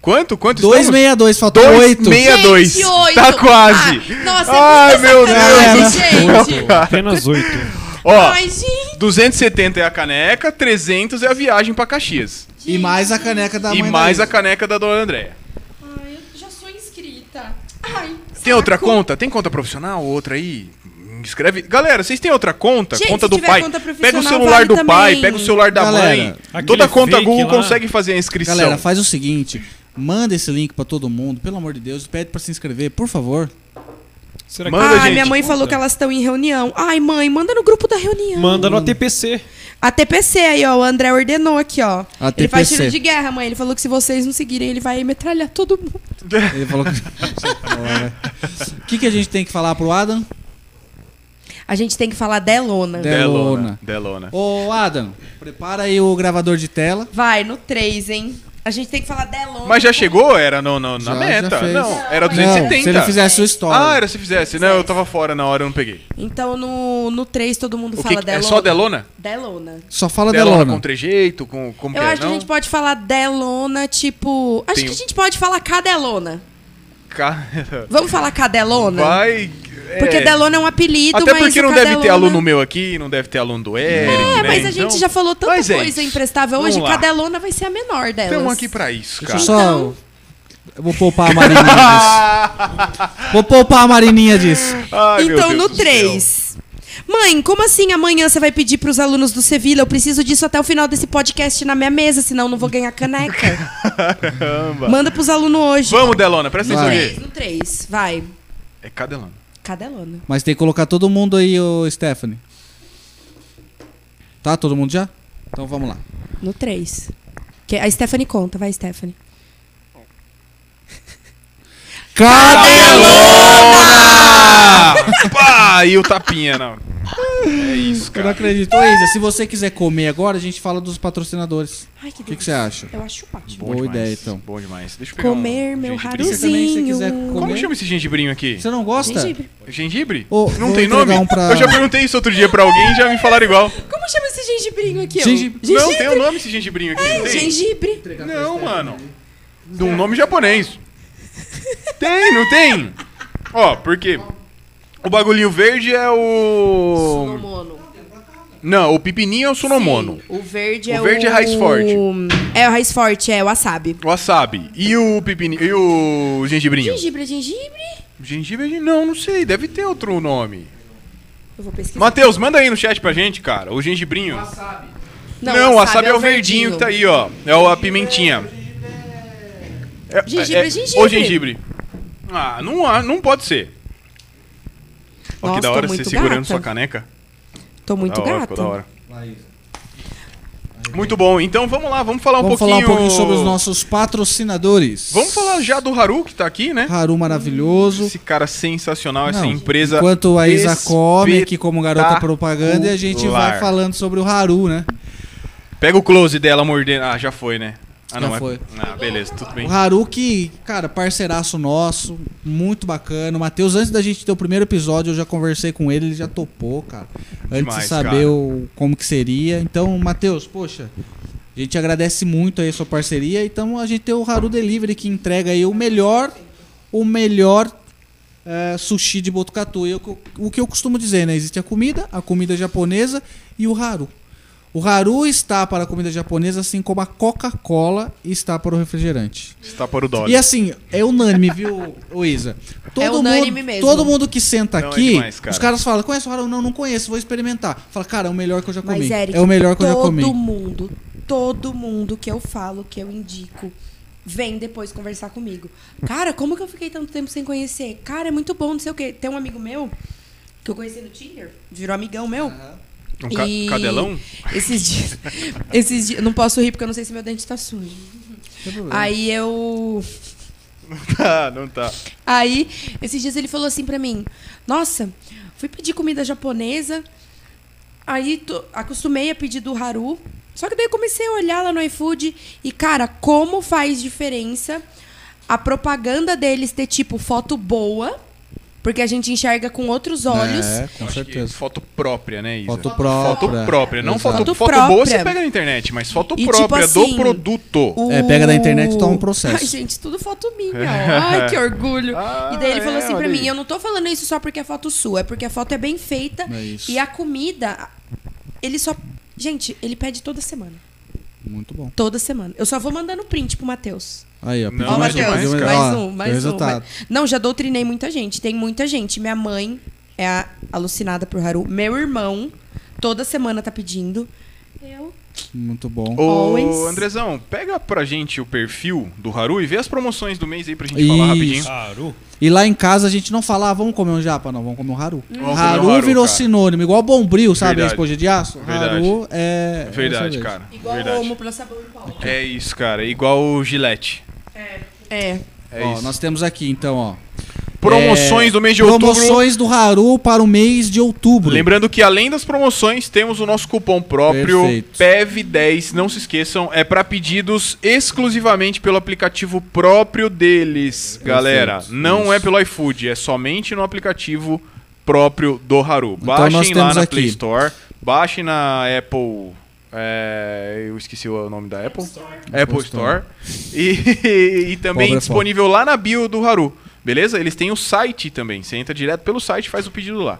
Quanto? Quanto estamos? 262, faltou Dois 8. meia- Gente, 62. oito. Tá quase. Ah, nossa, Ai, é meu Tá. meu Deus. Deus. gente. Apenas oito. Ó, Ai, gente. 270 é a caneca, 300 é a viagem pra Caxias. E mais a caneca da E mãe mais da a caneca da dona Andréia. Ai, eu já sou inscrita. Ai, Tem outra saco. conta? Tem conta profissional? Outra aí? Escreve. Galera, vocês têm outra conta? Gente, conta se do tiver pai. conta pega o profissional, celular vale do pai, também. pega o celular da Galera, mãe. aquele Toda conta fake Google lá. consegue fazer a inscrição. Galera, faz o seguinte, manda esse link pra todo mundo, pelo amor de Deus, pede pra se inscrever, por favor. Será que Manda, ah, gente. minha mãe falou que elas estão em reunião. Ai, mãe, manda no grupo da reunião. Manda no ATPC. A TPC aí, ó. O André ordenou aqui, ó. A ele faz TPC. tiro de guerra, mãe. Ele falou que se vocês não seguirem, ele vai metralhar todo mundo. Ele falou que. O que, que a gente tem que falar pro Adam? A gente tem que falar delona. De- Delona. Delona. Ô, Adam, prepara aí o gravador de tela. Vai, no 3, hein? A gente tem que falar delona. Mas já chegou? Era no, no- na Já, já meta? fez. não, era Não, Não, 270. se ele fizesse o story. Ah, era se fizesse. Não, eu tava fora na hora, eu não peguei. Então no, no 3 todo mundo O que fala que- delona. é só Delona? Delona. Só fala Delona, Delona. com trejeito, com como Eu que é, acho que a não? gente pode falar delona, tipo. Acho Tem que a um- gente pode falar cadelona. Cara, Vamos falar cadelona? vai... é. Porque delona é um apelido, Até mas. porque o não deve ter cadelona- aluno meu aqui, não deve ter aluno do Eric, É, né? mas a gente Então, já falou tanta mas é coisa isso. emprestável Vamos hoje, lá. cadelona vai ser a menor um delas. Estamos aqui pra isso, Deixa eu só. cara. Então- Eu vou poupar a Marininha disso. Vou poupar a Marininha disso. Ai, meu então, Deus no do céu. 3. Mãe, como assim amanhã você vai pedir pros alunos do Sevilha? Eu preciso disso até o final desse podcast na minha mesa, senão eu não vou ganhar caneca. Caramba. Manda pros alunos hoje. Vamos, Delona, presta no atenção 3, aqui. no 3. Vai. É Cadelona. Cadelona. Mas tem que colocar todo mundo aí, ô Stephanie. Tá? Todo mundo já? Então vamos lá. No 3. Que a Stephanie conta, vai, Stephanie. Pá, e o tapinha, não. É isso, Eu não cara. acredito. Ô, Isa, se você quiser comer agora, a gente fala dos patrocinadores. Ai, que O que, que delícia. você acha? Eu acho ótimo. Boa ideia, então. Bom demais. Deixa eu pegar Comer um meu gengibrinho aqui. Você também, se quiser haruzinho. comer. Como chama esse gengibrinho aqui? Você não gosta? Gengibre. Gengibre? Ô, não vou tem entregar nome? um pra- Eu já perguntei isso outro dia pra alguém e já me falaram igual. Como chama esse gengibrinho aqui? ó? Gengibre. Não, tem o nome esse gengibrinho aqui. não É, tem? gengibre. Não, mano. De um nome japonês. Tem, não tem? Ó, porque o bagulhinho verde é o... Sunomono. Não, o pepininho é o sunomono. Sim, O verde O é o... verde é raiz forte. É o raiz forte, é o wasabi. O wasabi. E o pepininho... E o gengibrinho? Gengibre é gengibre? Gengibre? é gen- Não, não sei. Deve ter outro nome. Eu vou pesquisar. Matheus, manda aí no chat pra gente, cara. O gengibrinho. Não, o wasabi é o verdinho que tá aí, ó. É o- a pimentinha. É- Gengibre é gengibre. Ou gengibre. Ah, não, há- não pode ser. Ó, Nossa, que da tô hora você muito segurando gata. sua caneca. Tô muito da hora, gata. ficou da hora. Muito bom. Então vamos lá, vamos falar um Vamos pouquinho. falar um pouquinho sobre os nossos patrocinadores. Vamos falar já do Haru que tá aqui, né? Haru maravilhoso. Esse cara sensacional, essa Não, empresa. Enquanto a Isa come aqui como garota espetacular. propaganda, e a gente vai falando sobre o Haru, né? Pega o close dela mordendo. Ah, já foi, né? Ah, não, Já é- foi. Ah, beleza, tudo bem. O Haru que, cara, parceiraço nosso, muito bacana. O Matheus, antes da gente ter o primeiro episódio, eu já conversei com ele, ele já topou, cara. Antes Demais, de saber cara. o- como que seria. Então, Matheus, poxa, a gente agradece muito aí a sua parceria. Então, a gente tem o Haru Delivery que entrega aí o melhor, o melhor é, sushi de Botucatu. E eu co- o que eu costumo dizer, né? Existe a comida, a comida japonesa e o Haru. O Haru está para a comida japonesa, assim como a Coca-Cola está para o refrigerante. Está para o dólar. E assim, é unânime, viu, ô Isa? Todo É unânime mundo, mesmo. Todo mundo que senta Não, é aqui, demais, cara. os caras falam, conhece o Haru? Não, não conheço, vou experimentar. Fala, cara, é o melhor que eu já comi. Mas, Eric, é o melhor que eu já comi. todo mundo, todo mundo que eu falo, que eu indico, vem depois conversar comigo. Cara, como que eu fiquei tanto tempo sem conhecer? Cara, é muito bom, não sei o quê. Tem um amigo meu, que eu conheci no Tinder, virou amigão meu. Um ca- E cadelão? Esses dias, esses dias. Não posso rir porque eu não sei se meu dente tá sujo. É. Aí eu. Tá, não tá. Aí, esses dias ele falou assim pra mim: Nossa, fui pedir comida japonesa. Aí tô- acostumei a pedir do Haru. Só que daí eu comecei a olhar lá no iFood e, cara, como faz diferença a propaganda deles ter, tipo, foto boa, porque a gente enxerga com outros olhos. É, com Acho que certeza. Foto própria, né, Isa? Foto própria. Foto própria. Não Exato. foto, Foto foto boa você própria. pega na internet, mas foto E, tipo própria assim, do produto. O- É, pega da internet e toma um processo. Ai, gente, tudo foto minha. ó. Ai, que orgulho. Ah, e daí ele é, falou assim pra olha mim: aí. eu não tô falando isso só porque é foto sua, é porque a foto é bem feita. É isso. e a comida, ele só. Gente, ele pede toda semana. Muito bom. Toda semana. Eu só vou mandando print pro Matheus. Aí, ó. Não, é pediu Ó, mais um, pediu Matheus, mais, mais, ó, um, deu mais um. resultado. mais- Não, já doutrinei muita gente. Tem muita gente. Minha mãe é a- alucinada por Haru. Meu irmão, toda semana tá pedindo. Eu Muito bom. Ô, Always. Andrezão, pega pra gente o perfil do Haru e vê as promoções do mês aí pra gente Isso. Ah, falar rapidinho. Haru. E lá em casa a gente não fala, ah, vamos comer um japa, não, vamos comer um haru. Vamos comer haru, um haru, virou cara. sinônimo, igual bombril, sabe? Verdade. A esponja de aço. Verdade. Haru é. é Verdade, sorvete. cara. Igual verdade. homo pra sabão em pau. É isso, cara. Igual o Gillette. É. É ó, isso. nós temos aqui então, ó. Promoções do mês de outubro. É, Promoções do Haru para o mês de outubro. Lembrando que além das promoções, temos o nosso cupom próprio Perfeito. PEV10. Não se esqueçam, é pra pedidos exclusivamente pelo aplicativo próprio deles, galera. Não é pelo iFood, é somente no aplicativo próprio do Haru. Então Baixem nós lá temos na aqui. Play Store, baixem na Apple. é, eu esqueci o nome da Apple. Apple Store. E, e também Pobre é disponível lá na bio do Haru. Beleza? Eles têm o site também. Você entra direto pelo site e faz o pedido lá.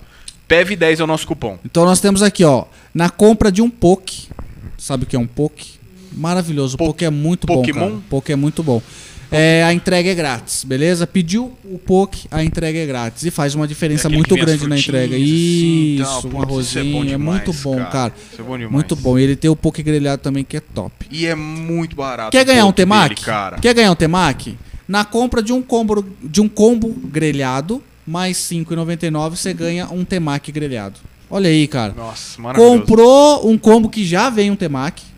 PEV10 é o nosso cupom. Então nós temos aqui, ó, na compra de um poke. Sabe o que é um poke? Maravilhoso. O Poke- poke é muito bom, Pokémon? cara. Poke é muito bom. É, a entrega é grátis, beleza? Pediu o poke, a entrega é grátis. E faz uma diferença aquele é muito que vem as grande na frutinhas, entrega. assim, Isso, tal. Putz, um isso é bom arrozinho. é, demais, muito bom, cara. cara. Isso é bom demais. muito bom. E ele tem o poke grelhado também, que é top. E é muito barato. Quer o ganhar um poke temaki? dele, cara. Quer ganhar um temaki? Na compra de um combo, de um combo grelhado, mais R$ 5,99, você ganha um temaki grelhado. Olha aí, cara. Nossa, maravilhoso. Comprou um combo que já vem um temaki.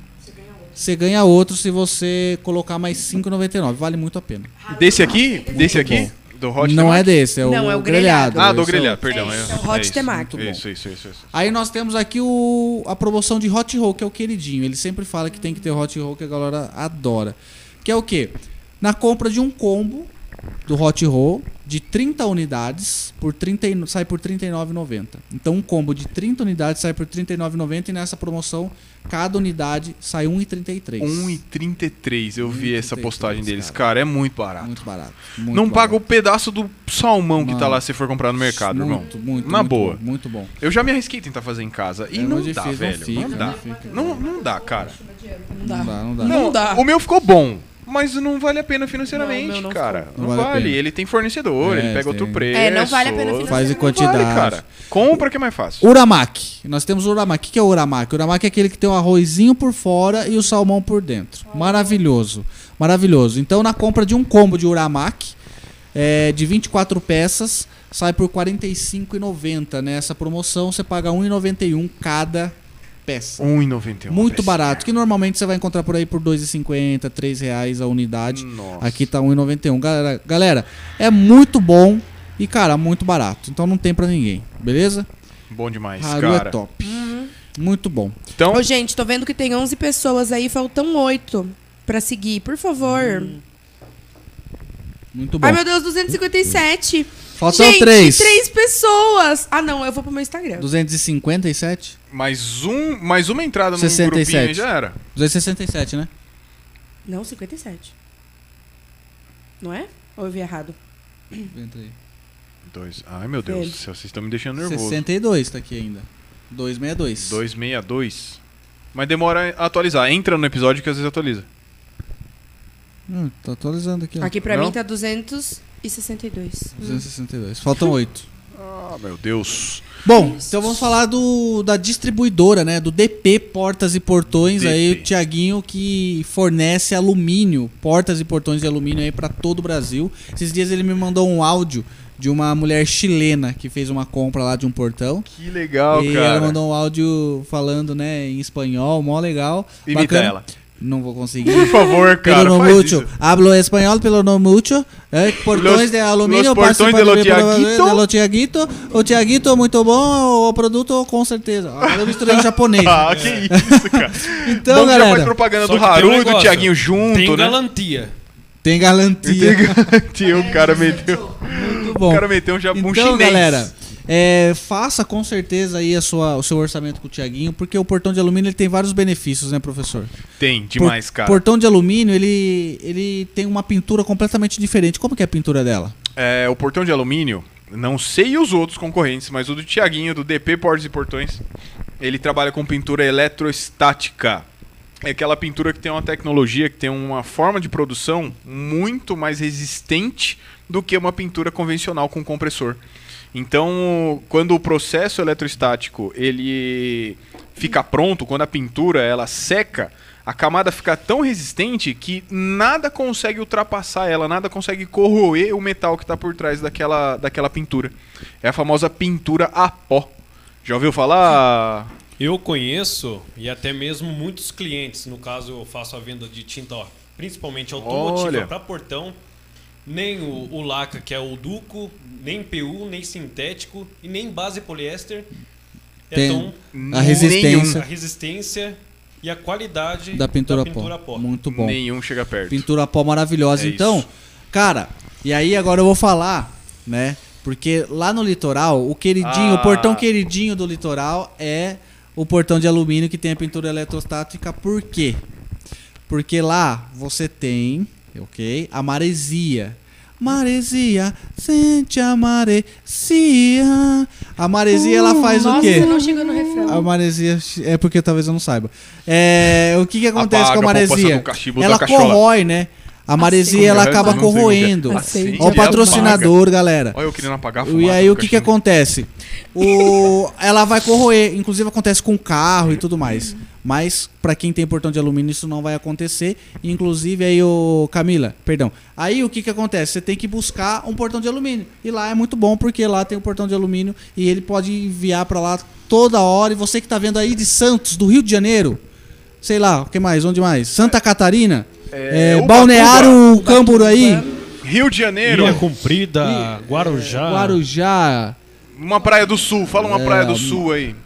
Você ganha outro se você colocar mais 5,99. Vale muito a pena. Desse aqui? Desse aqui? Do Hot não Temaki? é desse, é o, Não, é o grelhado. Ah, Esse do é o- grelhado, perdão. É isso, é o Hot isso, Temaki. Isso, isso, isso, isso. Aí nós temos aqui o, a promoção de hot roll, que é o queridinho. Ele sempre fala que tem que ter hot roll, que a galera adora. Que é o quê? Na compra de um combo do hot roll de 30 unidades, por 30, e- sai por R$ 39,90. Então um combo de 30 unidades sai por R$ 39,90 e nessa promoção cada unidade sai um R$ 1,33. 1,33 eu vi essa 1,33, postagem deles. cara. Cara, é muito barato. Muito barato. muito não paga o barato. pedaço do salmão que tá Mano, lá se for comprar no mercado, muito, irmão. Muito, Na muito boa. bom, Muito bom. Eu já me arrisquei tentar fazer em casa. E É não muito dá, difícil, não velho. Não, fica, dá. não fica. Não, não dá, cara. Não Não dá. dá, não dá. Não dá. O meu ficou bom, mas não vale a pena financeiramente, Não, meu não cara. Não Não, vale a vale. pena. Ele tem fornecedor, É, ele pega outro tem. preço. É, não vale a pena financeiramente. Faz em Não Não quantidade. Vale, cara. Compra que é mais fácil. Uramaki. Nós temos o uramaki. O que é o uramaki? O uramaki é aquele que tem o arrozinho por fora e o salmão por dentro. Maravilhoso. Maravilhoso. Então, na compra de um combo de uramaki, é, de 24 peças, sai por R$ 45,90. Nessa né? promoção, você paga um R$ 1,91 cada peça. 1,91. Muito barato. barato, que normalmente você vai encontrar por aí por R$ 2,50, R$ reais a unidade. Nossa. Aqui tá R$ 1,91. Galera, galera, é muito bom e, cara, muito barato. Então não tem pra ninguém, beleza? Bom demais, Haru cara. é top. Muito bom. Então, Ô, gente, tô vendo que tem 11 pessoas aí, faltam 8 pra seguir. Por favor. Muito Tá bom. Ai, meu Deus, 257. Faltam gente, três. três pessoas. Ah, não, eu vou pro meu Instagram. 257? mais, um, mais uma entrada no 67. grupinho aí já era. 267, né? Não, 57. Não é? Ou eu vi errado? Hum. Dois. Ai, meu Deus Ele. do céu, vocês estão me deixando nervoso. 62 tá aqui ainda. 262. 262. Mas demora a atualizar. Entra no episódio que às vezes atualiza. Hum, tá atualizando aqui, ó. Aqui Hum. pra Não? mim tá 262. 262. Faltam oito. Ah, meu Deus. Bom, então vamos falar do, da distribuidora, né? Do DP Portas e Portões. DP. Aí o Tiaguinho que fornece alumínio, portas e portões de alumínio aí pra todo o Brasil. Esses dias ele me mandou um áudio de uma mulher chilena que fez uma compra lá de um portão. Que legal, e cara. ela mandou um áudio falando, né, em espanhol, mó legal. Imita um Bacana. ela. Não vou Por conseguir. favor, cara. Pelo no faz mucho. isso. Hablo espanhol pelo no mucho. Eh, portões Los- de alumínio. los portões passo para de lo ver para- Tiaguito. de lo Tiaguito. O Tiaguito, é muito bom. O produto, com certeza. Agora eu misturei em japonês. Ah, que isso, cara. Então, Vamos já galera. faz propaganda Só do que tem um Haru e do negócio. Tiaguinho junto, Tem né? galantia. Tem garantia. Tio, o um cara meteu, Muito o bom. cara meteu um, ja- um Então, chinês. galera, é, faça com certeza aí a sua, o seu orçamento com o Tiaguinho, porque o portão de alumínio ele tem vários benefícios, né, professor? Tem, demais, cara. Portão de alumínio, ele, ele tem uma pintura completamente diferente. Como que é a pintura dela? É, o portão de alumínio, não sei os outros concorrentes, mas o do Tiaguinho, do DP Portas e Portões, ele trabalha com pintura eletrostática. É aquela pintura que tem uma tecnologia, que tem uma forma de produção muito mais resistente do que uma pintura convencional com compressor. Então, quando o processo eletrostático ele fica pronto, quando a pintura ela seca, a camada fica tão resistente que nada consegue ultrapassar ela, nada consegue corroer o metal que está por trás daquela, daquela pintura. É a famosa pintura a pó. Já ouviu falar? Eu conheço e até mesmo muitos clientes, no caso eu faço a venda de tinta, ó, principalmente Olha. automotiva para portão, nem o, o laca que é o duco, nem PU, nem sintético e nem base poliéster. É Tem tão A a resistência resistência e a qualidade da pintura, da pintura pó. pó. Muito bom. Nenhum chega perto. Pintura pó maravilhosa. É então, isso. cara, e aí agora eu vou falar, né? Porque lá no litoral, o queridinho, Ah. o portão queridinho do litoral é o portão de alumínio que tem a pintura eletrostática. Por quê? Porque lá você tem, ok? A maresia. Maresia, sente a maresia. A maresia ela faz Nossa, o quê? você não chegou no Então. A refrão. maresia é porque talvez eu não saiba. É, o que, que acontece Apaga com a a poupança maresia? do cachimbo Ela da cachola. corrói, né? A maresia ela Eu acaba não sei o que é. corroendo. Acende Ó, o e apaga. patrocinador, galera. Olha eu querendo apagar a E fumaça aí do o que, que cachimbo. acontece? O, ela vai corroer, inclusive acontece com carro e tudo mais. Mas pra quem tem portão de alumínio isso não vai acontecer. Inclusive aí o Camila, perdão. Aí o que que acontece? Você tem que buscar um portão de alumínio. E lá é muito bom porque lá tem o portão de alumínio e ele pode enviar pra lá toda hora. E você que tá vendo aí de Santos, do Rio de Janeiro, sei lá, o que mais? Onde mais? Santa Catarina, É, é, Ubatuba. Balneário Camboriú aí, Rio de Janeiro, Ilha Comprida, Guarujá. é, Ah. Guarujá, uma praia do sul, fala É, uma praia do sul aí.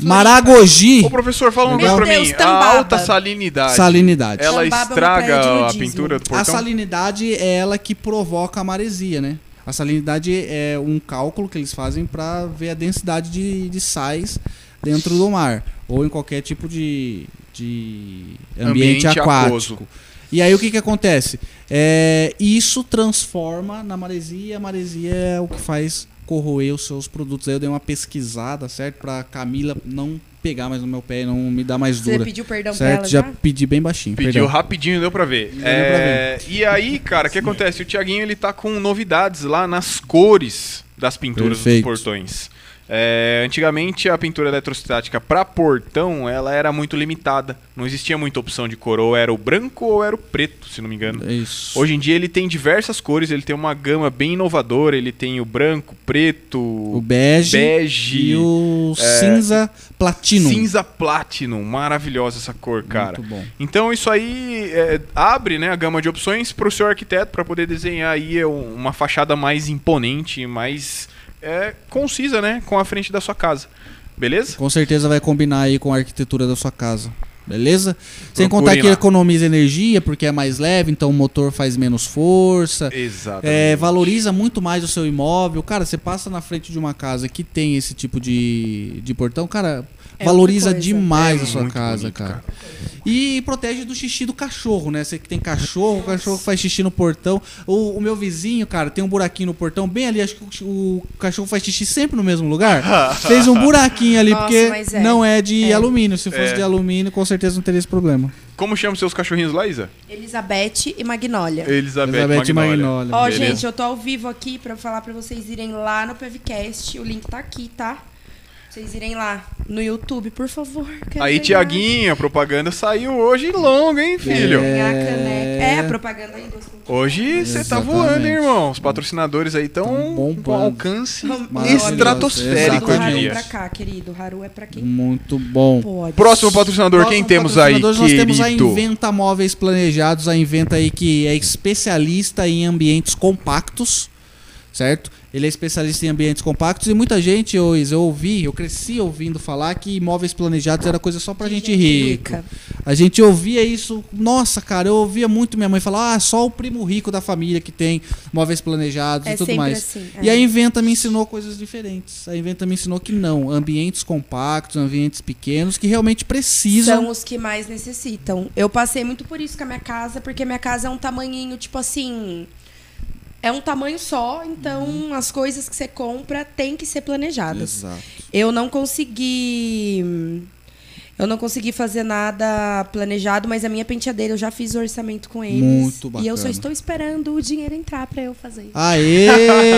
Maragogi. Ô professor, fala uma Meu coisa pra Deus, mim. A Tambaba. alta salinidade. Salinidade. Ela Tambaba é uma praia de estraga a nudismo. pintura do A portão? salinidade é ela que provoca a maresia, né? A salinidade é um cálculo que eles fazem para ver a densidade de, de sais dentro do mar ou em qualquer tipo de, de ambiente, Ambiente aquático. aquoso. E aí o que, que acontece? É, isso transforma na maresia. A maresia é o que faz corroer os seus produtos. Aí eu dei uma pesquisada, certo? Pra Camila não pegar mais no meu pé e não me dar mais Você dura. pediu perdão pra Certo? ela tá? Já já? pedi bem baixinho. Pediu perdão. rapidinho, deu pra ver. É, E aí, cara, o que acontece? O Tiaguinho ele tá com novidades lá nas cores das pinturas Perfeito. dos portões. É, antigamente a pintura eletrostática para portão ela era muito limitada. Não existia muita opção de cor, ou era o branco ou era o preto, se não me engano. É Isso. Hoje em dia ele tem diversas cores, ele tem uma gama bem inovadora, ele tem o branco, preto, O bege, bege, é, e o cinza platino. cinza platinum. Maravilhosa essa cor, cara. Muito bom. Então isso aí é, abre né, a gama de opções para o seu arquiteto para poder desenhar aí é, um- uma fachada mais imponente, mais é, concisa, né, com a frente da sua casa. Beleza? Com certeza vai combinar aí com a arquitetura da sua casa. Beleza? Sem Procurem contar que lá. economiza energia, porque é mais leve, então o motor faz menos força. Exato. É, valoriza muito mais o seu imóvel. Cara, você passa na frente de uma casa que tem esse tipo de, de portão, cara, É valoriza outra coisa. demais É a sua muito casa, bonito, cara. E protege do xixi do cachorro, né? Você que tem cachorro, o cachorro faz xixi no portão. O, o meu vizinho, cara, tem um buraquinho no portão bem ali. Acho que o, o cachorro faz xixi sempre no mesmo lugar. Fez um buraquinho ali, Nossa, mas porque é. não é de É. alumínio. Se fosse É. de alumínio, com certeza não teria esse problema. Como chamam seus cachorrinhos lá, Isa? Elizabeth e Magnólia. Elizabeth, Elizabeth Magnolia. Magnolia. Ó, Beleza. gente, eu tô ao vivo aqui pra falar pra vocês irem lá no Pevcast. O link tá aqui, tá? Pra Vocês irem lá no YouTube, por favor. quero Aí, ganhar. Tiaguinho, a propaganda saiu hoje longa, É. hein, filho? Ganhar a caneca. É, propaganda aí. dos- Hoje você tá voando, hein, irmão? Os patrocinadores aí Tão estão bombando. com alcance Maravilhoso. estratosférico, eu Manda o Haru diria. pra cá, querido. O Haru é pra quem Muito bom. pode. Próximo patrocinador, quem Hum. Próximo temos aí, patrocinador, querido? Nós temos a Inventa Móveis Planejados, a Inventa aí que é especialista em ambientes compactos, certo? Ele é especialista em ambientes compactos e muita gente, eu, eu ouvi, eu cresci ouvindo falar que imóveis planejados era coisa só pra gente, rica. A gente ouvia isso, nossa, cara, eu ouvia muito minha mãe falar, ah, só o primo rico da família que tem móveis planejados É e tudo sempre mais. assim. E é. a Inventa me ensinou coisas diferentes. A Inventa me ensinou que não. Ambientes compactos, ambientes pequenos, que realmente precisam. São os que mais necessitam. Eu passei muito por isso com a minha casa, porque minha casa é um tamanhinho, tipo assim. É um tamanho só, então Uhum. as coisas que você compra têm que ser planejadas. Exato. Eu não consegui. hum, Eu não consegui fazer nada planejado, mas a minha penteadeira eu já fiz o orçamento com eles. Muito E eu só bacana. estou esperando o dinheiro entrar para eu fazer. isso. Aê,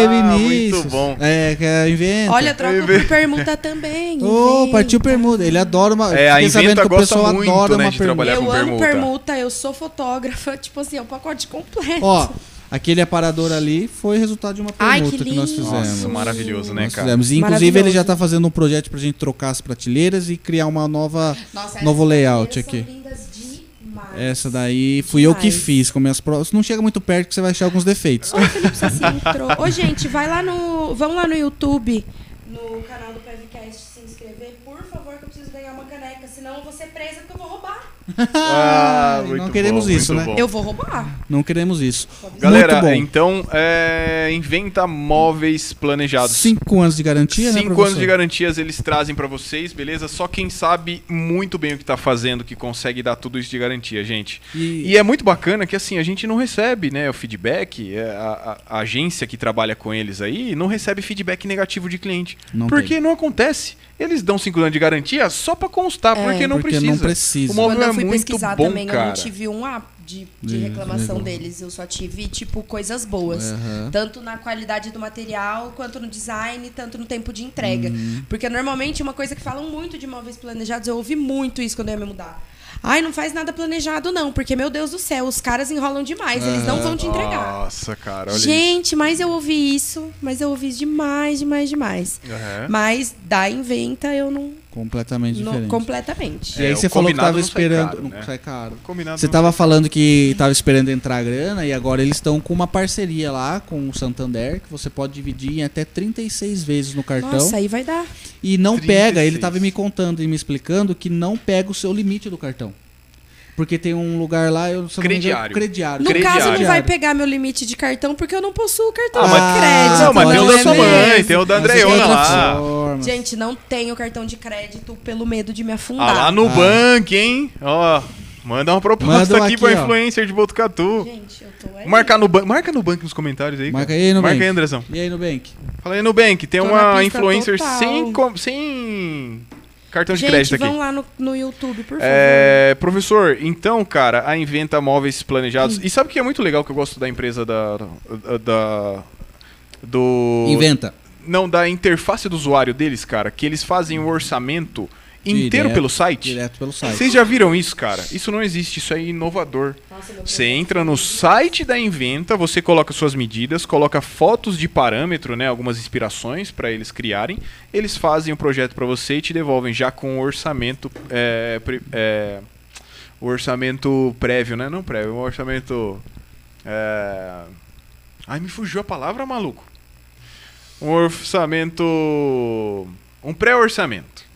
Vinícius. Ah, Muito bom. É, que é, inventa. Olha, troca Vê. por permuta também. Ô, inventa. partiu permuta. Ele adora uma. É, a fiquei sabendo Inventa que o gosta pessoal muito, adora né, uma de permuta. trabalhar. Olha, Eu com amo permuta. permuta, eu sou fotógrafa, tipo assim, é um pacote completo. Ó, aquele aparador ali foi resultado de uma permuta Ai, que que, nós lindo. fizemos. Nossa, maravilhoso, né, Nós cara? fizemos. E, Inclusive, ele Maravilhoso. já tá fazendo um projeto pra gente trocar as prateleiras e criar uma nova, Nossa, é novo essas layout cadeiras aqui. são lindas demais. Essa daí fui eu que Demais. fiz com minhas provas. Não chega muito perto que você vai achar alguns defeitos. Ô, Felipe Saci entrou. Ô, gente, vai lá no. Vamos lá no YouTube, no canal do Pevcast, se inscrever, por favor, que eu preciso ganhar uma caneca. Senão eu vou ser presa porque eu vou roubar. Ah, Não muito bom, queremos muito isso, né? bom. Eu vou roubar. Não queremos isso. Galera, muito bom. então, é, inventa móveis planejados. Cinco anos de garantia, né, Cinco professor? anos de garantias eles trazem pra vocês, beleza? Só quem sabe muito bem o que tá fazendo que consegue dar tudo isso de garantia, gente. E- E, é muito bacana que assim, a gente não recebe, né, o feedback, é, a, a- a agência que trabalha com eles aí não recebe feedback negativo de cliente. Não porque não acontece. Eles dão cinco anos de garantia só pra constar, porque não É. Porque precisa. não precisa. O móvel Quando eu é fui muito pesquisar bom, também, eu cara. não tive um app de, de reclamação deles. Eu só tive, tipo, coisas boas. Aham. Tanto na qualidade do material, quanto no design, tanto no tempo de entrega. Porque normalmente uma coisa que falam muito de móveis planejados, eu ouvi muito isso quando eu ia me mudar. Ai, não faz nada planejado, não, porque, meu Deus do céu, os caras enrolam demais, eles não vão te entregar. Nossa, cara, Ah, olha Gente, mas eu ouvi isso, mas eu ouvi isso demais, demais, demais. isso. Aham. Mas da inventa eu não. Completamente não- É diferente. completamente. E É, aí o você falou que combinado tava não sai esperando. caro, não né? sai caro. Combinado. Você tá não- tava falando que tava esperando entrar a grana e agora eles estão com uma parceria lá com o Santander, que você pode dividir em até 36 vezes no cartão. Nossa, aí vai dar. E não 36. pega, ele tava me contando e me explicando que não pega o seu limite do cartão. Porque tem um lugar lá, eu se eu não me engano, Crediário. crediário. No Crediário. caso, não vai pegar meu limite de cartão porque eu não possuo cartão Ah, de mas- crédito. é Não, mas tem o Olha da sua mãe, mesmo. tem o da Mas isso é Andreona outra lá. forma. Gente, não tenho cartão de crédito pelo medo de me Ah, lá afundar. no banco, hein? Ó, manda uma proposta Manda um aqui, aqui, pra ó. influencer de Botucatu. Gente, eu tô aí. Marcar no banco, marca no banco nos comentários aí. Marca cara. aí, Nubank. Marca aí, Andrezão. E aí, Nubank? Fala aí, Nubank, tem Tô na uma pista influencer total. sem, com- sem cartão de Gente, crédito aqui. vão lá no, no YouTube, por favor. É, professor, então, cara, a Inventa Móveis Planejados. E sabe o que é muito legal que eu gosto da empresa da. da- da- do. Inventa. Não, da interface do usuário deles, cara, que eles fazem o orçamento inteiro Direto, pelo site. Direto pelo site. Vocês já viram isso, cara? Isso não existe, isso é inovador. Você entra no site da Inventa, você coloca suas medidas, coloca fotos de parâmetro, né, algumas inspirações para eles criarem. Eles fazem o projeto para você e te devolvem já com o orçamento é, pre- é, o orçamento prévio, né? Não prévio, o orçamento é... Ai, me fugiu a palavra, maluco. Um orçamento um pré-orçamento.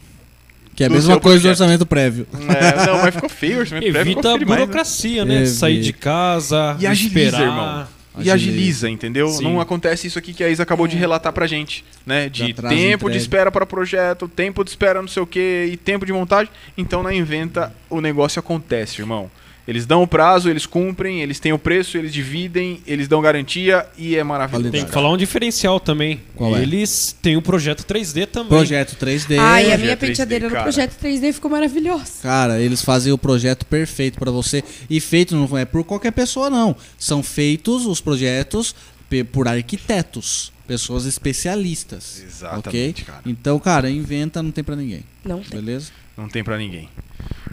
Que é a do mesma seu coisa do projeto. orçamento prévio. É, não, mas ficou feio o orçamento prévio. Evita Ficou a feio demais, né? burocracia, né? Evita. Sair de casa, E agiliza, esperar. irmão. E agiliza, entendeu? Sim. Não acontece isso aqui que a Isa acabou de relatar pra gente, né? De atraso na tempo É. entrega. de espera para projeto, tempo de espera não sei o que e tempo de montagem. Então na Inventa o negócio acontece, irmão. Eles dão o prazo, eles cumprem, eles têm o preço, eles dividem, eles dão garantia e é maravilhoso. Tem que Verdade. falar um diferencial também. Qual é? Eles têm o projeto 3D também. Projeto 3D. Ai, é. a Projeto minha 3D, penteadeira é no cara. projeto 3D ficou maravilhosa. Cara, eles fazem o projeto perfeito pra você. E feito não é por qualquer pessoa, não. São feitos os projetos pe- por arquitetos, pessoas especialistas. Exatamente, ok? cara. Então, cara, inventa, não tem pra ninguém. Não tem. Beleza? Não tem pra ninguém.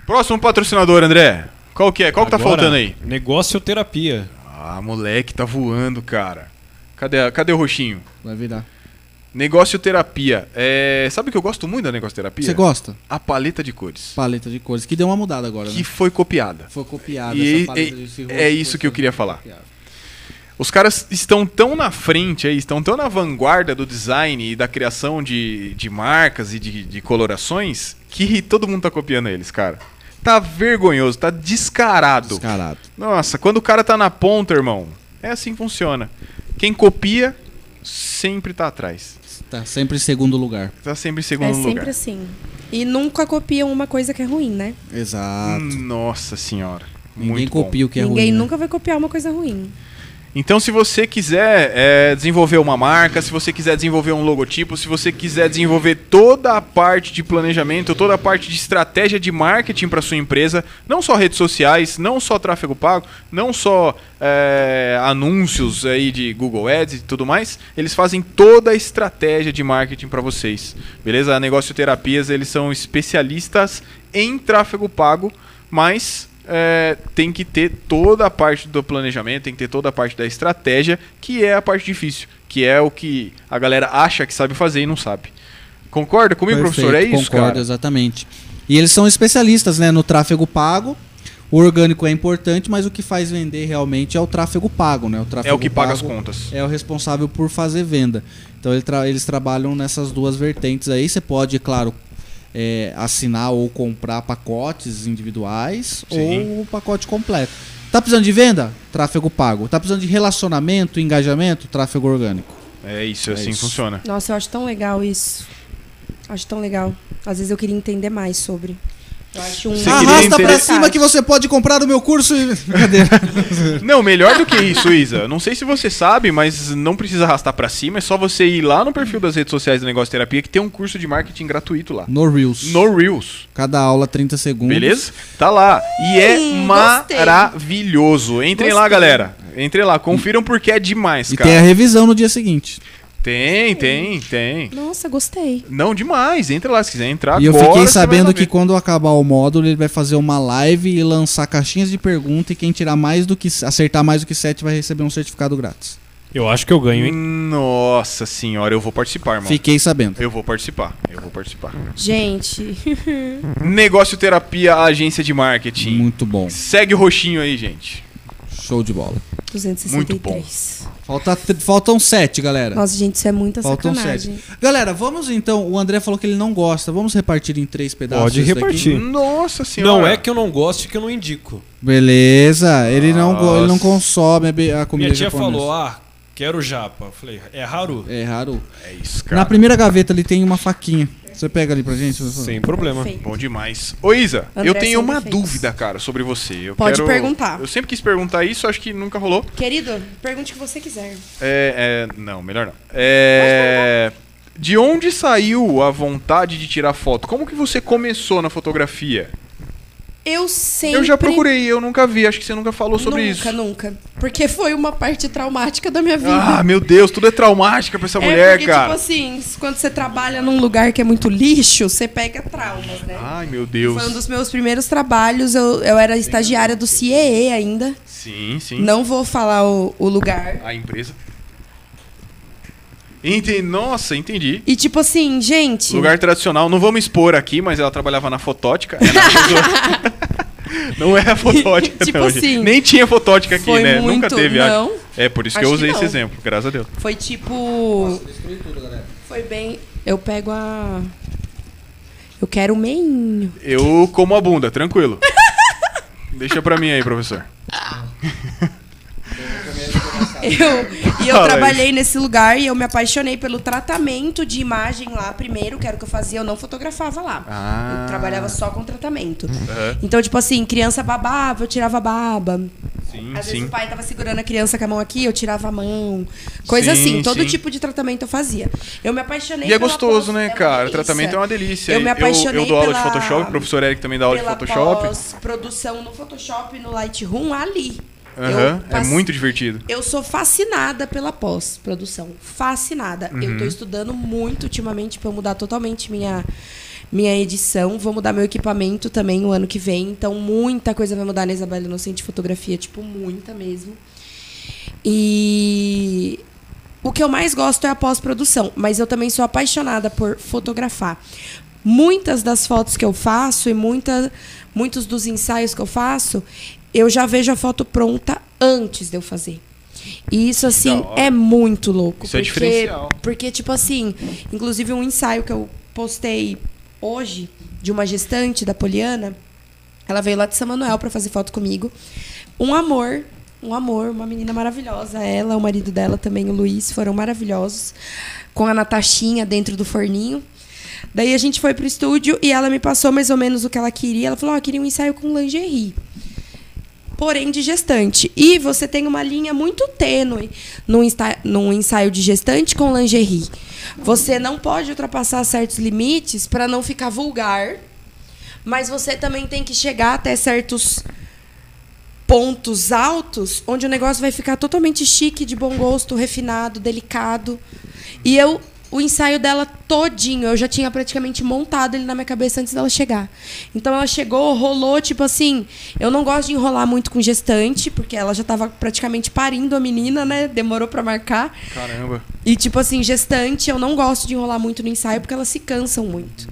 Próximo patrocinador, André. Qual que é? Qual que tá Agora, faltando aí? Negócio terapia. Ah, moleque, tá voando, cara. Cadê, a- cadê o roxinho? Vai virar. Negócio terapia. É, sabe que eu gosto muito da negócio terapia? Você gosta? A paleta de cores. Paleta de cores, que deu uma mudada agora, Que né? foi copiada. Foi copiada E essa paleta é- desse é rosto, isso foi que eu queria falar. copiada. Os caras estão tão na frente aí, estão tão na vanguarda do design e da criação de, de marcas e de, de colorações que todo mundo tá copiando eles, cara. Tá vergonhoso, tá descarado. Descarado. Nossa, quando o cara tá na ponta, irmão, é assim que funciona. Quem copia sempre tá atrás. Tá sempre em segundo lugar. Tá sempre em É segundo sempre lugar. assim. E nunca copiam uma coisa que é ruim, né? Exato. Nossa senhora. Ninguém muito Hum, bom. copia o que é Ninguém ruim. né? nunca vai copiar uma coisa ruim. Então, se você quiser é, desenvolver uma marca, se você quiser desenvolver um logotipo, se você quiser desenvolver toda a parte de planejamento, toda a parte de estratégia de marketing para sua empresa, não só redes sociais, não só tráfego pago, não só é, anúncios aí de Google Ads e tudo mais, eles fazem toda a estratégia de marketing para vocês, beleza? A Negócio Terapias eles são especialistas em tráfego pago, mas é, tem que ter toda a parte do planejamento, tem que ter toda a parte da estratégia, que é a parte difícil, que é o que a galera acha que sabe fazer e não sabe. Concorda comigo, professor? É isso, concordo, cara? exatamente. E eles são especialistas né, no tráfego pago. O orgânico é importante, mas o que faz vender realmente é o tráfego pago, né? O tráfego É o que paga as pago contas. É o responsável por fazer venda. Então ele tra- eles trabalham nessas duas vertentes aí. Você pode, claro, é, assinar ou comprar pacotes individuais Sim. ou o pacote completo. Tá precisando de venda? Tráfego pago. Tá precisando de relacionamento, engajamento? Tráfego orgânico. É isso, assim isso. funciona. Nossa, eu acho tão legal isso. Acho tão legal. Às vezes eu queria entender mais sobre. Eu acho um... Você queria Arrasta pra entender- cima que você pode comprar o meu curso e. Brincadeira. Não, melhor do que isso, Isa. Não sei se você sabe, mas não precisa arrastar pra cima. É só você ir lá no perfil das redes sociais do Negócio Terapia que tem um curso de marketing gratuito lá. No Reels. No Reels, Cada aula 30 segundos. beleza? Tá lá. E é Hum, gostei. maravilhoso. Entrem lá, Gostei. galera. Entrem lá, confiram porque é demais, E cara. tem a revisão no dia seguinte. Tem, tem, tem. Nossa, gostei. Não, demais. Entra lá se quiser entrar. e eu agora você fiquei vai sabendo saber. que quando acabar o módulo, ele vai fazer uma live e lançar caixinhas de pergunta e quem tirar mais do que acertar mais do que 7 vai receber um certificado grátis. Eu acho que eu ganho, hein? Hum, Nossa senhora, eu vou participar, irmão. Fiquei sabendo. Eu vou participar, eu vou participar. Gente, Negócio Terapia, agência de marketing. Muito bom. Segue o roxinho aí, gente. Show de bola. 263. Muito bom. Falta tr- faltam 7, galera. Nossa, gente, isso é muita faltam sacanagem. 7. Galera, vamos então, o André falou que ele não gosta. Vamos repartir em três pedaços Pode isso daqui? repartir. Sim. Nossa senhora. Não é que eu não gosto e que eu não indico. Beleza. Ele não go- ele não Nossa. consome a, be- a comida Minha tia japonesa. falou, ah, quero japa. Eu falei, é Haru. É raro. É isso, Na cara. primeira gaveta ali tem uma faquinha. Você pega ali pra gente? por favor? Sem problema. Perfeito. Bom demais. Ô Isa, André eu tenho uma sempre fez. dúvida, cara, sobre você. Eu Pode quero- perguntar. Eu sempre quis perguntar isso, acho que nunca rolou. Querido, pergunte o que você quiser. É, é, não, melhor não. É, de onde saiu a vontade de tirar foto? Como que você começou na fotografia? Eu sempre. Eu já procurei, eu nunca vi, acho que você nunca falou sobre nunca, isso. Nunca, Porque foi uma parte traumática da minha vida. Ah, meu Deus, tudo é traumática pra essa mulher, é porque, cara. tipo assim, quando você trabalha num lugar que é muito lixo, você pega traumas, né? Ai, meu Foi um Deus. dos meus primeiros trabalhos. Eu, eu era estagiária do CIEE ainda. Sim, sim. Não vou falar o, o lugar. A empresa. Entendi. Nossa, entendi. E tipo assim, gente. Lugar tradicional, não vamos expor aqui, mas ela trabalhava na fotótica. É na tesoura. não é a fotótica, Tipo não, gente. assim, Nem tinha fotótica aqui, foi né? muito- Nunca teve. acho. não. É, por isso que Acho eu que usei esse não. exemplo, graças a Deus. Foi tipo. Foi bem. Eu pego a. Eu quero o meinho. Eu como a bunda, tranquilo. Deixa pra mim aí, professor. Eu, e eu Fala trabalhei nesse lugar e eu me apaixonei pelo tratamento de imagem lá primeiro, que era o que eu fazia, eu não fotografava lá. Ah. Uhum. Eu trabalhava só com tratamento. Então, tipo assim, criança babava, eu tirava a baba. Sim, Às vezes sim. o pai tava segurando a criança com a mão aqui, eu tirava a mão. Coisa Sim, assim, todo sim. tipo de tratamento eu fazia. Eu me apaixonei E é pela gostoso, pós- né, uma cara? O delícia. tratamento é uma delícia. Eu me apaixonei eu, dou aula de pela- Photoshop, o professor Eric também dá aula de pela Photoshop. pós-produção no Photoshop, no Lightroom, ali. Eu Aham, É passe- muito divertido. Eu sou fascinada pela pós-produção. Fascinada. Eu tô estudando muito ultimamente pra eu mudar totalmente minha minha edição. Vou mudar meu equipamento também o ano que vem. Então, muita coisa vai mudar na Isabela Inocente Fotografia. Tipo, muita mesmo. E o que eu mais gosto é a pós-produção, mas eu também sou apaixonada por fotografar. Muitas das fotos que eu faço e muita, muitos dos ensaios que eu faço, eu já vejo a foto pronta antes de eu fazer. E isso, assim, hora. é muito louco. Isso é diferencial. Porque, tipo assim, inclusive um ensaio que eu postei hoje de uma gestante da Poliana, ela veio lá de São Manuel para fazer foto comigo. Um amor, um amor, uma menina maravilhosa. Ela, o marido dela também, o Luiz, foram maravilhosos. Com a Natashinha dentro do forninho. Daí a gente foi pro estúdio e ela me passou mais ou menos o que ela queria. Ela falou: Ó, eu queria um ensaio com lingerie. porém de gestante. E você tem uma linha muito tênue num, insta- num ensaio de gestante com lingerie. Você não pode ultrapassar certos limites para não ficar vulgar, mas você também tem que chegar até certos pontos altos onde o negócio vai ficar totalmente chique, de bom gosto, refinado, delicado. E eu o ensaio dela todinho, eu já tinha praticamente montado ele na minha cabeça antes dela chegar. Então ela chegou, rolou, tipo assim, eu não gosto de enrolar muito com gestante, porque ela já estava praticamente parindo a menina, né? Demorou para marcar. Caramba. E, tipo assim, gestante, eu não gosto de enrolar muito no ensaio porque elas se cansam muito.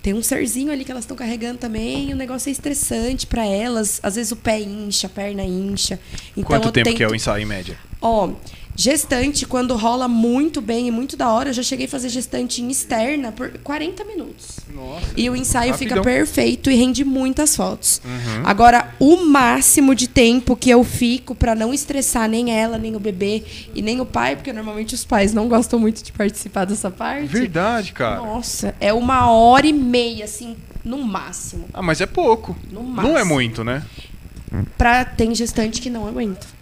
Tem um serzinho ali que elas estão carregando também, e o negócio é estressante para elas. Às vezes o pé incha, a perna incha. Então, Quanto eu tempo que é tento- o ensaio em média? Ó, gestante, quando rola muito bem e muito da hora, eu já cheguei a fazer gestante em externa por 40 minutos. Nossa. E o ensaio Rapidão. Uhum. fica perfeito e rende muitas fotos. Agora, o máximo de tempo que eu fico pra não estressar nem ela, nem o bebê e nem o pai, porque normalmente os pais não gostam muito de participar dessa parte. Verdade, cara. Nossa, é uma hora e meia, assim, no máximo. Ah, mas é pouco. No Não é máximo. muito, né? Pra tem gestante que não aguenta.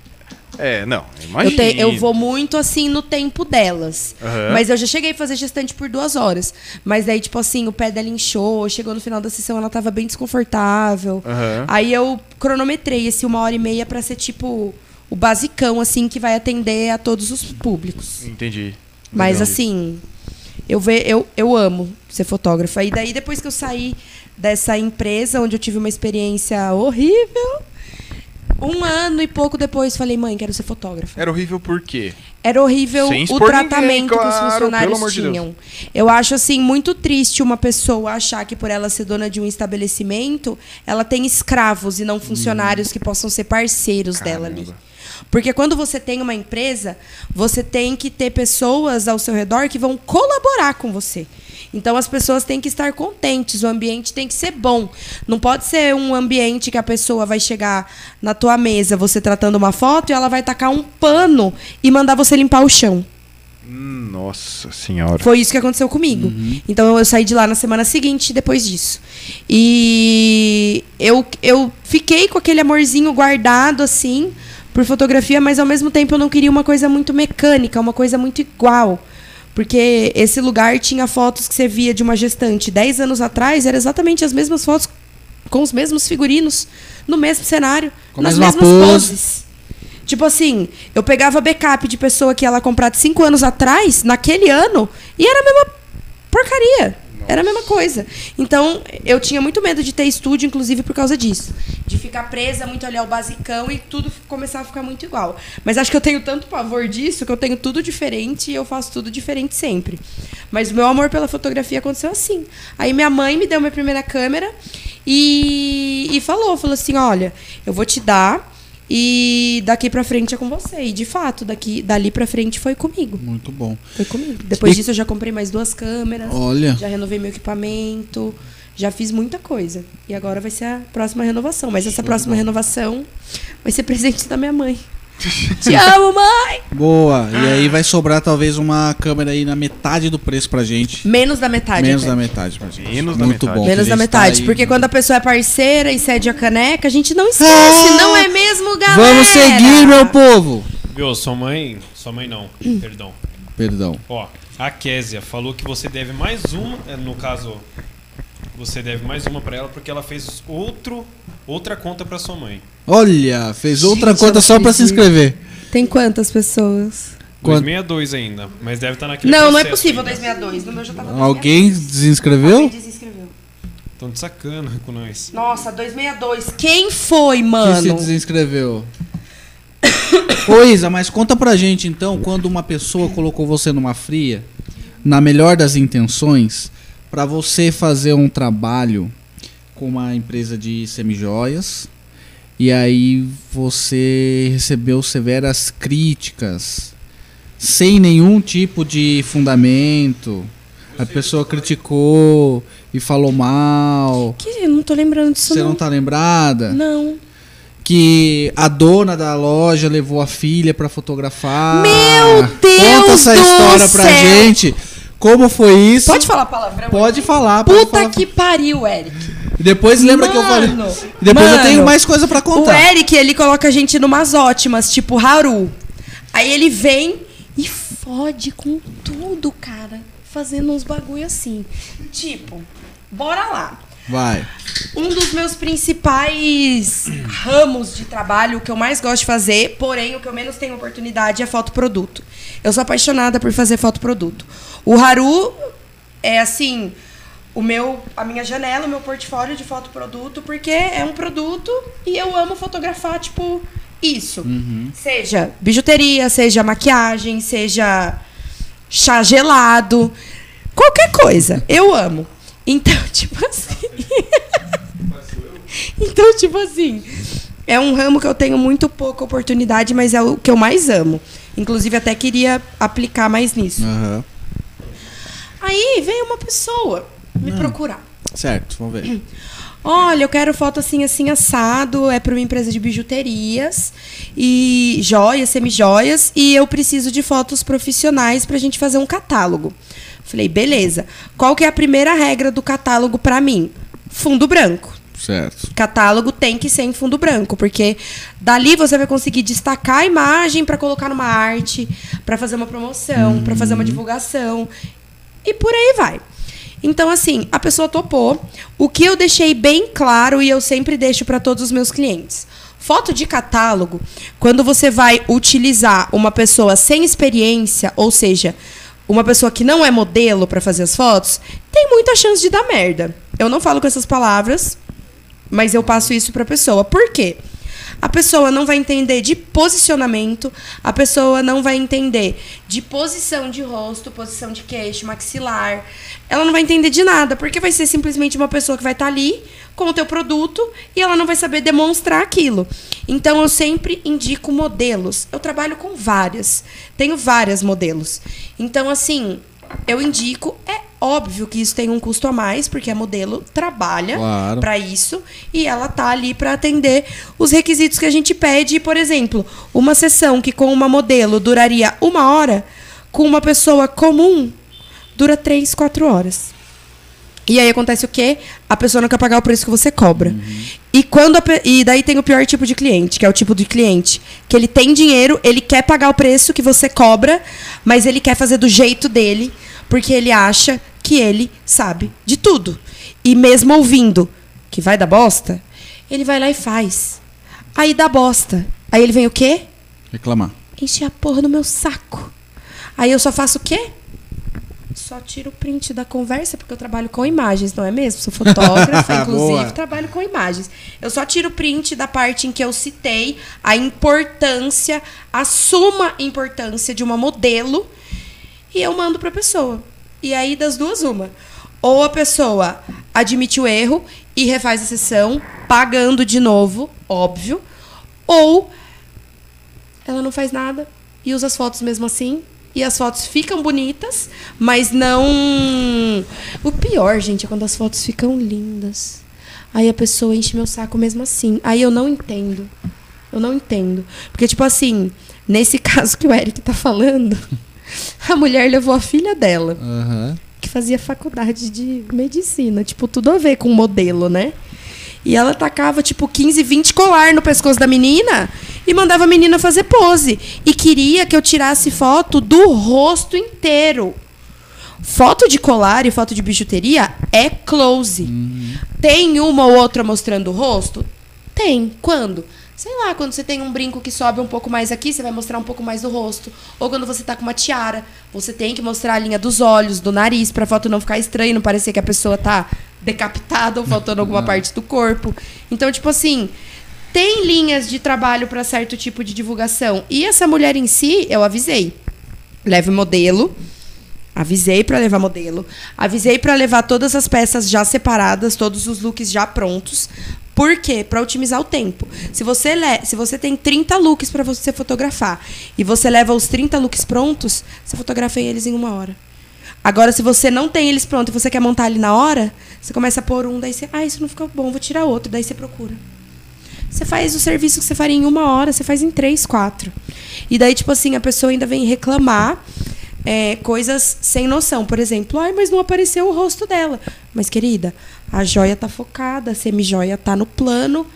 É, não. Eu, Imagina. te- eu vou muito assim no tempo delas. Aham. Mas eu já cheguei a fazer gestante por duas horas. Mas daí, tipo assim, o pé dela inchou, chegou no final da sessão, ela tava bem desconfortável. Aham. Aí eu cronometrei esse uma hora e meia pra ser, tipo, o basicão, assim, que vai atender a todos os públicos. Entendi. Mas Entendi. assim, eu, ve, eu, eu amo ser fotógrafa. E daí, depois que eu saí dessa empresa, onde eu tive uma experiência horrível, um ano e pouco depois, falei, mãe, quero ser fotógrafa. Era horrível por quê? Era horrível Sem o expor tratamento ninguém, que os claro, pelo funcionários amor de tinham. Eu acho assim muito triste uma pessoa achar que por ela ser dona de um estabelecimento, ela tem escravos e não funcionários que possam ser parceiros dela ali. Porque quando você tem uma empresa, você tem que ter pessoas ao seu redor que vão colaborar com você. Então as pessoas têm que estar contentes, o ambiente tem que ser bom. Não pode ser um ambiente que a pessoa vai chegar na tua mesa, você tratando uma foto, e ela vai tacar um pano e mandar você limpar o chão. Hum, Nossa senhora. Foi isso que aconteceu comigo. Então eu saí de lá na semana seguinte, depois disso. E eu, eu fiquei com aquele amorzinho guardado, assim, por fotografia, mas ao mesmo tempo eu não queria uma coisa muito mecânica, uma coisa muito igual. Porque esse lugar tinha fotos que você via de uma gestante 10 anos atrás, eram exatamente as mesmas fotos com os mesmos figurinos, no mesmo cenário, Com a nas mesma mesmas pose. poses. Tipo assim, eu pegava backup de pessoa que ela comprava cinco anos atrás, naquele ano, e era a mesma porcaria. Era a mesma coisa. Então, eu tinha muito medo de ter estúdio, inclusive, por causa disso. De ficar presa muito ali ao basicão e tudo f- começar a ficar muito igual. Mas acho que eu tenho tanto pavor disso que eu tenho tudo diferente e eu faço tudo diferente sempre. Mas o meu amor pela fotografia aconteceu assim. Aí minha mãe me deu minha primeira câmera e, e falou, falou assim, olha, eu vou te dar e daqui pra frente é com você. E de fato, daqui, dali pra frente foi comigo. Muito bom. Foi comigo. Depois E- disso eu já comprei mais duas câmeras. Olha. Já renovei meu equipamento, já fiz muita coisa. E agora vai ser a próxima renovação. Mas essa próxima renovação vai ser presente da minha mãe. Te amo, mãe! Boa. E aí vai sobrar talvez uma câmera aí na metade do preço pra gente. Menos da metade. Menos até. da metade pra gente. Menos da Muito metade. bom. Menos que da a gente tá metade. aí- Ah! Porque quando a pessoa é parceira e cede a caneca, a gente não esquece, não é mesmo, galera? Vamos seguir, meu povo. Viu, sua mãe. Sua mãe não, Hum. perdão. Perdão. Ó, a Késia falou que você deve mais uma, é, no caso, você deve mais uma pra ela porque ela fez outro outra conta pra sua mãe. Olha, fez outra Gente, conta eu só pra fiz se isso. inscrever. Tem quantas pessoas? Quanto? 262 ainda, mas deve estar naquele Não, não é processo possível, ainda. 262. No meu já tava Alguém 262. desinscreveu? Alguém desinscreveu. Tão de sacana com nós. Nossa, 262. Quem foi, Que se mano? desinscreveu. Ô Isa, mas conta pra gente então, quando uma pessoa colocou você numa fria, na melhor das intenções, pra você fazer um trabalho com uma empresa de semijoias, e aí você recebeu severas críticas, sem nenhum tipo de fundamento. A pessoa criticou e falou mal. Que eu não tô lembrando disso, Você não. não tá lembrada? Não. que a dona da loja levou a filha pra fotografar. Meu Deus Conta essa do história pra céu! gente. Como foi isso? Pode falar palavrão? Pode falar. pode Puta falar. que pariu, Eric. Depois lembra que eu falei. Mano, Depois eu tenho mano, mais coisa pra O contar. Eric, ele coloca a gente numas ótimas, tipo Haru. Aí ele vem e fode com tudo, cara. Fazendo uns bagulho assim. Tipo, bora lá. Vai. Um dos meus principais ramos de trabalho, o que eu mais gosto de fazer, porém o que eu menos tenho oportunidade é fotoproduto. Eu sou apaixonada por fazer fotoproduto. O Haru é assim, o meu, a minha janela, o meu portfólio de fotoproduto, porque é um produto e eu amo fotografar, tipo, isso. Seja bijuteria, seja maquiagem, seja chá gelado, qualquer coisa. Eu amo. Então, tipo assim. Então, tipo assim, é um ramo que eu tenho muito pouca oportunidade, mas é o que eu mais amo. Inclusive, até queria aplicar mais nisso. Aham. Aí veio uma pessoa me procurar. Certo, vamos ver. Olha, eu quero foto assim, assim, assado. É para uma empresa de bijuterias e joias, semijoias. E eu preciso de fotos profissionais para a gente fazer um catálogo. Falei, beleza. Qual que é a primeira regra do catálogo para mim? Fundo branco Certo. catálogo tem que ser em fundo branco, porque dali você vai conseguir destacar a imagem para colocar numa arte, para fazer uma promoção, para fazer uma divulgação e por aí vai. Então assim, a pessoa topou. O que eu deixei bem claro e eu sempre deixo para todos os meus clientes. Foto de catálogo, quando você vai utilizar uma pessoa sem experiência, ou seja, uma pessoa que não é modelo para fazer as fotos, tem muita chance de dar merda. Eu não falo com essas palavras, mas eu passo isso para a pessoa. Por quê? A pessoa não vai entender de posicionamento, a pessoa não vai entender de posição de rosto, posição de queixo, maxilar. Ela não vai entender de nada, porque vai ser simplesmente uma pessoa que vai estar ali com o teu produto e ela não vai saber demonstrar aquilo. Então eu sempre indico modelos. Eu trabalho com várias, tenho várias modelos. Então assim, eu indico, é óbvio que isso tem um custo a mais, porque a modelo trabalha Claro. para isso e ela tá ali para atender os requisitos que a gente pede. E, Por exemplo, uma sessão que com uma modelo duraria uma hora, com uma pessoa comum dura três, quatro horas. E aí acontece o quê? A pessoa não quer pagar o preço que você cobra. E quando a pe- e daí tem o pior tipo de cliente, que é o tipo de cliente que ele tem dinheiro, ele quer pagar o preço que você cobra, mas ele quer fazer do jeito dele, porque ele acha que ele sabe de tudo. E mesmo ouvindo que vai dar bosta, ele vai lá e faz. Aí dá bosta. Aí ele vem o quê? Reclamar. encher a porra do meu saco. Aí eu só faço o quê? Só tiro o print da conversa, porque eu trabalho com imagens, não é mesmo? Sou fotógrafa, Boa. inclusive, trabalho com imagens. Eu só tiro o print da parte em que eu citei a importância, a suma importância de uma modelo, e eu mando pra pessoa. E aí, das duas, uma. Ou a pessoa admite o erro e refaz a sessão, pagando de novo, óbvio. Ou ela não faz nada e usa as fotos mesmo assim. E as fotos ficam bonitas, mas não. O pior, gente, é quando as fotos ficam lindas. Aí a pessoa enche meu saco mesmo assim. Aí eu não entendo. Eu não entendo. Porque, tipo assim, nesse caso que o Eric tá falando, a mulher levou a filha dela Aham. que fazia faculdade de medicina. Tipo, tudo a ver com modelo, né? E ela tacava, tipo, 15, 20 colar no pescoço da menina e mandava a menina fazer pose. E queria que eu tirasse foto do rosto inteiro. Foto de colar e foto de bijuteria é close. Tem uma ou outra mostrando o rosto? Tem. Quando? Sei lá, quando você tem um brinco que sobe um pouco mais aqui, você vai mostrar um pouco mais do rosto. Ou quando você tá com uma tiara, você tem que mostrar a linha dos olhos, do nariz, pra foto não ficar estranha, e não parecer que a pessoa tá decapitada ou faltando alguma parte do corpo. Então, tipo assim, tem linhas de trabalho pra certo tipo de divulgação. E essa mulher em si, eu avisei. Leve modelo, Avisei para levar modelo, avisei para levar todas as peças já separadas, todos os looks já prontos. Por quê? Para otimizar o tempo. Se você, le- se você tem 30 looks para você fotografar e você leva os 30 looks prontos, você fotografa eles em uma hora. Agora, se você não tem eles prontos e você quer montar ali na hora, você começa a pôr um, daí você, ah, isso não ficou bom, vou tirar outro, daí você procura. Você faz o serviço que você faria em uma hora, você faz em três, quatro. E daí, tipo assim, a pessoa ainda vem reclamar é, coisas sem noção. Por exemplo, ai, mas não apareceu o rosto dela. Mas, querida, a joia tá focada, a semijoia tá no plano.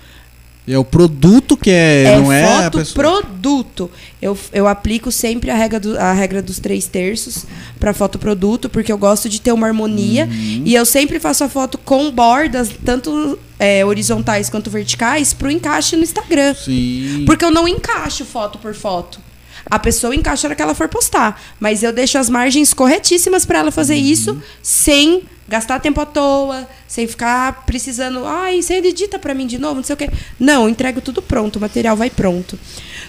E é o produto que é, é não é a foto pessoa. produto. Eu, eu aplico sempre a regra, do- a regra dos três terços para foto produto, porque eu gosto de ter uma harmonia. Uhum. E eu sempre faço a foto com bordas, tanto é, horizontais quanto verticais, pro encaixe no Instagram. Sim. Porque eu não encaixo foto por foto. A pessoa encaixa na que ela for postar. Mas eu deixo as margens corretíssimas para ela fazer isso sem gastar tempo à toa, sem ficar precisando. Ai, você edita para mim de novo, não sei o quê. Não, eu entrego tudo pronto, o material vai pronto.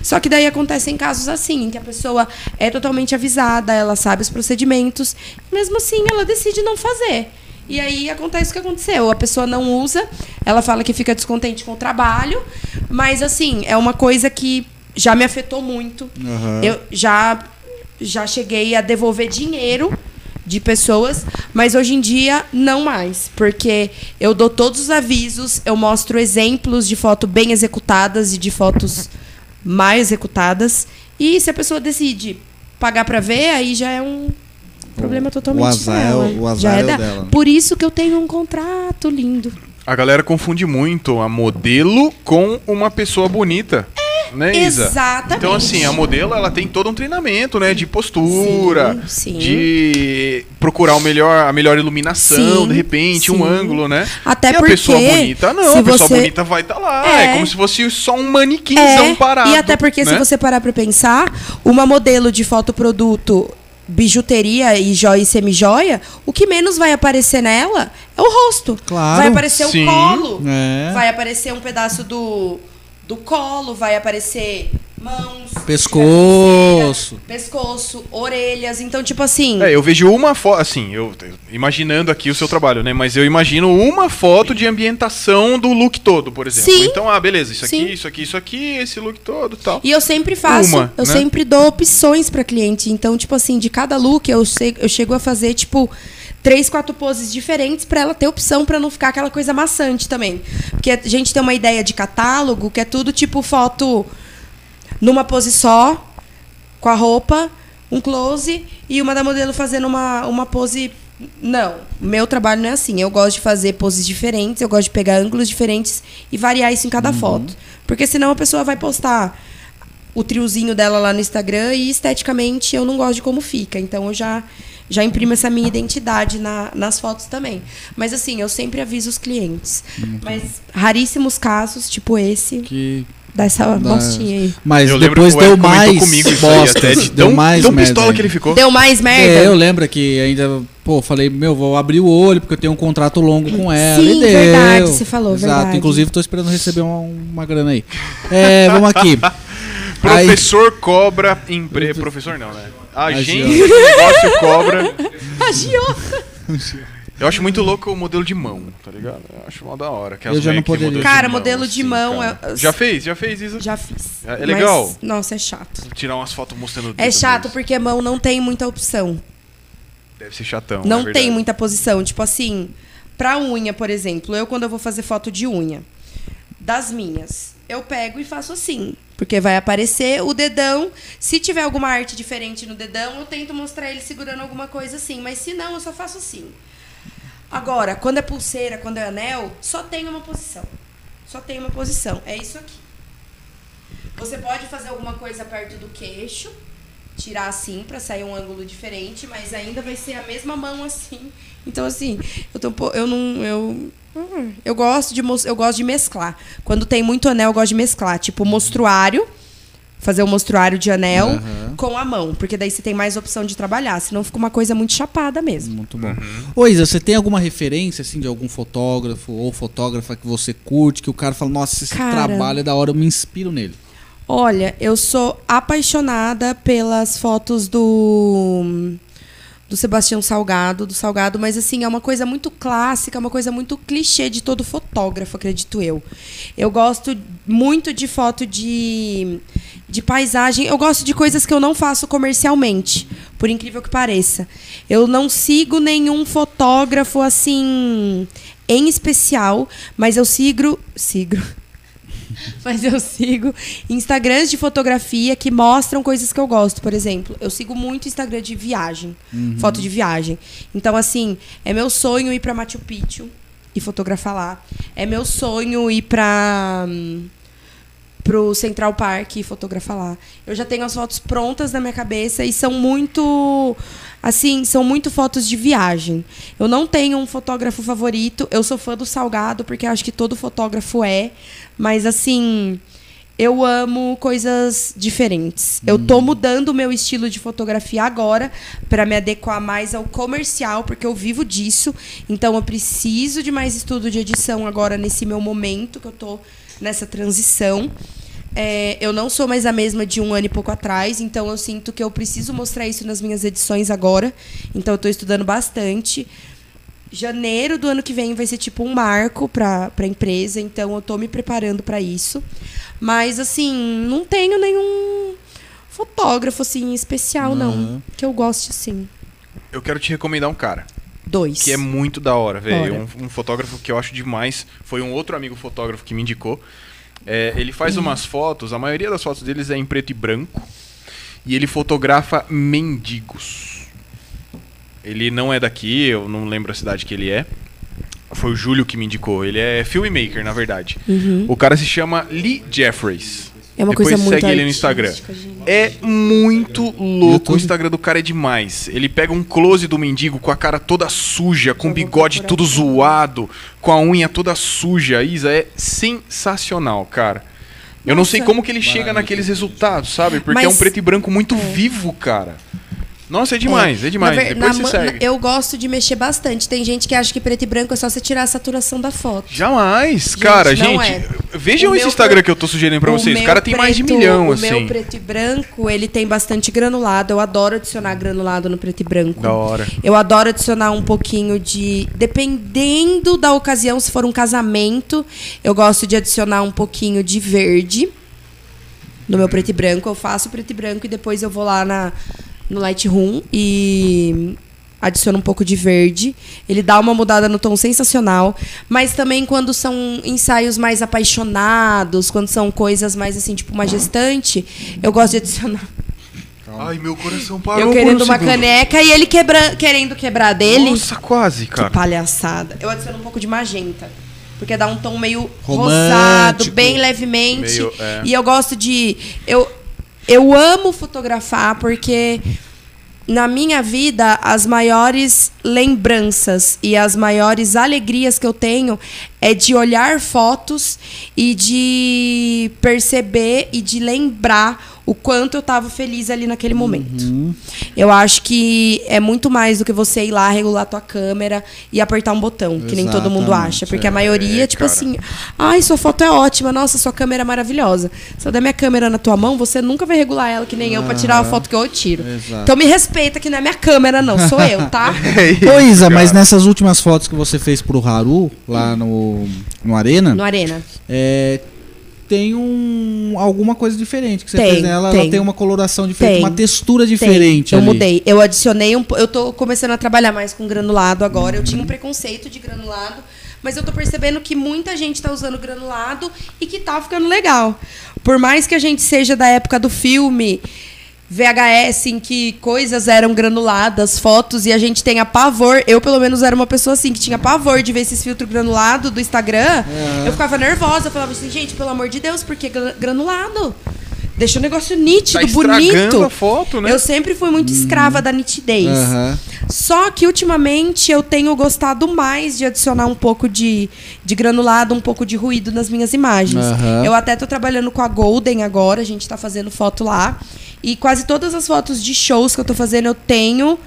Só que daí acontecem casos assim, em que a pessoa é totalmente avisada, ela sabe os procedimentos, mesmo assim ela decide não fazer. E aí acontece o que aconteceu. A pessoa não usa, ela fala que fica descontente com o trabalho, mas assim, é uma coisa que já me afetou muito. Eu já, já cheguei a devolver dinheiro de pessoas, mas hoje em dia não mais, porque eu dou todos os avisos, eu mostro exemplos de foto bem executadas e de fotos mal executadas, e se a pessoa decide pagar pra ver, aí já é um problema totalmente azar é o- dela. o azar já é o da- dela. Por isso que eu tenho um contrato lindo. A galera confunde muito a modelo com uma pessoa bonita. Né, Isa? Exatamente. Então, assim, a modelo ela tem todo um treinamento, né? De postura, Sim, sim. de procurar o melhor, a melhor iluminação, Sim, de repente, sim. um ângulo, né? Até e porque a pessoa bonita, não. se a pessoa você- bonita vai estar lá. É. É. como se fosse só um manequinzão parado. e até porque se né? você parar pra pensar, uma modelo de fotoproduto, bijuteria e joia e semijoia, o que menos vai aparecer nela é o rosto. Claro. Vai aparecer Sim. o colo, É. vai aparecer um pedaço do, do colo, vai aparecer mãos, Pescoço. pescoço, orelhas. Então, tipo assim, É, eu vejo uma foto, assim, eu eu- imaginando aqui o seu trabalho, né? Mas eu imagino uma foto de ambientação do look todo, por exemplo. Sim. Então, ah, beleza, isso aqui, Sim. isso aqui, isso aqui, esse look todo, e tal. E eu sempre faço, Uma, eu né? sempre dou opções pra cliente. Então, tipo assim, de cada look eu, che- eu chego a fazer, tipo, três, quatro poses diferentes pra ela ter opção pra não ficar aquela coisa maçante também. Porque a gente tem uma ideia de catálogo que é tudo tipo foto numa pose só, com a roupa, um close e uma da modelo fazendo uma, uma pose. Não, meu trabalho não é assim. Eu gosto de fazer poses diferentes, eu gosto de pegar ângulos diferentes e variar isso em cada foto. Porque senão a pessoa vai postar o triozinho dela lá no Instagram e esteticamente eu não gosto de como fica. Então eu já, já imprimo essa minha identidade na- nas fotos também. Mas assim, eu sempre aviso os clientes. Mas raríssimos casos, tipo esse, Que... dá essa mostinha aí. Mas eu lembro depois que o Hélio deu comentou mais comigo isso aí, bosta. até de Deu tão, mais tão merda pistola ainda. que ele ficou. Deu mais merda? É, eu lembro que ainda, pô, falei, meu, vou abrir o olho porque eu tenho um contrato longo com ela. Sim, e deu. verdade, você falou, Exato. verdade. Inclusive, tô esperando receber uma, uma grana aí. É, vamos aqui. Aí- Professor cobra empre... Professor não, né? Agente de Agiota. negócio cobra. Eu acho muito louco o modelo de mão, tá ligado? Eu acho uma da hora. Que as Eu já não mulheres que poderia. modelo Cara, modelo de mão cara. é- Já fez? Já fez isso? Já fiz. É legal? Mas, nossa, é chato. Tirar umas fotos mostrando o É dedo chato deles. porque a mão não tem muita opção. Deve ser chatão. é Não verdade. tem muita posição. Tipo assim, pra unha, por exemplo, eu quando eu vou fazer foto de unha, das minhas, eu pego e faço assim. Porque vai aparecer o dedão. Se tiver alguma arte diferente no dedão, eu tento mostrar ele segurando alguma coisa assim. Mas se não, eu só faço assim. Agora, quando é pulseira, quando é anel, só tem uma posição. Só tem uma posição. É isso aqui. Você pode fazer alguma coisa perto do queixo, tirar assim pra sair um ângulo diferente, mas ainda vai ser a mesma mão assim. Então assim, eu tô um po- eu não eu hum, eu gosto de mos- eu gosto de mesclar. Quando tem muito anel, eu gosto de mesclar, tipo mostruário, fazer o mostruário de anel com a mão, porque daí você tem mais opção de trabalhar, senão fica uma coisa muito chapada mesmo. Muito bom. Ô, Isa, você tem alguma referência, assim, de algum fotógrafo ou fotógrafa que você curte, que o cara fala, nossa, esse Cara. trabalho é da hora, eu me inspiro nele. Olha, eu sou apaixonada pelas fotos do do Sebastião Salgado, do Salgado, mas assim, é uma coisa muito clássica, uma coisa muito clichê de todo fotógrafo, acredito eu. Eu gosto muito de foto de de paisagem, eu gosto de coisas que eu não faço comercialmente, por incrível que pareça. Eu não sigo nenhum fotógrafo assim em especial, mas eu sigo sigo Mas eu sigo Instagrams de fotografia que mostram coisas que eu gosto, por exemplo. Eu sigo muito Instagram de viagem, foto de viagem. Então, assim, é meu sonho ir pra Machu Picchu e fotografar lá. É meu sonho ir pra. hum, pro Central Park e fotografar lá. Eu já tenho as fotos prontas na minha cabeça e são muito assim, são muito fotos de viagem. Eu não tenho um fotógrafo favorito. Eu sou fã do Salgado porque acho que todo fotógrafo é, mas assim, eu amo coisas diferentes. Eu tô mudando o meu estilo de fotografia agora para me adequar mais ao comercial, porque eu vivo disso. Então eu preciso de mais estudo de edição agora nesse meu momento que eu tô nessa transição. É, eu não sou mais a mesma de um ano e pouco atrás, então eu sinto que eu preciso mostrar isso nas minhas edições agora. Então eu estou estudando bastante. Janeiro do ano que vem vai ser tipo um marco para a empresa, então eu estou me preparando para isso. Mas assim, não tenho nenhum fotógrafo assim especial Uhum. não, que eu goste assim. Eu quero te recomendar um cara. Dois. Que é muito da hora, velho. Bora. Um, um fotógrafo que eu acho demais. Foi um outro amigo fotógrafo que me indicou. É, ele faz umas Hum. fotos, a maioria das fotos deles é em preto e branco. E ele fotografa mendigos. Ele não é daqui, eu não lembro a cidade que ele é. Foi o Júlio que me indicou. Ele é filmmaker, na verdade. Hum. Uhum. O cara se chama Lee Jeffries. É uma Depois coisa muito segue ele no Instagram. artística, gente. É muito louco. O Instagram do cara é demais. Ele pega um close do mendigo com a cara toda suja, com o Eu vou bigode procurar todo aqui. zoado, com a unha toda suja. Isa é sensacional, cara. Eu não sei Nossa. como que ele chega naqueles resultados, sabe? Porque é um Mas- preto e branco muito vivo, cara. Nossa, é demais, é, demais. Na ver- Depois na você ma- segue. Eu gosto de mexer bastante. Tem gente que acha que preto e branco é só você tirar a saturação da foto. Jamais, cara, não gente. é. Vejam O esse meu Instagram pre- que eu tô sugerindo pra vocês. O meu cara tem mais de preto- milhão, o assim. meu preto e branco, ele tem bastante granulado. Eu adoro adicionar granulado no preto e branco. Da hora. Eu adoro adicionar um pouquinho de. Dependendo da ocasião, se for um casamento, eu gosto de adicionar um pouquinho de verde no meu preto e branco. Eu faço preto e branco e depois eu vou lá na, no Lightroom e adiciono um pouco de verde. Ele dá uma mudada no tom sensacional. Mas também quando são ensaios mais apaixonados, quando são coisas mais assim, tipo uma gestante, eu gosto de adicionar. Ai, meu coração eu por um querendo uma segundo. caneca e ele quebra, querendo quebrar dele. Nossa, quase, cara. Que palhaçada. Eu adiciono um pouco de magenta. Porque dá um tom meio Romântico. rosado, bem levemente. Meio, é. E eu gosto de. Eu, eu amo fotografar porque. Na minha vida, as maiores lembranças e as maiores alegrias que eu tenho é de olhar fotos e de perceber e de lembrar o quanto eu estava feliz ali naquele momento. Eu acho que é muito mais do que você ir lá regular tua câmera e apertar um botão, que nem todo mundo Exatamente, acha, porque a maioria, tipo cara. assim, ai, sua foto é ótima, nossa, sua câmera é maravilhosa. Se eu der minha câmera na tua mão, você nunca vai regular ela que nem eu pra tirar a foto que eu tiro. Exato. Então me respeita que não é minha câmera não, sou eu, tá? É Ô Isa, mas nessas últimas fotos que você fez pro Haru, lá no, no Arena, No Arena. é, tem um, alguma coisa diferente que você Tem, fez nela. Ela tem. tem uma coloração diferente, Tem. uma textura Tem, diferente. Eu ali. mudei. Eu adicionei um. po- Eu tô começando a trabalhar mais com granulado agora. Eu tinha um preconceito de granulado, mas eu tô percebendo que muita gente tá usando granulado e que tá ficando legal. Por mais que a gente seja da época do filme. VHS em que coisas eram granuladas, fotos e a gente tenha pavor. Eu, pelo menos, era uma pessoa assim que tinha pavor de ver esses filtros granulados do Instagram. Eu ficava nervosa, eu falava assim, gente, pelo amor de Deus, por que gra- granulado? Deixa o negócio nítido, Tá é bonito. estragando a foto, né? Eu sempre fui muito escrava da nitidez. Aham. Só que ultimamente eu tenho gostado mais de adicionar um pouco de, de granulado, um pouco de ruído nas minhas imagens. Aham. Eu até tô trabalhando com a Golden agora, a gente tá fazendo foto lá. E quase todas as fotos de shows que eu tô fazendo eu tenho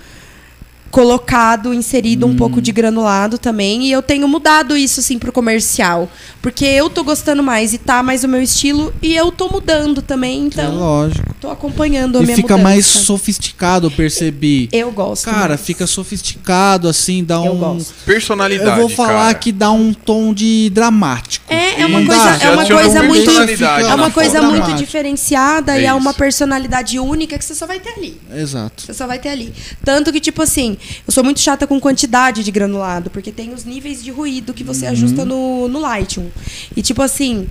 colocado, inserido Hum. um pouco de granulado também. E eu tenho mudado isso, assim, pro comercial. Porque eu tô gostando mais e tá mais o meu estilo. E eu tô mudando também, É então lógico. tô acompanhando a E minha fica mudança. mais sofisticado, eu percebi. Eu gosto. Cara, mais. fica sofisticado, assim, dá Eu um. gosto. Personalidade, Eu vou falar cara. que dá um tom de dramático. É, é Não uma dá? coisa, é Já uma tinha coisa um uma muito, personalidade é na uma foto. coisa muito Dramático. diferenciada É e é isso. uma personalidade única que você só vai ter ali. Exato. Você só vai ter ali. Tanto que, tipo assim, eu sou muito chata com quantidade de granulado, porque tem os níveis de ruído que você ajusta no, no Lightroom. E, tipo assim,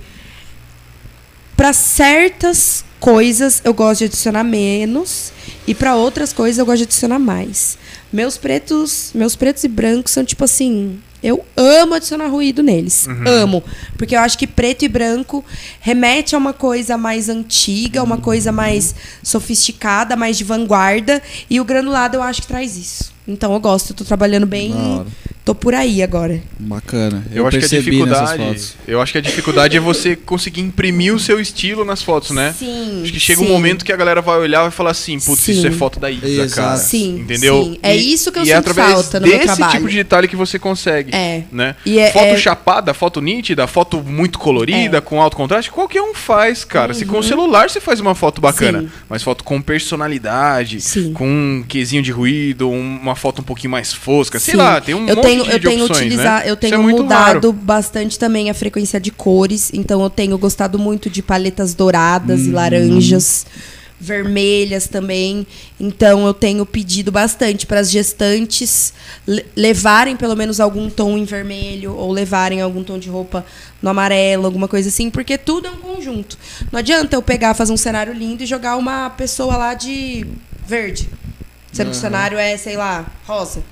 Para certas coisas eu gosto de adicionar menos e para outras coisas eu gosto de adicionar mais. Meus pretos, meus pretos e brancos são tipo assim, eu amo adicionar ruído neles. Uhum. Amo, porque eu acho que preto e branco remete a uma coisa mais antiga, uma coisa mais sofisticada, mais de vanguarda, e o granulado eu acho que traz isso. Então eu gosto, eu tô trabalhando bem, Da hora. tô por aí agora. Bacana. Eu, acho que a percebi nessas dificuldade. fotos. Eu acho que a dificuldade é você conseguir imprimir o seu estilo nas fotos, né? Sim. Acho que chega um sim. momento que a galera vai olhar e vai falar assim, putz, isso Sim. é foto da Isa, Exato. cara. Sim, Entendeu? sim. É isso que eu e é sinto através falta no meu desse trabalho. tipo de detalhe que você consegue. É. Né? E é- foto é- chapada, foto nítida, foto muito colorida, com alto contraste, qualquer um faz, cara. Se com o celular você faz uma foto bacana, Uhum. Sim. mas foto com personalidade, Sim. com um quesinho de ruído, um- uma foto um pouquinho mais fosca, sei Sim. lá, tem um eu monte tenho, de eu tenho opções, utilizar, né? eu Isso é tenho muito raro. mudado bastante também a frequência de cores, então eu tenho gostado muito de paletas douradas e laranjas, vermelhas também. Então eu tenho pedido bastante para as gestantes le- levarem pelo menos algum tom em vermelho ou levarem algum tom de roupa no amarelo, alguma coisa assim, porque tudo é um conjunto. Não adianta eu pegar, fazer um cenário lindo e jogar uma pessoa lá de verde. Sendo Uhum. que o cenário é, sei lá, rosa.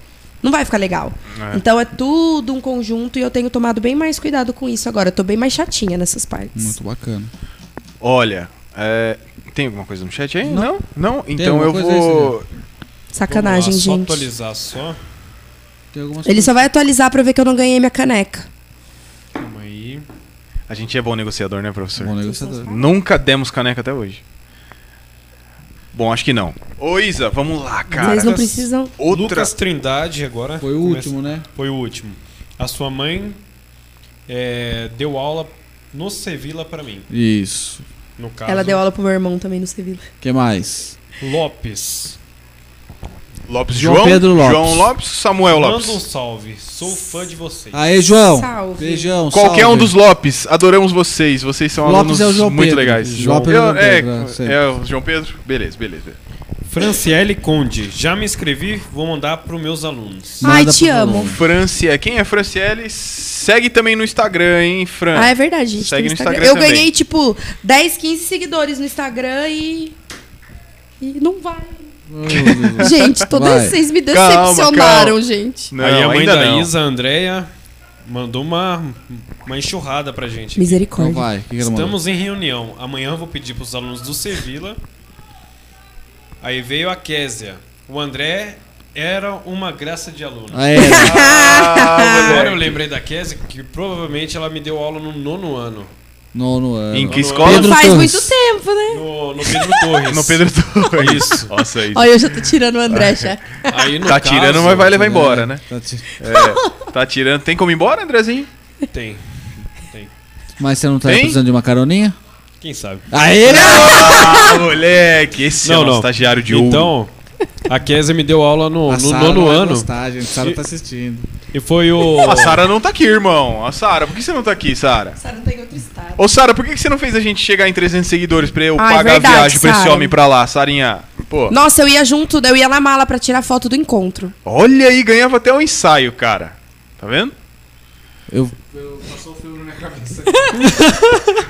Não vai ficar legal. Então é tudo um conjunto e eu tenho tomado bem mais cuidado com isso agora. Eu tô bem mais chatinha nessas partes. Muito bacana. Olha, é, tem alguma coisa no chat aí? Não? Não? Então alguma eu coisa aí, vou. Sacanagem, Vamos lá, Só gente. atualizar só. Tem algumas Ele só vai atualizar pra eu ver que eu não ganhei minha caneca. Calma aí. A gente é bom negociador, né, professor? Bom negociador. Nunca demos caneca até hoje. Bom, acho que não. Ô, Isa, vamos lá, cara. Vocês não Lucas- precisam. Outra. Lucas Trindade agora. Foi o Começa- último, né? Foi o último. A sua mãe é, deu aula no Sevilla pra mim. Isso. No caso, Ela deu aula pro meu irmão também no Sevilla. que mais? Lopes. Lopes João João. Pedro Lopes. João Lopes, Samuel Manda um Lopes. salve. Sou fã de vocês. Aê, João. Salve. Beijão. Qualquer salve. um dos Lopes, adoramos vocês. Vocês são Lopes alunos é o João muito Pedro. legais. João Eu- Pedro, é, Pedro, é, sim. é, o João Pedro? Beleza, beleza. Franciele Conde. Já me inscrevi, vou mandar pros meus alunos. Manda Ai, pro te meu amo. aluno. Francia, quem é Franciele? Segue também no Instagram, hein, Fran? Ah, é verdade, gente. Segue tem no Instagram eu também. ganhei, tipo, 10, 15 seguidores no Instagram e. E não vai. Então gente, todas Vai. vocês me Calma, decepcionaram, calma. gente. Não, Aí a mãe ainda da não. Isa, a Andrea, mandou uma, uma enxurrada pra gente. Então Misericórdia. vai. O que que ele mandou? Estamos em reunião. Amanhã eu vou pedir pros alunos do Sevilla. Aí veio a Késia. O André era uma graça de aluno. Aê, Ah, Agora eu moleque. lembrei da Késia que provavelmente ela me deu aula no nono ano. nono ano. Em que Manoel. escola? Pedro Faz Torres. muito tempo, né? No, no Pedro Torres. No Pedro Torres. Isso. Nossa, isso. Olha, eu já tô tirando o André já. Aí, no Tá caso, tirando, mas vai levar embora, né? Tá te- É, tá tirando. Tem como ir embora, Andrezinho? Tem. Mas você não tá Hein? precisando de uma caroninha? Quem sabe? Aê! né? Ah, moleque, esse é o nosso estagiário de ouro. Então, a Késia me deu aula no, A no Sara nono vai ano. Gostar, gente. A Sara E- tá assistindo. E foi o. A Sara não tá aqui, irmão. A Sara, por que você não tá aqui, Sara? Sara tem outro estado. Ô, Sara, por que que você não fez a gente chegar em 300 seguidores pra eu Ah, é pagar verdade, a viagem pra esse Sara. homem pra lá, Sarinha? Pô, Nossa, eu ia junto, eu ia na mala pra tirar foto do encontro. olha aí, ganhava até um ensaio, cara. Tá vendo? Eu-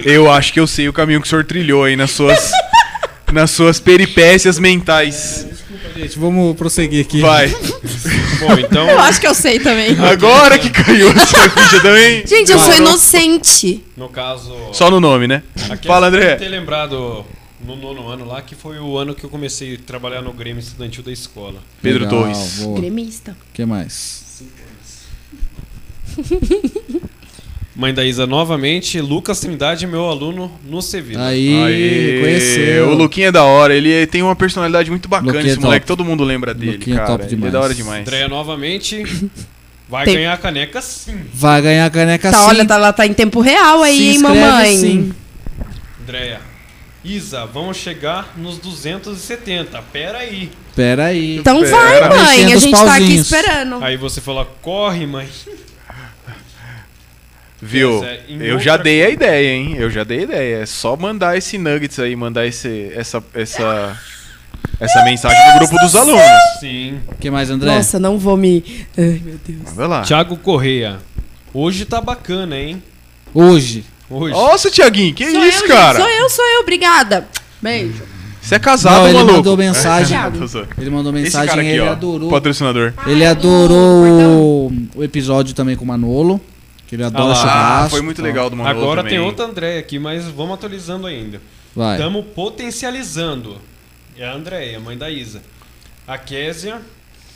Eu acho que eu sei o caminho que o senhor trilhou aí nas suas, nas suas peripécias mentais. Gente, vamos prosseguir aqui. Vai. Bom, então. Eu acho que eu sei também. Ah. Agora que caiu a sua ficha também. Gente, eu sou inocente. No caso. Só no nome, né? a Késia Fala, deve André. é ter lembrado no nono ano lá, que foi o ano que eu comecei a trabalhar no Grêmio Estudantil da escola. Pedro Legal, Torres. boa. Gremista. O que mais? Mãe da Isa novamente, Lucas Trindade, meu aluno no Sevilla. Aí, Aê, conheceu. O Luquinha é da hora, ele tem uma personalidade muito bacana, Luquinha é esse moleque, top. todo mundo lembra dele, Luquinha é cara. top Ele é demais. da hora demais. Andréia novamente. Vai Tem- ganhar a caneca sim. Vai ganhar a caneca Tá, sim. olha, tá, ela tá em tempo real aí, Se hein, inscreve mamãe? sim. Andréia. Isa, vamos chegar nos 270. Pera aí. Pera aí. Então vai, Espera. mãe. Mexendo A os gente tá aqui pauzinhos. esperando. Aí você fala, corre, mãe. Viu? Pois é, em Eu outra já dei a coisa. ideia, hein? Eu já dei a ideia. É só mandar esse nuggets aí, mandar esse, essa, essa, essa mensagem no grupo dos alunos. Sim. O que mais, André? Nossa, não vou me. Ai, meu Deus. Vai lá. Thiago Correia. Hoje tá bacana, hein? Hoje. Hoje. Nossa, Tiaguinho, que sou isso, eu, cara? Gente, sou eu, sou eu, obrigada. Beijo. Você é casado, Não, ele maluco. É, mandou mensagem. Tô zoando. Ele mandou Esse mensagem, cara aqui, ele ó, adorou. patrocinador. Ele Ah, adorou do o, o episódio também com o Manolo. Que ele adora lá, Ah, churrasco. foi muito legal do Manolo Agora também. tem outra Andréia aqui, mas vamos atualizando ainda. Vai. Estamos potencializando. É a Andréia, mãe da Isa. A Késia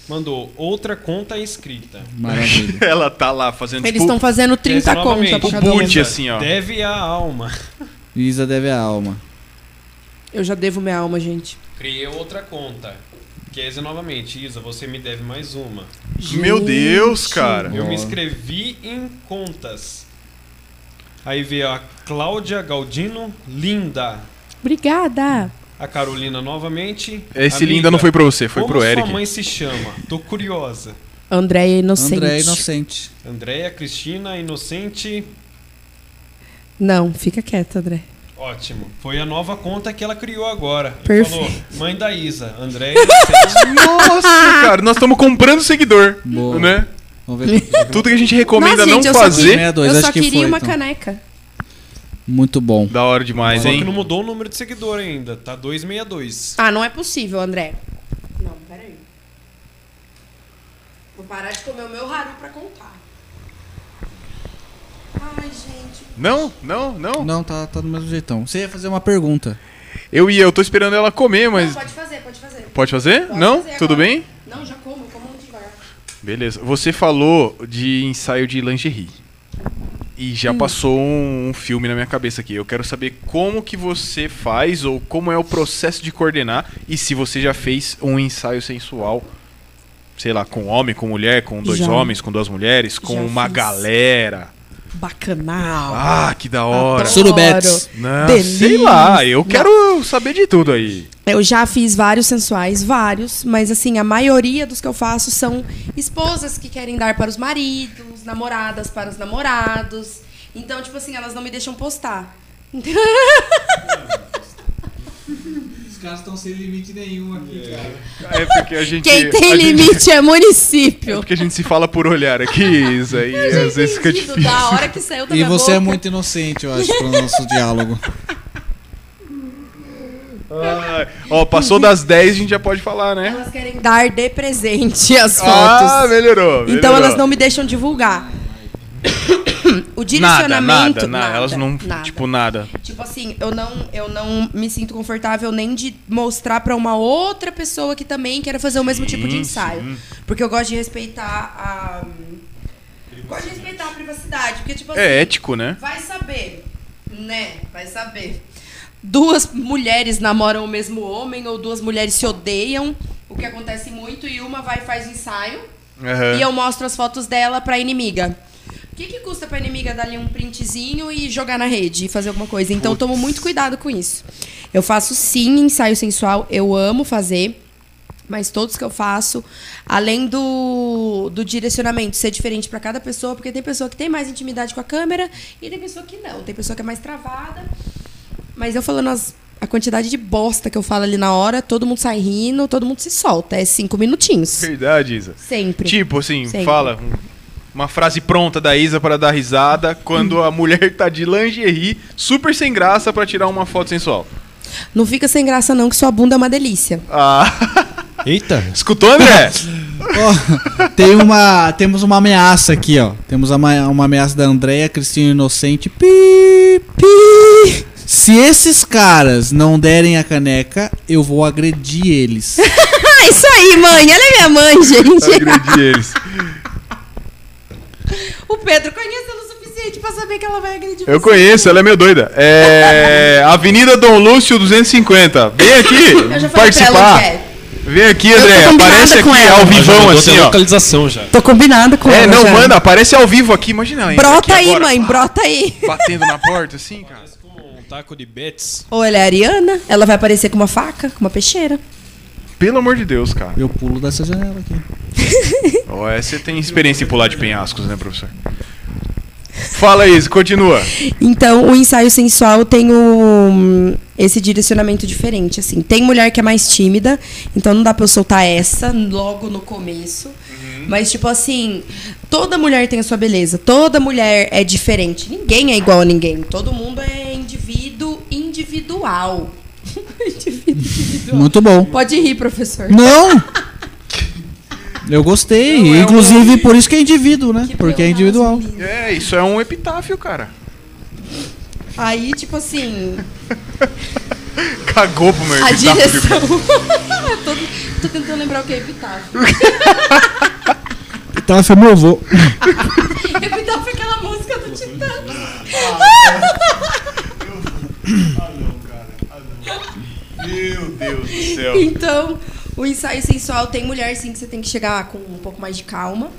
mandou outra conta inscrita. Maravilha. Ela tá lá fazendo Eles tipo, estão fazendo 30 Essa contas novamente. pra o cada um. boot, assim, ó. Deve a alma. Isa deve a alma. Eu já devo minha alma, gente. Criei outra conta. Késia novamente. Isa, você me deve mais uma. Tá. Meu Deus, cara. Eu me inscrevi em contas. Aí veio a Cláudia Galdino, linda. Obrigada. A Carolina novamente. Esse Amiga, linda não foi pra você, foi como pro sua Eric. mãe se chama? Tô curiosa. Andréia Inocente. André é inocente. Andréia, Cristina, Inocente. Não, fica quieta, André. Ótimo. Foi a nova conta que ela criou agora. Ele Perfeito. Falou, mãe da Isa, Andréia Inocente. Nossa, cara, nós estamos comprando seguidor. Boa. Né? Vamos ver. é Tudo que a gente recomenda Nossa, gente, não eu só fazer. queria- É, dois, eu acho só que queria foi, uma então. caneca. é. Muito bom. Da hora demais, Só que hein? não mudou o número de seguidor ainda. Tá 262. Ah, não é possível, André. Não, peraí. Vou parar de comer o meu haru pra contar. Ai, gente. Não, não, não. Não, tá, tá do mesmo jeitão. Você ia fazer uma pergunta. Eu ia, eu tô esperando ela comer, mas. Não, pode fazer, pode fazer. Pode fazer? Pode não? fazer Tudo agora. bem? Não, já como, eu como um muito devagar. Beleza. Você falou de ensaio de lingerie. E Hum. já passou um, um filme na minha cabeça aqui. Eu quero saber como que você faz ou como é o processo de coordenar e se você já fez um ensaio sensual, sei lá, com homem, com mulher, com dois Já. homens, com duas mulheres, com Já uma fiz. galera. Bacanal. Ah, que da hora. Adoro. Surubetes. Não, Delícia. sei lá, eu quero saber de tudo aí. Eu já fiz vários sensuais, vários, mas assim, a maioria dos que eu faço são esposas que querem dar para os maridos, namoradas para os namorados. Então, tipo assim, elas não me deixam postar. Os caras estão sem limite nenhum aqui, cara. É porque a gente. Quem a tem gente- limite é é município. porque a gente se fala por olhar aqui, Isa, e É, às vezes fica Entendido, tá, difícil. Da hora que saiu da E minha você é boca. muito inocente, eu acho, pro nosso diálogo. Ah, ó, passou das 10, a gente já pode falar, né? Elas querem dar de presente as fotos. Ah, melhorou, melhorou. então elas não me deixam divulgar. O direcionamento. Nada, nada, nada. Elas não. nada. Tipo, nada. Tipo assim, eu não, eu não me sinto confortável nem de mostrar pra uma outra pessoa que também quer fazer o mesmo tipo de Sim, ensaio. sim. Porque eu gosto de respeitar a. hum, Gosto de respeitar a privacidade. Porque, tipo assim, É ético, né? vai saber, né? Vai saber. Duas mulheres namoram o mesmo homem ou duas mulheres se odeiam, o que acontece muito, e uma vai e faz ensaio. Aham. E eu mostro as fotos dela pra inimiga. O que, que custa pra inimiga dar ali um printzinho e jogar na rede e fazer alguma coisa? Então eu tomo muito cuidado com isso. Eu faço sim ensaio sensual, eu amo fazer. Mas todos que eu faço, além do, do direcionamento ser diferente pra cada pessoa, porque tem pessoa que tem mais intimidade com a câmera e tem pessoa que não. Tem pessoa que é mais travada. Mas eu falando as- a quantidade de bosta que eu falo ali na hora, todo mundo sai rindo, todo mundo se solta. É cinco minutinhos. Verdade, Isa. Sempre. Tipo assim, Sempre. fala um- uma frase pronta da Isa para dar risada Hum. quando a mulher tá de lingerie, super sem graça, pra tirar uma foto sensual. Não fica sem graça, não, que sua bunda é uma delícia. Ah, Eita! escutou, André? Ó, tem uma, temos uma ameaça aqui, ó. Temos uma, uma ameaça da Andréia, Cristina Inocente. Pi, pi. Se esses caras não derem a caneca, eu vou agredir eles. Ah, isso aí, mãe! Ela é minha Tá mãe, gente! Agredi eles. o Pedro conhece ela o suficiente pra saber que ela vai agredir Eu você. conheço, ela é meio doida. É. Avenida Dom Lúcio 250. Vem Eu aqui já falei pra ela participar. onde é. Vem aqui, Eu tô André. combinada Aparece com aqui ela. ao vivão, assim, ó. localização já. Tô combinada com É, ela. não, já. manda, aparece ao vivo aqui, imagina. ela entra aqui Brota aí, agora, mãe, pá, brota aí. Batendo na porta, assim, cara. Mas com um taco de bets. Ou ela é Ariana, ela vai aparecer com uma faca, com uma peixeira. Pelo amor de Deus, cara. Eu pulo dessa janela aqui. Ó, é, Você tem experiência em pular de penhascos, né, professor? Fala, Izzy, continua. Então, o ensaio sensual tem um, esse direcionamento diferente, assim. Tem mulher que é mais tímida, então não dá pra eu soltar essa logo no começo. Mas, tipo assim, toda mulher tem a sua beleza, toda mulher é diferente. Ninguém é igual a ninguém. Todo mundo é indivíduo individual. indivíduo individual. Muito bom. Pode rir, professor. Não! Eu gostei. Não, é um- Inclusive, por isso que é indivíduo, né? Porque é individual. É, isso é um epitáfio, cara. Aí, tipo assim, Cagou pro meu a epitáfio. direção. tô, tô tentando lembrar o que é epitáfio. Então é foi meu avô. Epitáfio é aquela música do Titã. Meu Deus do céu. Então, o ensaio sensual tem mulher sim que você tem que chegar com um pouco mais de calma.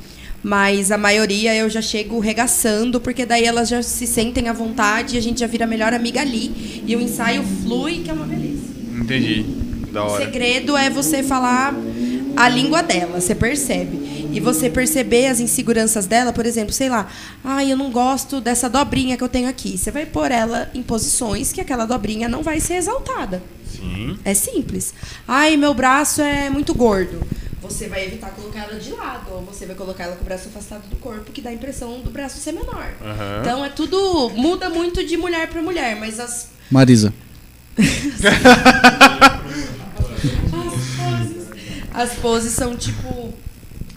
Mas a maioria eu já chego regaçando, porque daí elas já se sentem à vontade e a gente já vira a melhor amiga ali. E o ensaio flui, que é uma beleza. Entendi. Da O hora. segredo é você falar a língua dela, você percebe. E você perceber as inseguranças dela, por exemplo, sei lá, ai, eu não gosto dessa dobrinha que eu tenho aqui. Você vai pôr ela em posições que aquela dobrinha não vai ser exaltada. Sim. É simples. Ai, meu braço é muito gordo. Você vai evitar colocar ela de lado, ou você vai colocar ela com o braço afastado do corpo, que dá a impressão do braço ser menor. Aham. Então é tudo. muda muito de mulher para mulher, mas as Marisa. poses. As poses são, tipo,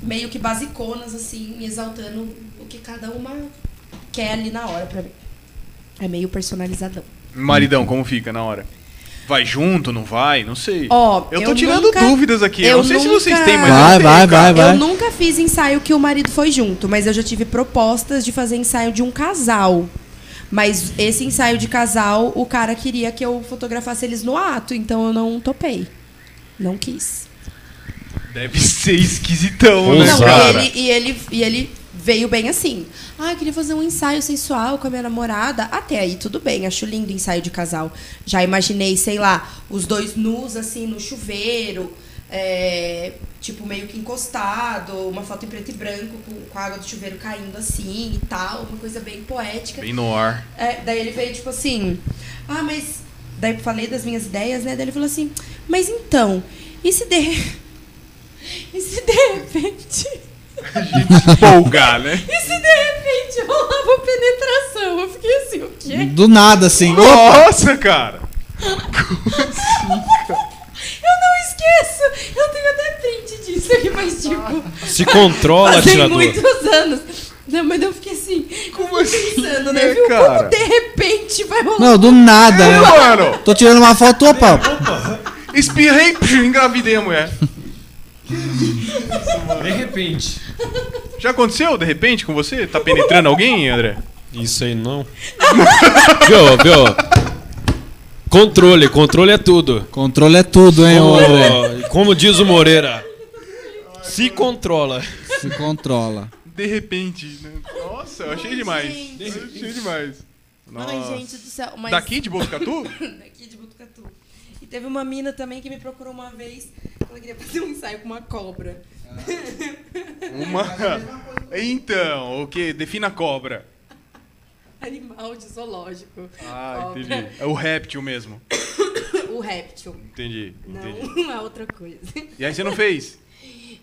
meio que basiconas, assim, exaltando o que cada uma quer ali na hora pra mim. É meio personalizadão. Maridão, como fica na hora? Vai junto, não vai? Não sei. Ó, eu tô eu tirando nunca- dúvidas aqui. Eu, eu não sei se nunca- vocês têm, mas Vai, eu tenho, vai, cara. vai, vai. Eu nunca fiz ensaio que o marido foi junto, mas eu já tive propostas de fazer ensaio de um casal. Mas esse ensaio de casal, o cara queria que eu fotografasse eles no ato, então eu não topei. Não quis. Deve ser esquisitão, né, Não, cara? e ele, e, ele, e ele veio bem assim. Ah, eu queria fazer um ensaio sensual com a minha namorada. Até aí, tudo bem. Acho lindo ensaio de casal. Já imaginei, sei lá, os dois nus, assim, no chuveiro. é, tipo, meio que encostado. Uma foto em preto e branco com, com a água do chuveiro caindo assim e tal. Uma coisa bem poética. Bem no ar. É, daí ele veio tipo assim: Ah, mas. Daí eu falei das minhas ideias, né? Daí ele falou assim: Mas então, e se de. E se de repente. Empolgar, né? E se de repente rolava penetração? Eu fiquei assim: O quê? Do nada, assim. Nossa, cara! Eu não esqueço! Eu tenho até print disso aqui, mas tipo. Se controla, Fazem atirador. muitos anos. Não, mas eu fiquei assim. Como assim, Pensando, né, né, viu? cara? Como de repente vai rolar. Não, do nada. né? Mano, Tô tirando uma foto, opa. espirrei, psh, engravidei a mulher. De repente. Já aconteceu, de repente, com você? Tá penetrando alguém, André? Isso aí não. viu, viu? Controle, controle é tudo. Controle é tudo, hein, ô. Como, como diz o Moreira, se controla. Se controla. De repente, né? Nossa, eu achei demais. Achei demais. Nossa. Ai, gente do céu. Mas... Daqui de Botucatu? daqui de Botucatu. E teve uma mina também que me procurou uma vez, ela queria fazer um ensaio com uma cobra. Uma. Então, o que? Defina cobra. Animal de zoológico. Ah, Cobra. entendi. É o réptil mesmo. O réptil. Entendi, entendi. Não, é outra coisa. E aí você não fez?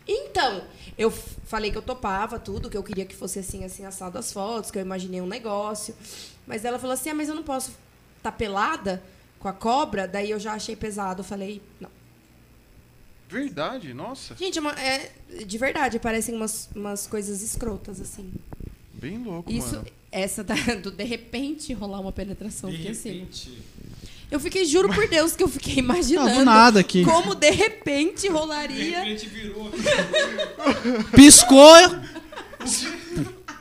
Então, eu f- falei que eu topava tudo, que eu queria que fosse assim, assim, assado as fotos, que eu imaginei um negócio. Mas ela falou assim, ah, mas eu não posso estar pelada com a cobra. Daí eu já achei pesado, eu falei, não. Verdade, nossa. Gente, é uma- é, de verdade, parecem umas, umas coisas escrotas, assim. Bem louco, Isso, mano. essa da, do de repente rolar uma penetração. porque assim, eu fiquei, juro por Deus, que eu fiquei imaginando Não, do nada aqui. como de repente rolaria. virou. Piscou.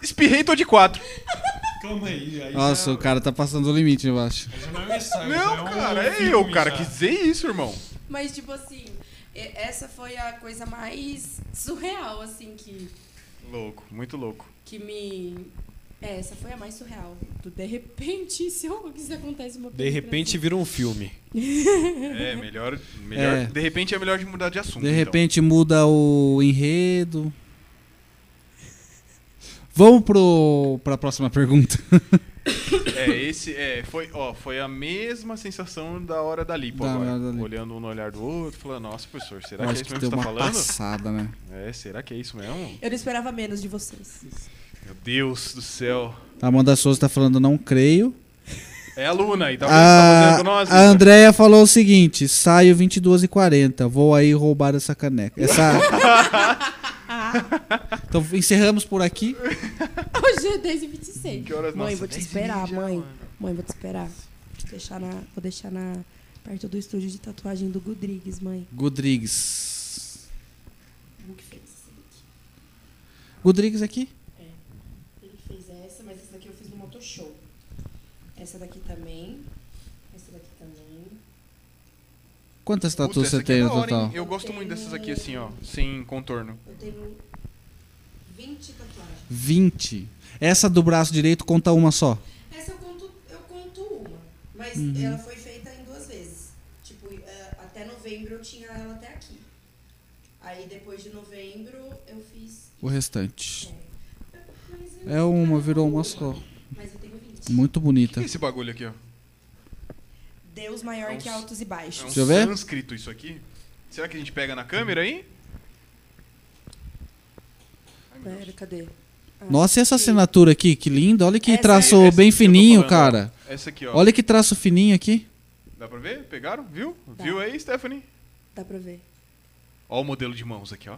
Espirrei, tô de quatro. Calma aí, aí Nossa, o cara tá passando o limite, eu acho. é um Não, cara, Ah, é eu, cara. Quis dizer isso, irmão. Mas, tipo assim, e- essa foi a coisa mais surreal, assim, que, Louco, muito louco. que me. É, essa foi a mais surreal. Do de repente, se algo quiser acontece uma De repente vira um filme. É, melhor. melhor É. De repente é melhor de mudar de assunto. De então. repente muda o enredo. Vamos pro, pra próxima pergunta. É, esse é, foi, ó, foi a mesma sensação da hora da lipo Da agora. hora da lipo. Olhando um no olhar do outro, falando, nossa, professor, será que é Acho isso que deu mesmo que você tá uma falando? passada, né? É, será que é isso mesmo? Eu não esperava menos de vocês. Meu Deus do céu. A Amanda Souza tá falando, não creio. É a Luna aí, tá tá a fazendo com nós? a Andrea falou o seguinte: saio 22 e 40 vou aí roubar essa caneca. Essa... então encerramos por aqui. Hoje é 10 e 26. Que horas? mãe, Nossa, vou te 10 e esperar, vinte já, mãe. mano. Mãe, vou te esperar. Vou deixar na, vou deixar na perto do estúdio de tatuagem do Rodrigues, mãe. Godrigues. O que fez esse daqui? Godrigues aqui? Ele fez essa, mas essa daqui eu fiz no Motoshow. Essa daqui também. Essa daqui também. Quantas Puta, tatuas essa você aqui é tem no da hora, hein? total? Eu gosto muito dessas aqui assim, ó, sem contorno. Eu tenho 20 tatuagens. 20. Essa do braço direito conta uma só. Essa eu conto, eu conto uma, mas Uhum. ela foi feita em duas vezes. Tipo, eh, até novembro eu tinha ela até aqui. Aí depois de novembro eu fiz. O restante. Mas eu- É uma, virou uma só. Mas eu tenho 20. Muito O que bonita. é esse bagulho aqui, ó? Deus maior É um que s- altos e É baixos. um Deixa eu ver. sânscrito isso aqui? Será que a gente pega na câmera aí? Ai, meu Deus. Pera, cadê? Nossa, e essa assinatura aqui? Que linda. Olha que Essa- traço Essa bem que eu tô fininho, falando, ó. cara. É Essa aqui, ó. Olha que traço fininho aqui. Dá pra ver? Pegaram? Viu? Tá. Viu aí, Stephanie? Dá pra ver. Ó o modelo de mãos aqui, ó.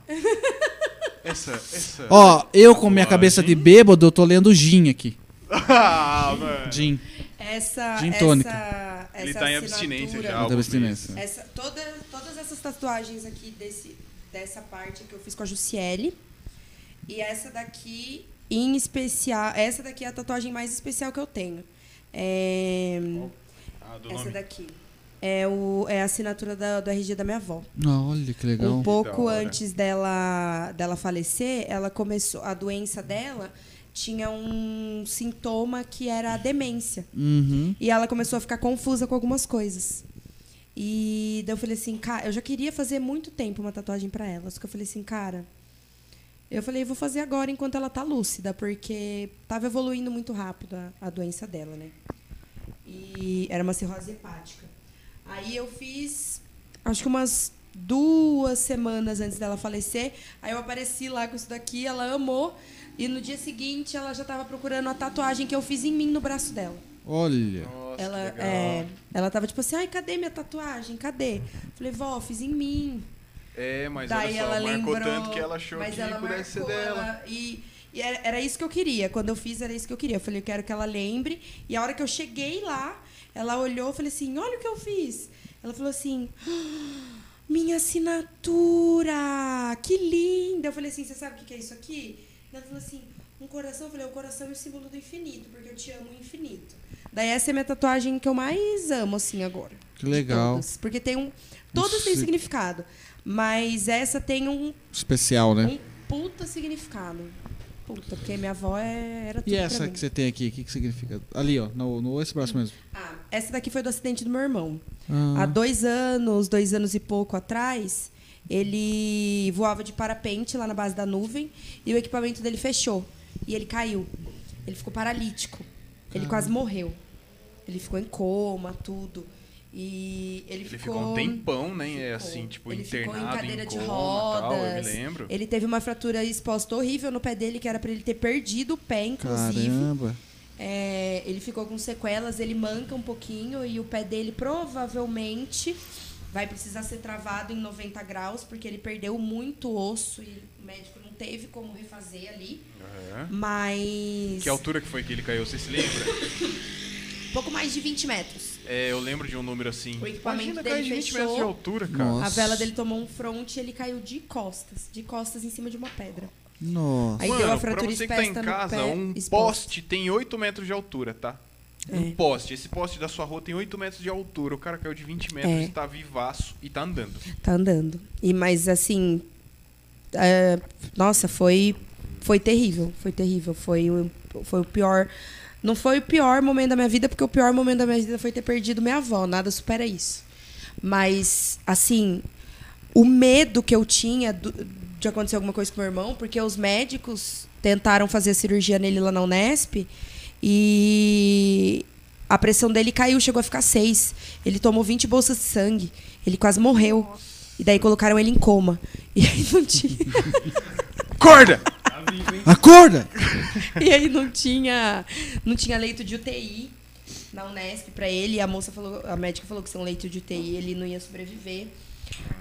essa, essa. Ó, eu com minha cabeça de bêbado, eu tô lendo gin aqui. ah, mano. Gin. Essa. Gin essa, tônica. Essa Ele tá em assinatura- abstinência já. Não Algo teve abstinência. Essa, toda, todas essas tatuagens aqui desse, dessa parte que eu fiz com a Jussiele. E essa daqui, em especial. Essa daqui é a tatuagem mais especial que eu tenho. É, Ah, do essa nome. daqui. É, o, é a assinatura da, do RG da minha avó. Ah, Olha que legal. Um Da pouco hora. antes dela, dela falecer, ela começou. A doença dela tinha um sintoma que era a demência. Uhum. E ela começou a ficar confusa com algumas coisas. E daí eu falei assim, cara, eu já queria fazer muito tempo uma tatuagem pra ela. Só que eu falei assim, cara. Eu falei, vou fazer agora enquanto ela tá lúcida, porque tava evoluindo muito rápido a, a doença dela, né? E era uma cirrose hepática. Aí eu fiz, acho que umas duas semanas antes dela falecer. Aí eu apareci lá com isso daqui, ela amou. E no dia seguinte ela já tava procurando a tatuagem que eu fiz em mim no braço dela. Olha. Nossa, Ela, que legal. é, ela tava tipo assim, ai, cadê minha tatuagem? Cadê? Falei, vó, fiz em mim. É, mas Daí olha só, ela marcou lembrou. tanto que ela achou mas que ela pudesse marcou, ser dela. ela- e e era, era isso que eu queria. Quando eu fiz, era isso que eu queria. Eu falei, eu quero que ela lembre. E a hora que eu cheguei lá, ela olhou e falei assim, olha o que eu fiz. Ela falou assim, "Ah, minha assinatura! Que linda! Eu falei assim, você sabe o que que é isso aqui? Ela falou assim, um coração. Eu falei, o coração é o símbolo do infinito, porque eu te amo infinito. Daí essa é a minha tatuagem que eu mais amo, assim, agora. Que De legal. todas. porque tem um. Todas têm Sim. significado. Mas essa tem um, Especial, né? um puta significado. Puta, porque minha avó é- era tudo. E pra essa mim. que você tem aqui, o que, que significa? Ali, ó, no, no esse braço mesmo. Ah, essa daqui foi do acidente do meu irmão. Há Ah, dois anos, dois anos e pouco atrás, ele voava de parapente lá na base da nuvem e o equipamento dele fechou. E ele caiu. Ele ficou paralítico. Ele quase morreu. Ele ficou em coma, tudo. E ele, Ele ficou um tempão, né? É ficou. assim, tipo, Ele internado ficou em cadeira de coma, tal, eu me rodas. lembro. Ele teve uma fratura exposta horrível no pé dele, que era pra ele ter perdido o pé, inclusive. caramba. É, ele ficou com sequelas, ele manca um pouquinho e o pé dele provavelmente vai precisar ser travado em 90 graus, porque ele perdeu muito osso e o médico não teve como refazer ali. Aham. Mas. um Que é altura que foi que ele caiu, você se lembra? Pouco mais de 20 metros. é, eu lembro de um número assim. O equipamento Imagina dele cair de 20 metros de fechou. altura, cara. Nossa. A vela dele tomou um fronte e ele caiu de costas. De costas em cima de uma pedra. Nossa. Aí Mano, deu uma pra fratura você que tá em exposta no casa, pé, um exposta. poste tem 8 metros de altura, tá? Um É. É. poste. Esse poste da sua rua tem 8 metros de altura. O cara caiu de 20 metros, É. está vivaço e tá andando. Tá andando. E mas assim, é, nossa, foi foi terrível, foi terrível, foi o, foi o pior. Não foi o pior momento da minha vida, porque o pior momento da minha vida foi ter perdido minha avó, nada supera isso. Mas assim, o medo que eu tinha do- de acontecer alguma coisa com meu irmão, porque os médicos tentaram fazer a cirurgia nele lá na Unesp e a pressão dele caiu, chegou a ficar seis. Ele tomou 20 bolsas de sangue. Ele quase morreu. E daí colocaram ele em coma. E aí não tinha. Acorda! Acorda! E aí não tinha, não tinha leito de UTI na Unesp pra ele. E a moça falou, a médica falou que sem um leito de UTI ele não ia sobreviver.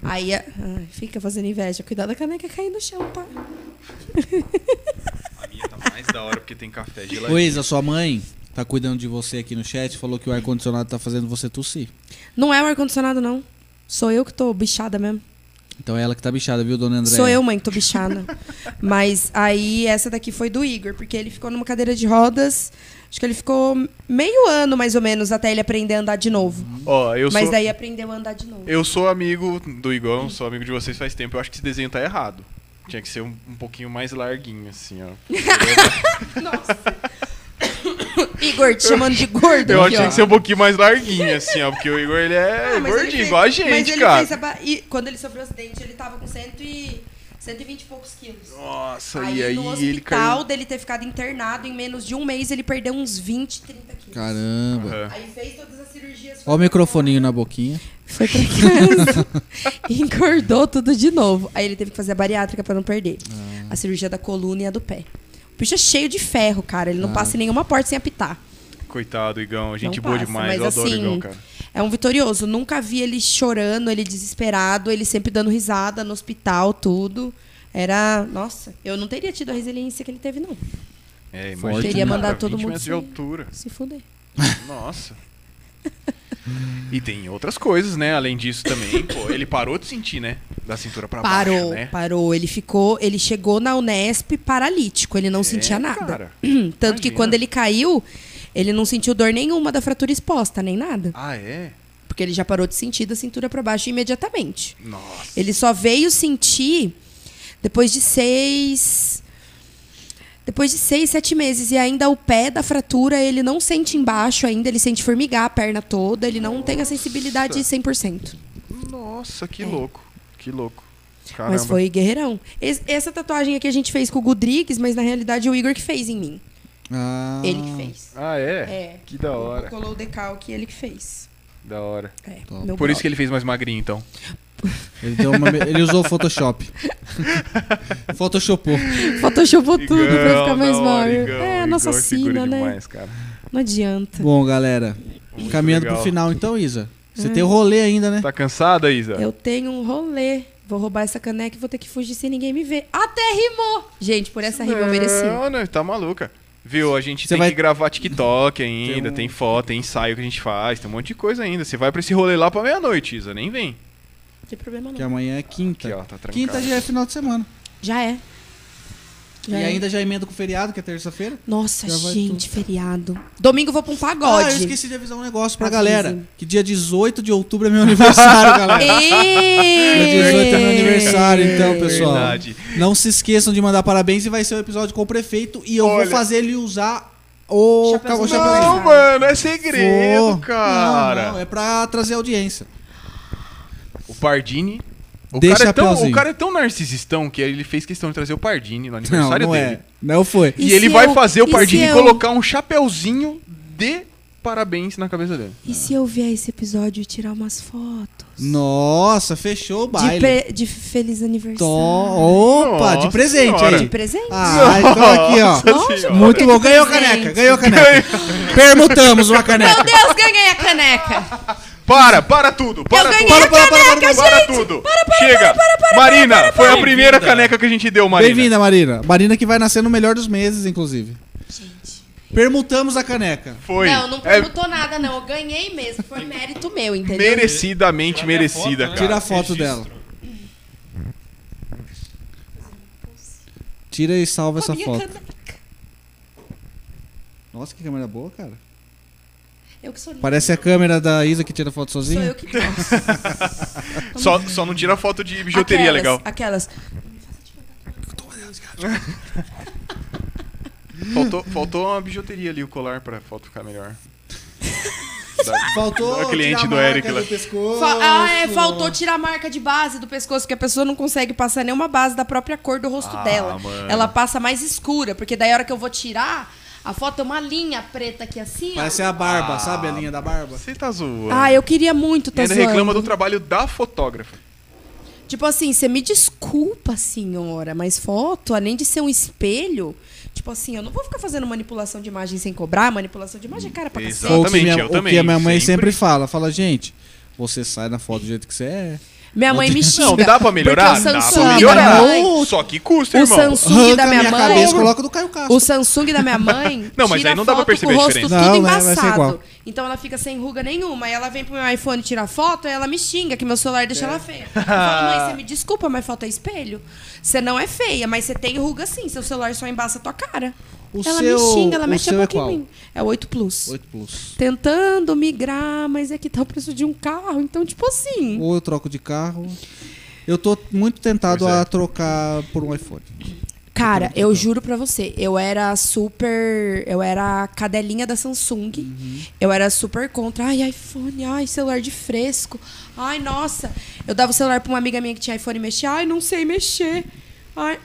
Aí a- ai, fica fazendo inveja, cuidado da caneca cair no chão, tá? A minha tá mais da hora porque tem café Ô geladinho. Isa, sua mãe tá cuidando de você aqui no chat, falou que o ar-condicionado tá fazendo você tossir. Não é o ar condicionado não. Sou eu que tô bichada mesmo. Então é ela que tá bichada, viu, dona André? Sou eu, mãe, que tô bichada. Mas aí essa daqui foi do Igor, porque ele ficou numa cadeira de rodas. Acho que ele ficou meio ano mais ou menos até ele aprender a andar de novo. Ó, eu Mas sou... daí aprendeu a andar de novo. Eu sou amigo do Igor, sou amigo de vocês faz tempo. Eu acho que esse desenho tá errado. Tinha que ser um, um pouquinho mais larguinho, assim, ó. Igor, te chamando de gordo. Eu aqui, tinha ó. que ser um pouquinho mais larguinho, assim, ó. Porque o Igor, ele é Ah, mas ele gordinho, fez- igual a mas gente, ele cara. fez a ba- e quando ele sofreu o acidente, ele tava com cento e... 120 e poucos quilos. Nossa, Aí, e aí no ele hospital caiu. dele ter ficado internado, em menos de um mês, ele perdeu uns 20, 30 quilos. Caramba. Aham. Aí fez todas as cirurgias. Ó o microfoninho na boquinha. Foi pra casa. Engordou tudo de novo. Aí ele teve que fazer a bariátrica pra não perder. Ah. A cirurgia da coluna e a do pé. O bicho é cheio de ferro, cara. Ele não Ah. passa em nenhuma porta sem apitar. Coitado, Igão. Gente Não boa passa, demais. mas Eu adoro o assim, Igão, cara. É um vitorioso. Nunca vi ele chorando, ele desesperado, ele sempre dando risada no hospital, tudo. Era. Nossa, eu não teria tido a resiliência que ele teve, não. É, Forte, Teria cara, mandado todo 20 mundo metros de se- altura. Se fuder. Nossa. E tem outras coisas, né? Além disso também, pô, ele parou de sentir, né? Da cintura pra baixo, Parou, né? parou. Ele ficou. Ele chegou na Unesp paralítico, ele não sentia É, nada. cara. Tanto que imagina. quando ele caiu, ele não sentiu dor nenhuma da fratura exposta, nem nada. Ah, é? Porque ele já parou de sentir da cintura pra baixo imediatamente. Nossa. Ele só veio sentir depois de seis. Depois de seis, sete meses. E ainda o pé da fratura, ele não sente embaixo ainda, ele sente formigar a perna toda, ele não tem a sensibilidade 100%. Nossa, que louco. Que louco. Caramba. É. Mas foi guerreirão. Es- essa tatuagem aqui a gente fez com o Gudrigues, mas na realidade é o Igor que fez em mim. Ah. Ele que fez. Ah, é? É. Que da hora. Colou o decalque, ele que fez. Da hora. É, Top. meu Por isso que brother. ele fez mais magrinho, então. Ele, deu uma me- ele usou o Photoshop. Photoshopou. Photoshopou tudo pra Igão, ficar mais da hora, móvel. Igão, É, a Igão nossa é figura sina, né? demais, cara. Não adianta. Bom, galera. Muito caminhando legal. pro final então, Isa. Você Hum. tem o rolê ainda, né? Tá cansada, Isa? Eu tenho um rolê. Vou roubar essa caneca e vou ter que fugir sem ninguém me ver. Até rimou! Gente, por essa rima eu mereci. Não, não, tá maluca. Viu, a gente Você tem vai- que gravar TikTok Tem ainda, um- tem foto, tem ensaio que a gente faz, tem um monte de coisa ainda. Você vai pra esse rolê lá pra meia-noite, Isa, nem vem. Não tem problema Que não. amanhã é quinta. Aqui, ó, tá trancado. quinta já é final de semana. Já é. Já e é. ainda já emenda com o feriado, que é terça-feira. Nossa, Já vai gente, feriado. Domingo eu vou pra um pagode. Ah, eu esqueci de avisar um negócio pra Avise. galera. Que dia 18 de outubro é meu aniversário, galera. Dia 18 é meu aniversário, então, pessoal. Verdade. Não se esqueçam de mandar parabéns e vai ser o episódio com o prefeito. E eu Olha. vou fazer ele usar o Chapeuzinho. ca- o chapeuzinho. Não, Chapeuzinho. mano, é segredo, Vou. cara. Não, não, é pra trazer audiência. O Pardini. O Dê cara, é tão, o chapeuzinho. cara é tão narcisistão que ele fez questão de trazer o Pardini no Não, aniversário não dele. é. Não foi. E, E ele se vai eu- fazer o e Pardini se eu- colocar um chapeuzinho de parabéns na cabeça dele. E se eu vier esse episódio e tirar umas fotos? Nossa, fechou o De, baile. pre- de feliz Tó- aniversário. Opa, Nossa de presente senhora. De aí. presente? Ah, então aqui, ó. Nossa, senhora. por que Muito que bom. Ganhou a presente? caneca, ganhou a caneca. Permutamos uma Meu caneca. Deus, ganhei a caneca. Para, para tudo, para tudo. ganhei Para, para, para, para, para. caneca, Para gente. tudo. Para, para, Chega. para, para, para, Marina, para, para, foi a para. primeira Bem-vinda. caneca que a gente deu, Marina. Bem-vinda, Marina. Marina que vai nascer no melhor dos meses, inclusive. Gente. Permutamos a caneca. Foi. Não, não É perguntou nada, não. Eu ganhei mesmo. Foi mérito meu, entendeu? merecidamente merecida, Tirar minha foto, né? Tira a cara. foto dela. Tira e salva Com a essa minha foto. caneca. Nossa, que câmera boa, cara. Eu que sou linda. Parece a câmera da Isa que tira foto Sou sozinha. eu que posso. Só, só não tira foto de bijuteria Aquelas- legal. Aquelas. Faltou, faltou uma bijuteria ali, o colar pra foto ficar melhor. Faltou O tirar cliente a do marca Eric lá. do pescoço. Fa- ah, é, faltou tirar a marca de base do pescoço, que a pessoa não consegue passar nenhuma base da própria cor do rosto Ah, dela. mano. Ela passa mais escura, porque daí a hora que eu vou tirar, a foto é uma linha preta aqui assim, ó. Parece a Ah. barba, sabe a linha da barba? Você tá zoando. Ah, eu queria muito, E tá ainda zoando. reclama do trabalho da fotógrafa. Tipo assim, você me desculpa, senhora, mas foto, além de ser um espelho, tipo assim, eu não vou ficar fazendo manipulação de imagem sem cobrar, manipulação de imagem é cara pra Exato. cacete. Ou o que minha, Exatamente, eu o que também, a minha mãe sempre. sempre fala, fala, gente, você sai na foto do jeito que você é. Minha mãe me xinga. Não, dá pra melhorar? porque o Dá Samsung pra da melhorar. minha mãe- Só que custa, O irmão. Samsung Arranca da a minha minha mãe. cabeça, coloca do Caio Castro. O Samsung da minha mãe. Não, mas tira aí não dá pra foto perceber com o a rosto diferença. tudo Não, né? Vai ser embaçado. igual. Então ela fica sem ruga nenhuma. Aí ela vem pro meu iPhone tirar foto, aí ela me xinga que meu celular deixa É. ela feia. Eu falo, mãe, você me desculpa, mas falta espelho. Você não é feia, mas você tem ruga sim. Seu celular só embaça a tua cara. O ela me seu- xinga, ela o mexe a seu é boca em qual? mim. É 8 Plus. 8 plus. Tentando migrar, mas é que tá o preço de um carro. Então, tipo assim. Ou eu troco de carro. Eu tô muito tentado Pois é. a trocar por um iPhone. Cara, eu juro pra você, eu era super. Eu era a cadelinha da Samsung. Uhum. Eu era super contra. Ai, iPhone, ai, celular de fresco. Ai, nossa. Eu dava o celular pra uma amiga minha que tinha iPhone e mexia. Ai, não sei mexer. Ai.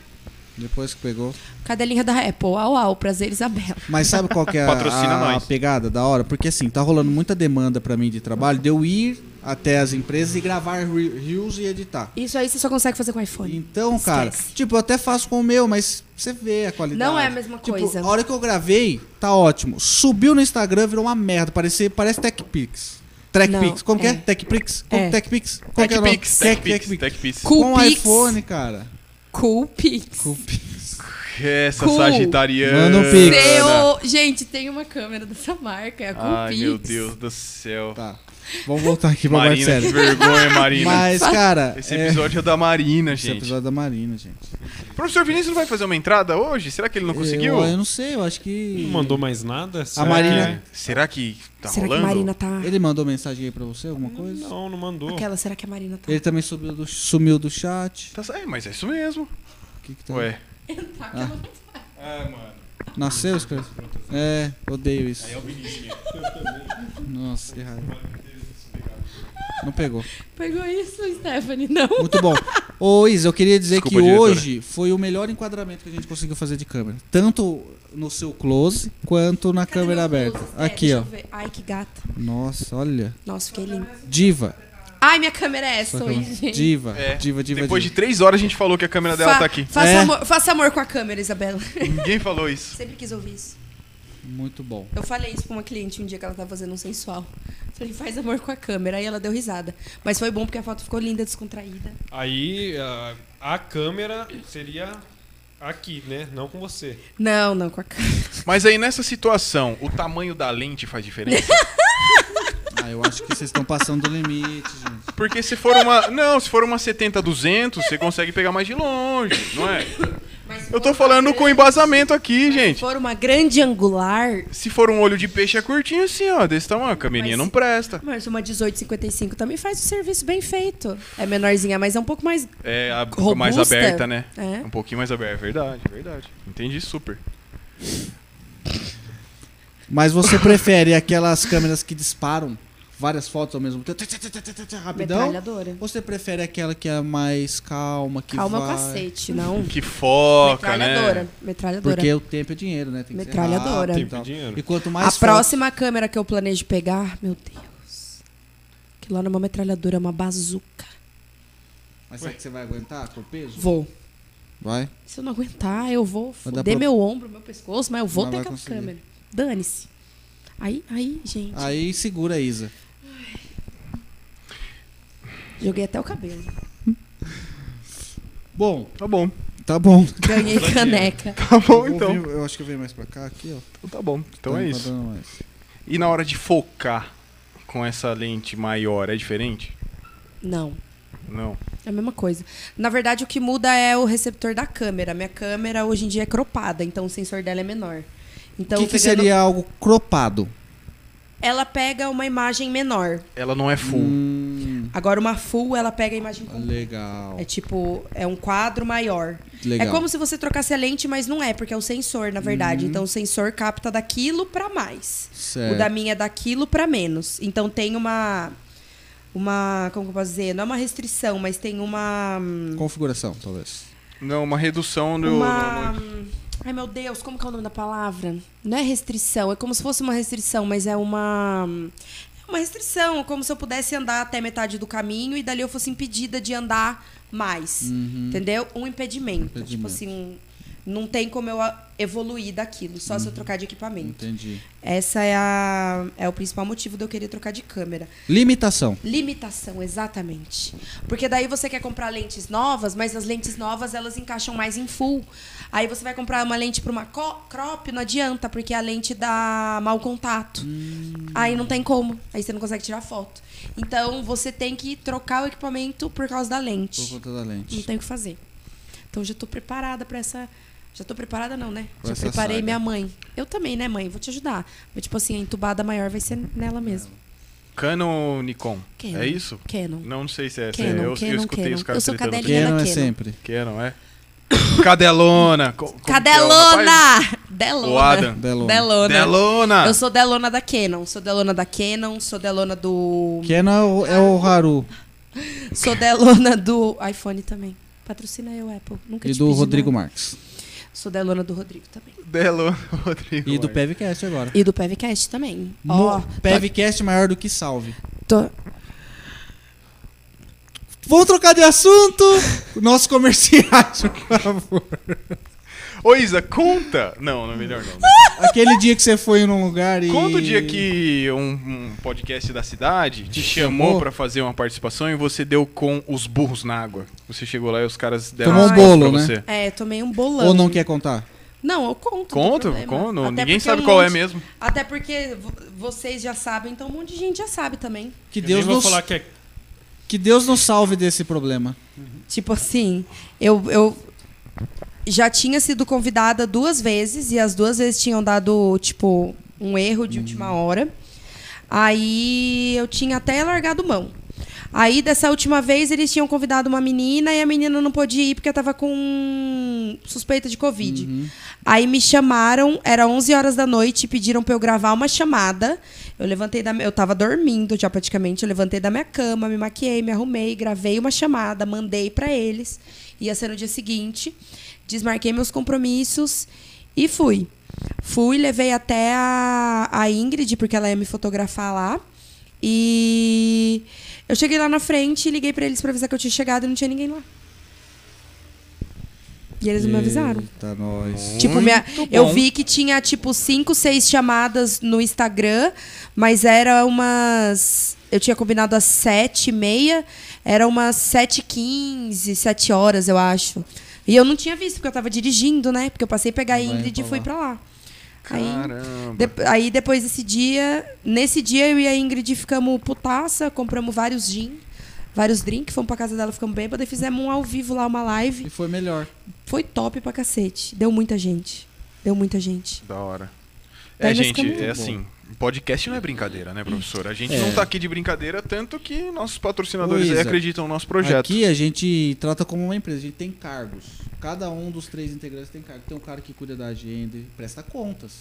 Depois que pegou. Cadelinha da Apple. Au, au, prazer, Isabela. Mas sabe qual que é a, Patrocina a- a nós. pegada da hora? Porque assim, tá rolando muita demanda pra mim de trabalho de eu ir até as empresas e gravar re- reels e editar. Isso aí você só consegue fazer com iPhone. Então, cara, Esquece. tipo, eu até faço com o meu, mas você vê a qualidade. Não é a mesma Tipo, coisa. A hora que eu gravei, tá ótimo. Subiu no Instagram, virou uma merda. Parece, parece TechPix. TechPix. Não, Como que é. é? TechPix? Como- É. TechPix? Como que é o nome? TechPix, Tech- TechPix, TechPix. TechPix. Cool Com Pix. iPhone, cara. Cool Pix. Essa Cool. sagitariana. Manda um pix. Seu... Gente, tem uma câmera dessa marca. É a Cool Ai, Pix. meu Deus do céu. Tá. Vamos voltar aqui pra mais Marina, sério. que vergonha, Marina. Mas, cara, Esse é- episódio é da Marina, esse gente. episódio da Marina, gente. Professor Vinícius não vai fazer uma entrada hoje? Será que ele não conseguiu? É. Eu, eu não sei, eu acho que. Não mandou mais nada? Será Marina- Será que tá Será rolando? que a Marina tá. Ele mandou mensagem aí pra você, alguma que- coisa? Não, não mandou. Aquela, será que a Marina tá. Ele também subiu do- sumiu do chat. Tá, é, mas é isso mesmo. O que que tá- Ué. Nasceu, escreveu. É, odeio isso. Nossa, que raiva. Não pegou. Pegou isso, Stephanie? Não. Muito bom. Ô, Isa, eu queria dizer Desculpa, que diretora. hoje foi o melhor enquadramento que a gente conseguiu fazer de câmera. Tanto no seu close quanto na Cadê câmera meu aberta. close? É, Aqui, deixa eu ó. ver. Ai, que gata. Nossa, olha. Nossa, fiquei linda. Diva. Ai, minha câmera é essa Sua hoje, câmera. gente. Diva. É. Diva, diva, Depois de diva. três horas a gente falou que a câmera dela Fa- tá aqui. Faça, É. amor, faça amor com a câmera, Isabela. Ninguém falou isso. Sempre quis ouvir isso. Muito bom. Eu falei isso pra uma cliente um dia que ela tava fazendo um sensual. Falei, faz amor com a câmera. Aí ela deu risada. Mas foi bom porque a foto ficou linda, descontraída. Aí a, a câmera seria aqui, né? Não com você. Não, não, com a câmera. Mas aí nessa situação, o tamanho da lente faz diferença? Ah, eu acho que vocês estão passando do limite, gente. Porque se for uma. Não, se for uma 70 200, você consegue pegar mais de longe, não é? Eu tô falando com embasamento aqui, Se gente. for uma grande angular, Se for um olho de peixe é curtinho assim, ó, desse tamanho, a câmerinha Mas- não presta. mas uma 1855 também faz o serviço bem feito. É menorzinha, mas é um pouco mais É a Robusta. mais aberta, né? É. Um pouquinho mais aberta, é verdade, é verdade. Entendi super. Mas você prefere aquelas câmeras que disparam várias fotos ao mesmo tempo? tê, tê, tê, tê, tê, tê, Rapidão? metralhadora. Ou você prefere aquela que é mais calma, que Calma vai... o cacete, não. Que foca, metralhadora. né? Metralhadora. Porque o tempo é dinheiro, né? Tem que ser Metralhadora. rápido Tempo é e tal. dinheiro. então. E quanto a mais foto- próxima câmera que eu planejo pegar, meu Deus. Que lá não é uma metralhadora, é uma bazuca. Mas será que você vai aguentar com o peso? Vou. Vai. Se eu não aguentar, eu vou dar foder pro- meu ombro, meu pescoço, mas eu vou Mas ter vai aquela conseguir. câmera. Dane-se. Aí, aí, gente. Aí segura a Isa. Joguei até o cabelo. Bom, Tá bom. tá bom. Ganhei caneca. Tá bom Eu então. vi- eu acho que eu venho mais pra cá, aqui, ó. Tá bom. Então Tá é isso. enquadrando mais. E na hora de focar com essa lente maior é diferente? Não. Não. É a mesma coisa. Na verdade, o que muda é o receptor da câmera. Minha câmera hoje em dia é cropada, então o sensor dela é menor. O Então, que, que pegando- seria algo cropado? ela pega uma imagem menor. Ela não é full. Hum, Agora uma full, ela pega a imagem completa. Legal. É tipo, é um quadro maior. Legal. Uhum. É como se você trocasse a lente, mas não é, porque é o sensor, na verdade. Então o sensor capta daquilo pra mais. Certo. O da minha é daquilo pra menos. Então tem uma uma, como que eu posso dizer? Não é uma restrição, mas tem uma hum, Configuração, talvez. Não, uma redução do. uma no- hum, Ai meu Deus, como que é o nome da palavra? Não é restrição, é como se fosse uma restrição, mas é uma hum, é uma restrição, como se eu pudesse andar até metade do caminho e dali eu fosse impedida de andar mais. Hum. Entendeu? Um impedimento, tipo assim, um- não tem como eu a- evoluir daquilo, só se eu trocar de equipamento. Entendi. Essa é a é o principal motivo de eu querer trocar de câmera. Limitação. Limitação, exatamente. Porque daí você quer comprar lentes novas, mas as lentes novas elas encaixam mais em full. Aí você vai comprar uma lente para uma co- crop, não adianta, porque é a lente dá mau contato. Aí não tem como, aí você não consegue tirar foto. Então você tem que trocar o equipamento por causa da Por lente. conta da Não lente. tem o que fazer. Então já tô preparada pra essa. Já tô preparada, não, né? Pra já essa preparei saga. minha mãe. Eu também, né, mãe? Vou te ajudar. Mas, tipo assim, a entubada maior vai ser nela mesmo. Canon ou Nikon? Canon. É isso? Canon. Não, não sei se é essa. Canon, eu, eu Canon, escutei Canon. os caras Eu sou tretando. cadelinha. Canon Helena é Keno. sempre. Canon, é? Cadelona! Co- como que é o rapaz? Cadelona! Delona. O Adam. Delon. Delona. Delona! Eu sou Delona da Canon. Sou Delona da Canon. Sou Delona do. Canon é o- é Ah, o Haru. Sou Delona do iPhone também. Patrocina eu, Apple. Nunca E te do pedi Tá Rodrigo nada. Marques. Sou Delona do Rodrigo também. Delona, Rodrigo. E do Marques. Pevcast agora. E do Pevcast também. Ó, tá- Mo- Pevcast maior do que salve. tô- Vamos trocar de assunto? Nossos comerciais, por favor. Ô Isa, conta! Não, não é melhor não. Aquele dia que você foi num lugar e. Conta o dia que um, um podcast da cidade te chamou chamou? pra fazer uma participação e você deu com os burros na água. Você chegou lá e os caras deram Tomou as um costas bolo, pra né? você. É, tomei um bolão. Ou não quer contar? Não, eu conto. não tem Conta, problema. conta. Até Ninguém porque sabe um qual é monte- mesmo. Até porque vo- vocês já sabem, então um monte de gente já sabe também. Que Eu Deus, nem vou nos, falar que é que Deus nos salve desse problema. Tipo assim, eu, eu já tinha sido convidada duas vezes e as duas vezes tinham dado, tipo, um erro de última hora. Aí eu tinha até largado mão. Aí dessa última vez eles tinham convidado uma menina e a menina não pôde ir porque tava com suspeita de Covid. Aí me chamaram, era 11 horas da noite, e pediram pra eu gravar uma chamada. Eu levantei da. Eu tava dormindo já praticamente. Eu levantei da minha cama, me maquiei, me arrumei, gravei uma chamada, mandei pra eles. Ia ser no dia seguinte. Desmarquei meus compromissos e fui. Fui, levei até a, a Ingrid, porque ela ia me fotografar lá. E eu cheguei lá na frente, liguei pra eles pra avisar que eu tinha chegado e não tinha ninguém lá. E eles não me avisaram. Eita, nós. Tipo, Muito minha, eu bom. vi que tinha, tipo, cinco, seis chamadas no Instagram, mas era umas. Eu tinha combinado às sete e meia, era umas sete e quinze, sete horas, eu acho. E eu não tinha visto, porque eu tava dirigindo, né? Porque eu passei a pegar a Ingrid e fui pra lá. Aí, Caramba. de- aí depois desse dia, nesse dia eu e a Ingrid ficamos putaça, compramos vários gin, vários drinks, fomos pra casa dela, ficamos bêbados e fizemos um ao vivo lá, uma live. E foi melhor. Foi top pra cacete. Deu muita gente. Deu muita gente. Da hora. Daí É, nós gente, ficamos- é assim. Podcast não é brincadeira, né, professor? A É. gente não tá aqui de brincadeira, tanto que nossos patrocinadores Ô, Isa, acreditam no nosso projeto. Aqui a gente trata como uma empresa, a gente tem cargos. Cada um dos três integrantes tem cargo. Tem um cara que cuida da agenda e presta contas.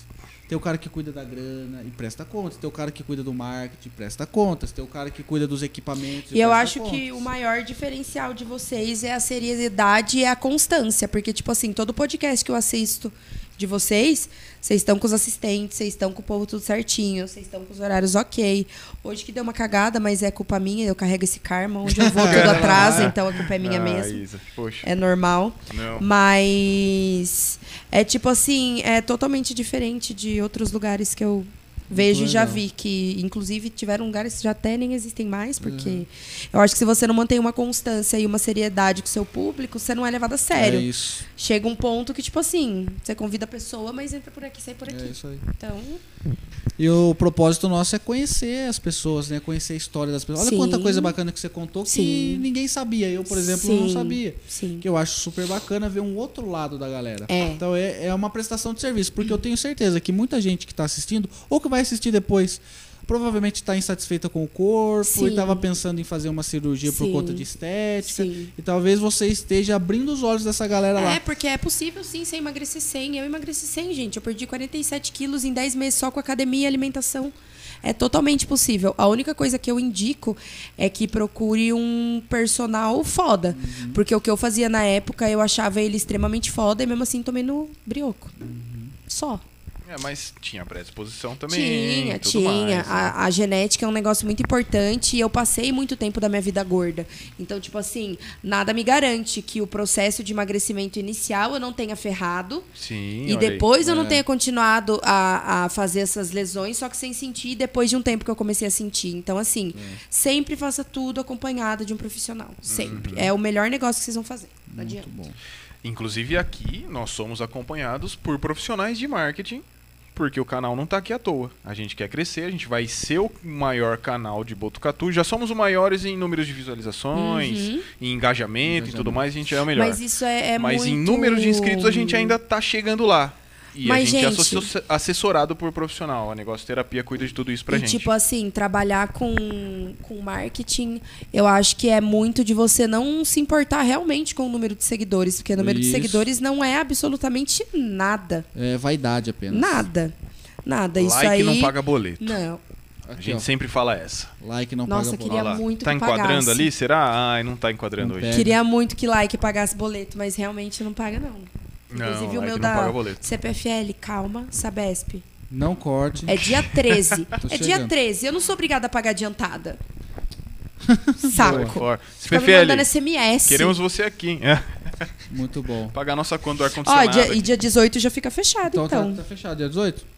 Tem o cara que cuida da grana e presta contas. Tem o cara que cuida do marketing e presta contas. Tem o cara que cuida dos equipamentos. E eu presta acho que o contas. maior diferencial de vocês é a seriedade e a constância. Porque, tipo assim, todo podcast que eu assisto de vocês, vocês estão com os assistentes, vocês estão com o povo tudo certinho, vocês estão com os horários ok. Hoje que deu uma cagada, mas é culpa minha, eu carrego esse karma. Onde eu vou, tudo atrasa, então a culpa é minha Ah, mesmo. Isa, poxa. É normal. Não. Mas é tipo assim, é totalmente diferente de outros lugares que eu vejo e já legal. vi. Que inclusive tiveram lugares que já até nem existem mais, porque Uhum. eu acho que se você não mantém uma constância e uma seriedade com o seu público, você não é levado a sério. É isso. Chega um ponto que, tipo assim, você convida a pessoa, mas entra por aqui, sai por É aqui. isso aí. Então, E o propósito nosso é conhecer as pessoas, né? Conhecer a história das pessoas. Olha Sim. quanta coisa bacana que você contou que Sim. ninguém sabia. Eu, por exemplo, não Sim. sabia. sim. que eu acho super bacana ver um outro lado da galera. É. Então tá é, é uma prestação de serviço, porque eu tenho certeza que muita gente que está assistindo, ou que vai assistir depois, provavelmente está insatisfeita com o corpo e Sim. estava pensando em fazer uma cirurgia por Sim. conta de estética. Sim. E talvez você esteja abrindo os olhos dessa galera lá. É, porque é possível sim você emagrecer 100. Eu emagreci 100, gente. Eu perdi 47 quilos em 10 meses só com academia e alimentação. É totalmente possível. A única coisa que eu indico é que procure um personal foda. Uhum. Porque o que eu fazia na época, eu achava ele extremamente foda e mesmo assim tomei no brioco. Uhum. Só. É, mas tinha predisposição também. Tinha, tudo tinha. mais, né? A, a genética é um negócio muito importante e eu passei muito tempo da minha vida gorda. Então, tipo assim, nada me garante que o processo de emagrecimento inicial eu não tenha ferrado Sim, olha e aí. depois eu não tenha continuado a, a fazer essas lesões, só que sem sentir depois de um tempo que eu comecei a sentir. Então, assim, É. sempre faça tudo acompanhado de um profissional. Sempre. Uhum. É o melhor negócio que vocês vão fazer. Não adianta. Inclusive aqui nós somos acompanhados por profissionais de marketing, porque o canal não tá aqui à toa. A gente quer crescer, a gente vai ser o maior canal de Botucatu. Já somos os maiores em números de visualizações, em engajamento e tudo mais, a gente é o melhor. Uhum. Mas isso é, é Mas muito... em número de inscritos a gente ainda tá chegando lá. E a Mas, gente, é gente- associo- assessorado por profissional. A Negócio Terapia cuida de tudo isso pra e, gente. tipo assim, trabalhar com, com marketing, eu acho que é muito de você não se importar realmente com o número de seguidores, porque o número de Isso. seguidores não é absolutamente nada. É vaidade apenas. Nada. Nada. isso like aí. não paga boleto. Não. a Aqui, gente ó. sempre fala essa. Like não Nossa, paga queria Olha lá. muito tá que enquadrando pagasse. ali? Será? Ai, não tá enquadrando Não hoje. pega. Queria muito que like pagasse boleto, mas realmente não paga, não. Não, Inclusive o like meu não da paga boleto. CPFL, calma, Sabesp. Não corte. É dia 13. é dia chegando. 13. Eu não sou obrigada a pagar adiantada. Saco. Fora. Fica me mandando CPFL, SMS. um queremos você aqui. hein? É. Muito bom. Pagar nossa conta do Ó, ar-condicionado. dia, e dia 18 já fica fechado, Então, então. tá- Tá, fechado, dia 18?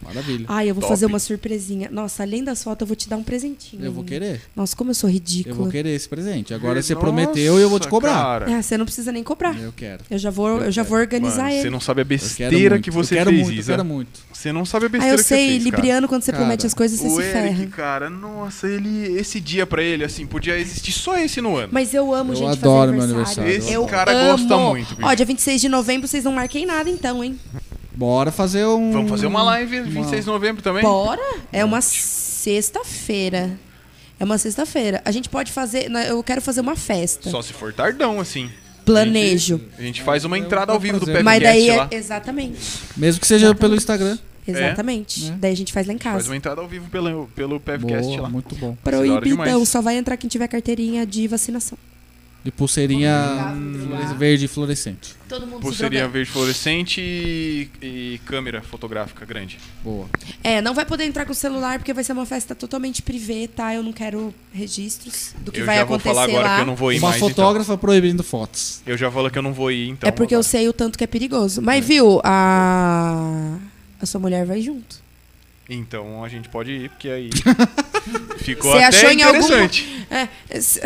Maravilha. Ai, eu vou Top. fazer uma surpresinha. Nossa, além das fotos, eu vou te dar um presentinho. Eu vou querer. Nossa, como eu sou Eu vou ridícula. querer esse presente. Agora você Nossa, prometeu e eu vou te cobrar. cara. Ah, você não precisa nem cobrar. Eu quero. Eu já vou, eu já vou organizar Mano, você ele. não sabe a Eu besteira quero muito. que você eu quero fez, muito, Isa. Eu quero muito. Você não sabe a Ah, besteira eu que você sei, fez, cara. Libriano, quando você Cara, promete as coisas, você O se Eric, ferra. cara, nossa, ele esse dia pra ele assim, podia existir só esse no ano. Mas eu amo, Eu gente, adoro meu fazer aniversário, aniversário. esse eu cara amo. gosta muito, bicho. Ó, dia 26 de novembro, vocês não marquem nada então, hein? Bora fazer um. Vamos fazer uma live 26 de novembro também? Bora? É uma sexta-feira. É uma sexta-feira. A gente pode fazer... na- Eu quero fazer uma festa. Só se for tardão assim. Planejo. A gente faz uma entrada ao vivo do fazer. PFCast Mas daí... lá. É? É... Exatamente. Mesmo que seja pelo Instagram. Exatamente. Daí a gente faz lá em Né? Faz casa. uma entrada ao vivo pelo pelo PFCast Boa, lá. muito bom. Isso é da hora Proibidão. demais. então, Só vai entrar quem tiver carteirinha de vacinação. De pulseirinha flores- verde fluorescente. Todo mundo Pulseirinha se verde fluorescente e, e câmera fotográfica grande. Boa. É, não vai poder entrar com o celular porque vai ser uma festa totalmente privê, tá? Eu não quero registros do que eu vai já vou acontecer falar agora lá. que eu não vou ir uma mais. então. fotógrafa proibindo fotos. Eu já falo que eu não vou ir, então. é porque eu agora. sei o tanto que é perigoso. Mas viu, a a sua mulher vai junto. Então a gente pode ir, porque aí. Ficou Você até achou em algum- interessante. Es-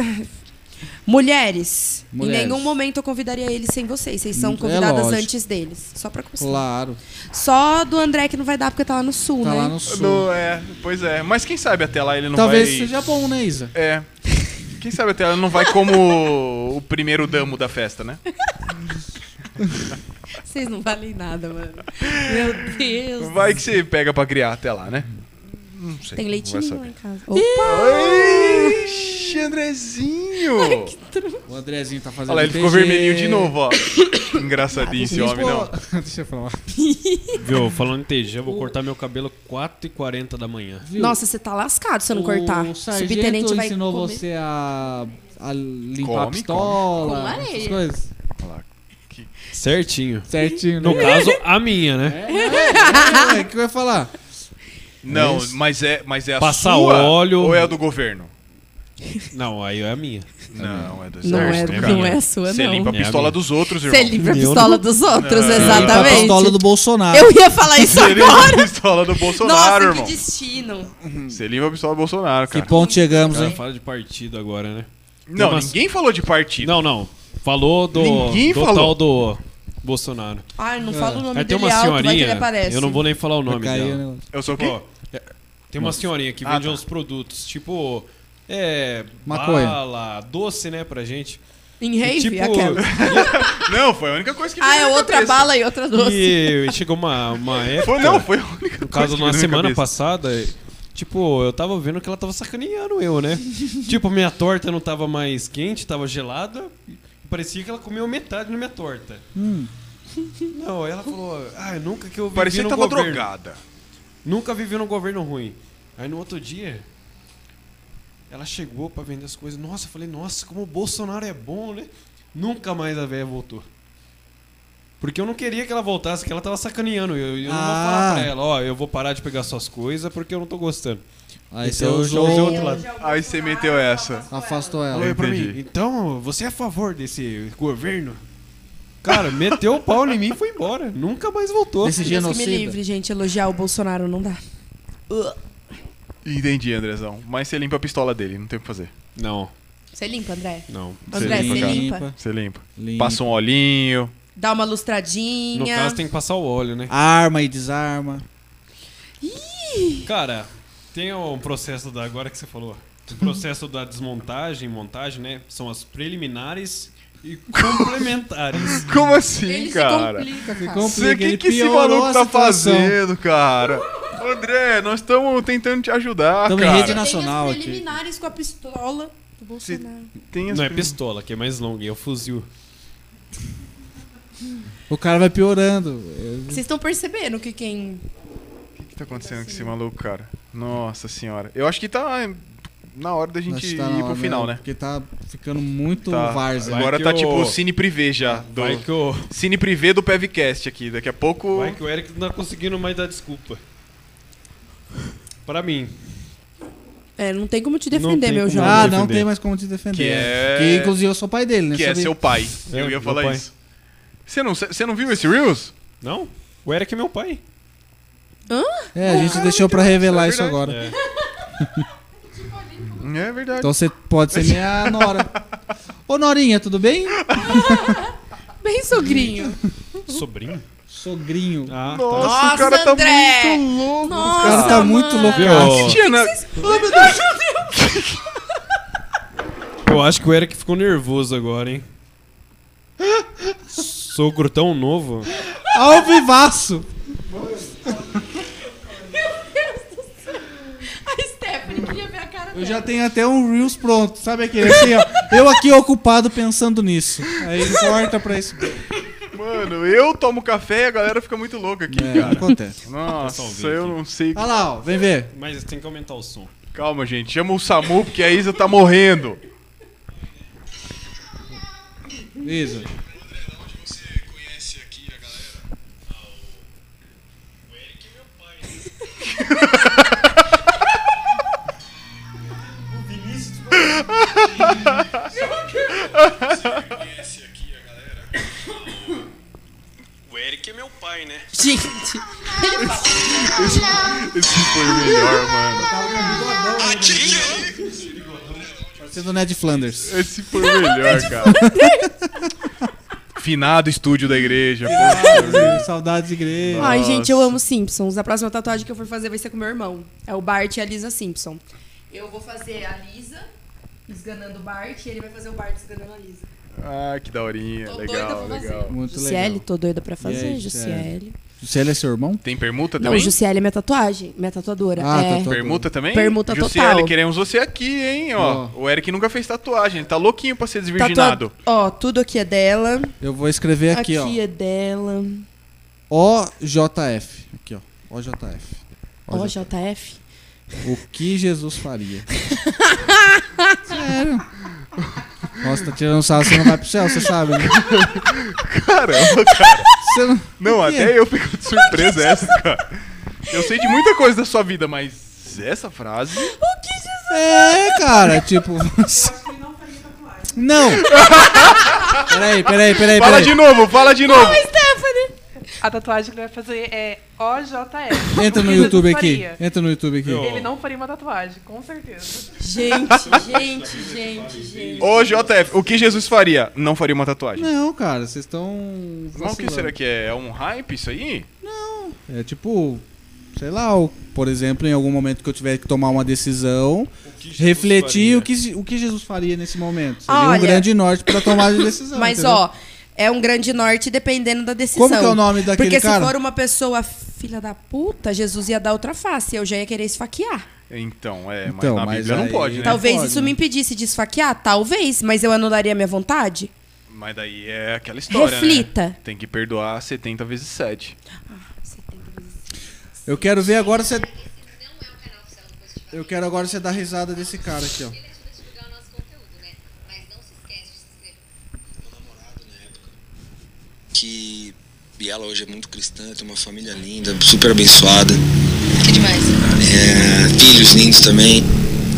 Mulheres, É, Mulheres. em nenhum momento eu convidaria eles sem vocês. Vocês são É convidadas lógico. antes deles. Só pra começar. Claro. Só do André que não vai dar porque tá lá no sul, Tá né? lá no sul. Não, é, pois é. Mas quem sabe até lá ele não Talvez vai. seja bom, né, Isa? É. Quem sabe até ela não vai como o primeiro damo da festa, né? Vocês não valem nada, mano. Meu Deus. Vai que você pega pra criar até lá, né? Não sei. não Tem vai leitinho né? saber. lá em casa. Ixi, Andrezinho! O Andrezinho tá fazendo. Olha lá, ele ficou TG. vermelhinho de novo, ó. Engraçadinho esse homem, não. Deixa eu falar. Viu, falando em TG, eu vou cortar meu cabelo 4h40 da manhã. Viu? Nossa, você tá lascado se eu não cortar. O sargento Subtenente vai ensinou comer. você a, a limpar a Come, pistola, come. Com essas é? areia. coisas. Certinho. Certinho, né? No caso, a minha, né? É, o que eu ia falar? Não, Isso. mas é, mas é a Passar sua óleo. ou é a do governo? Não, aí é a minha. Não, é do Não é, exército, cara. não é a sua, Você não. limpa a É a pistola minha. dos outros, irmão. Você livra a Eu pistola dos é. Tá outros, a exatamente. pistola do Bolsonaro. Eu ia falar isso Você agora. limpa a pistola do Bolsonaro, Nossa, que irmão. destino. Você limpa a pistola do Bolsonaro, Que cara. ponto O chegamos, cara hein? fala de partido agora, né? Não, Mas- ninguém falou de partido. Não, não. Falou do, Ninguém do falou. tal do Bolsonaro. Ai, não fala o nome É. Aí tem dele uma alto, vai que ele senhorinha. aparece. Eu não vou nem falar o Vai nome cair né? o dela. negócio. Eu sou o quê? Ó, é- tem uma senhorinha que Ah, vende tá. uns produtos, tipo. É. Maconha. Bala, doce, né, pra gente. Em rave, E, tipo, aquela. Não, foi a única coisa que Ah, veio é na outra cabeça. É, bala e outra doce. E chegou uma, uma época. Foi, não, foi a única No coisa caso, que na veio na semana cabeça. passada, Tipo, eu tava vendo que ela tava sacaneando eu, né? tipo, minha torta não tava mais quente, tava gelada. e Parecia que ela comeu metade da minha torta. Hum. Não, ela falou, ah, nunca que eu vivi Parecia no que tava governo. drogada. Nunca vivi num governo ruim. Aí no outro dia, ela chegou pra vender as coisas. Nossa, eu falei, nossa, como o Bolsonaro é bom, né? Nunca mais a véia voltou. Porque eu não queria que ela voltasse, que ela tava sacaneando. Eu, eu não vou Ah. falar pra ela, ó, eu vou parar de pegar suas coisas porque eu não tô gostando. Aí Esse você é o usou, jogo de outro lado. Aí você meteu essa. afastou Ela ela. olhou Ah, pra mim, entendi. então, você é a favor desse governo? Cara, meteu o pau em mim e foi embora. Nunca mais voltou. Desse Deus que me genocida. livre, gente. Elogiar o Bolsonaro não dá. Entendi, Andrezão. Mas você limpa a pistola dele, não tem o que fazer. Não, Você limpa, André? não. André, limpa, você cara. limpa. Você limpa. Limpa. Passa um olhinho. Dá uma No lustradinha. caso tem que passar o óleo, né? Arma e desarma. Cara, tem um processo da agora que você falou. O processo da desmontagem, montagem, né? São as preliminares e complementares. é Como assim, Ele se cara? complica, cara. um Você, Complica, o que, ele que esse piorou maluco a tá situação. fazendo, cara? André, nós estamos tentando te ajudar, Tamo em cara. rede nacional tem as aqui. preliminares com a pistola do Se- Bolsonaro. Tem as Não é prim- pistola, que é mais longa, é o fuzil. O cara vai piorando. Vocês estão percebendo que quem... O que tá acontecendo com esse maluco, cara? Nossa senhora. Eu acho que tá na hora da gente Acho que tá na ir hora, pro final, né? Porque tá ficando muito Tá. várzea. Vai Agora que tá o- tipo cine privê já. do- Vai que, o, Cine privê do Pevcast aqui. Daqui a pouco. vai que o Eric não tá conseguindo mais dar desculpa. Pra mim. É, não tem como te Não defender, tem meu como. jovem. Ah, defender. não tem mais como te defender. Que é- Que, inclusive eu sou pai dele, né? que é Sabe? seu pai. É, Eu ia meu falar pai. isso. Você não, você não viu esse Reels? Não? O Eric é meu pai. É, a gente deixou pra revelar isso verdade. agora. É. É verdade. Então você pode ser minha nora. Ô Norinha, tudo bem? Bem sogrinho. Sobrinho? Sogrinho. Ah, Nossa, Nossa, o cara tá André! muito louco. Nossa, o cara tá muito mano. louco. Eu, Tinha na- eu acho que o Eric ficou nervoso agora, hein? Sogro tão novo. Ao vivaço! A Stephanie queria ver a cara Eu dela. já tenho até um Reels pronto, sabe aquele assim, ó. Eu aqui ocupado pensando nisso. Aí corta pra isso. Mano, eu tomo café e a galera fica muito louca aqui, É, cara. acontece. Nossa, Só ouvir eu Tá aqui. não sei. Olha lá, ó, vem ver. Mas tem que aumentar o som. Calma, gente. Chama o SAMU porque a Isa tá morrendo. Isso. Você conhece aqui a galera? Ah, o Eric é meu pai. o Vinícius ficou. Você conhece aqui a galera? Ah, O Eric é meu pai, né? Gente, Esse foi o melhor, mano. né? Parecendo o Ned Flanders. Esse foi o melhor, cara. Finado estúdio da igreja. pô. Saudades de igreja. ai, Nossa. gente, eu amo Simpsons. A próxima tatuagem que eu for fazer vai ser com meu irmão. É o Bart e a Lisa Simpson. Eu vou fazer a Lisa esganando o Bart e ele vai fazer o Bart esganando a Lisa. Ah, que daorinha. Tô doida legal, pra fazer. legal. Muito Jussiele, legal. tô doida pra fazer, aí, Jussiele. Você é seu irmão? Tem permuta Não, também? Jussiele é minha tatuagem, minha tatuadora. Ah, é. tatuadora. Permuta também? Permuta Jussiele, total. queremos você aqui, hein? Ó, O Eric nunca fez tatuagem. Ele tá louquinho pra ser desvirginado. Tatua- Ó, tudo aqui é dela. Eu vou escrever aqui, Aqui, é dela. ó. OJF. Aqui, ó. OJF. Ó, JF. O que Jesus faria? Sério. Nossa, tá tirando sarro, você não vai pro céu, você sabe, né? Caramba, cara. Você não... Não, Por quê? até eu fico de surpresa essa, cara. Eu sei de muita coisa da sua vida, mas essa frase. É, cara, tipo. Não! Peraí, peraí, peraí, Fala É, peraí. de novo, fala de novo. A tatuagem que ele vai fazer é OJF. Entra O no que Jesus YouTube aqui. faria? Entra no YouTube aqui. Não. Ele não faria uma tatuagem, com certeza. Gente, gente, gente, gente. Ô, JF, o que Jesus faria? Não faria uma tatuagem. Não, cara, vocês estão. Mas o que será que é? É um hype isso aí? É tipo, sei lá, o- por exemplo, em algum momento que eu tiver que tomar uma decisão, refletir o que, o que Jesus faria nesse momento. Seria Olha. um grande norte pra tomar de decisão. Mas entendeu? ó, é um grande norte dependendo da decisão. Como que é o nome daquele Porque cara? se for uma pessoa filha da puta, Jesus ia dar outra face, eu já ia querer esfaquear. Então, é, mas Então, na mas Bíblia não aí- pode, É, né? Talvez pode, isso né? me impedisse de esfaquear? Talvez, mas eu anularia minha vontade? Mas daí é aquela história, Reflita. né? Tem que perdoar 70 vezes 7. Eu quero ver agora você. Eu quero agora você dar risada desse cara aqui, ó. que e ela hoje é muito cristã, tem uma família linda, super abençoada, Que demais. é, filhos lindos também.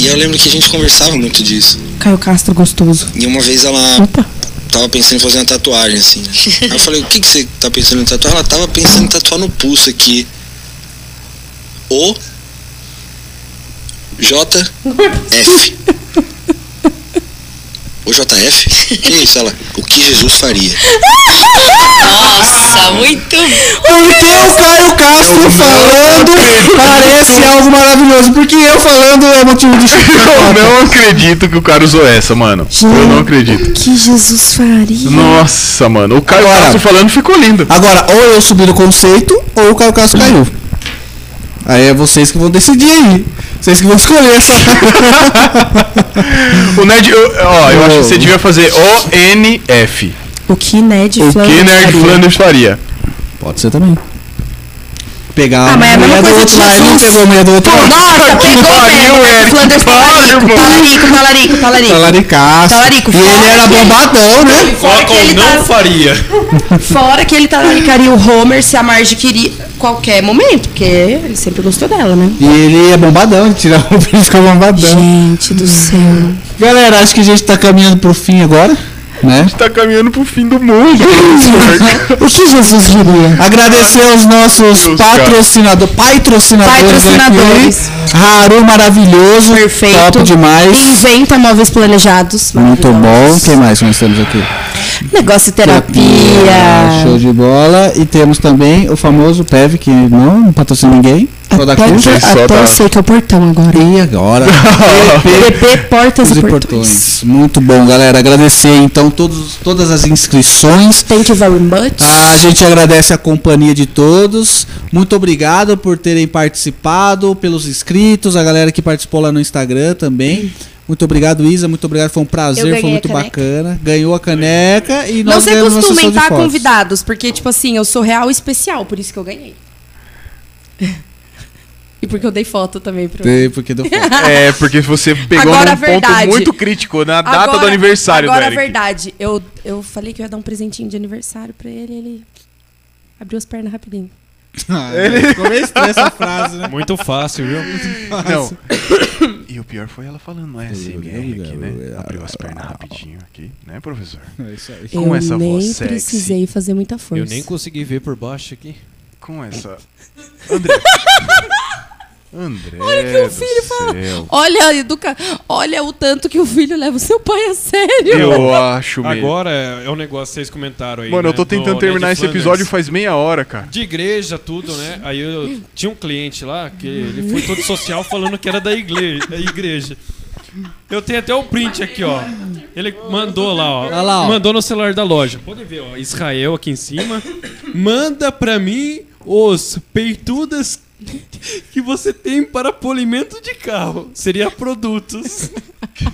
E eu lembro que a gente conversava muito disso. Caio Castro gostoso. E uma vez ela tava pensando em fazer uma tatuagem, assim. né? Aí eu falei, o que, que você tá pensando em tatuar? Ela tava pensando em tatuar no pulso aqui. O J F. O JF? Que isso? Ela, o que Jesus faria? Nossa, muito. Porque o Caio Castro falando parece algo maravilhoso. Porque eu falando é motivo de Eu não acredito que o cara usou essa, mano. Eu não acredito. Que Jesus faria. Nossa, mano. O Caio Agora- Castro falando ficou lindo. Agora, ou eu subi no conceito, ou o Caio Castro caiu. Aí é vocês que vão decidir aí. Vocês que vão escolher essa. O Nerd, eu- ó, eu acho que você Uou. devia fazer O-N-F. O que Ned O Flanders que Nerd faria? Flanders faria? Pode ser também. Pegar Ah, a mas é a mulher mesma do coisa outro de lá e não Jesus. pegou a mulher do outro lá. Nossa, que pegou pariu, mesmo. Eric, Flanders parico, talarico, talarico, talarico, talarico. Talaricaço. Talarico, E ele fora era que- bombadão, né? Fora Fora que que ele não tá- faria. Fora que ele talaricaria o Homer se a Marge queria qualquer momento, porque ele sempre gostou dela, né? E ele é bombadão, ele tira a roupa e ele fica bombadão. Gente do Hum. céu. Galera, acho que a gente tá caminhando pro fim agora, né? Tá caminhando pro fim do mundo. O que Jesus diria? Agradecer aos nossos Deus, cara. patrocinador, patrocinadores, Patrocinadores. aqui. Haru maravilhoso, Perfeito. top demais. Inventa móveis planejados. É Muito bom. O que mais nós temos aqui? Negócio de Ah, terapia. Show de bola. E temos também o famoso PEV, que não, não patrocina ninguém. Só da Até, Cruz. que, até eu sei que é o portão agora. E É agora? PP Portas Cruz e e Portões. portões. Muito bom, galera. Agradecer então todos, todas as inscrições. Thank you very much. Ah, A gente agradece a companhia de todos. Muito obrigado por terem participado, pelos inscritos, a galera que participou lá no Instagram também. Muito obrigado, Isa. Muito obrigado. Foi um Eu prazer, ganhei foi muito a caneca. bacana. Ganhou a caneca e Não nós se ganhamos a sessão costumem de tá? estar fotos. convidados, porque, tipo assim, eu sou real especial, por isso que eu ganhei. E porque eu dei foto também pro. Tem, porque deu foto. É, porque você pegou Agora a num ponto verdade. muito crítico na data Agora- do aniversário Agora, do a Eric. verdade, eu, eu falei que eu ia dar um presentinho de aniversário pra ele, ele abriu as pernas rapidinho. Ah, Ficou meio estranha essa frase, né? Muito fácil, viu? Não. E o pior foi ela falando no SMR aqui, né? Abriu as pernas rapidinho aqui, né, professor? É Com eu essa nem voz sexy. precisei fazer muita força. Eu nem consegui ver por baixo aqui. Com essa. André. André. Olha que o filho Olha, a educa... Olha o tanto que o filho leva o seu pai a sério. Eu acho mesmo. Agora é é um negócio que vocês comentaram aí. Mano, eu né, tô do tentando Ned terminar esse Flanders. episódio faz meia hora, cara. De igreja, tudo, né? Aí eu tinha um cliente lá que ele foi todo social falando que era da igreja. Da igreja. Eu tenho até um print aqui, ó. Ele mandou lá, ó. lá, ó. Mandou no celular da loja. Pode ver, ó. Israel aqui em cima. Manda pra mim os peitudas que você tem para polimento de carro. Seria produtos.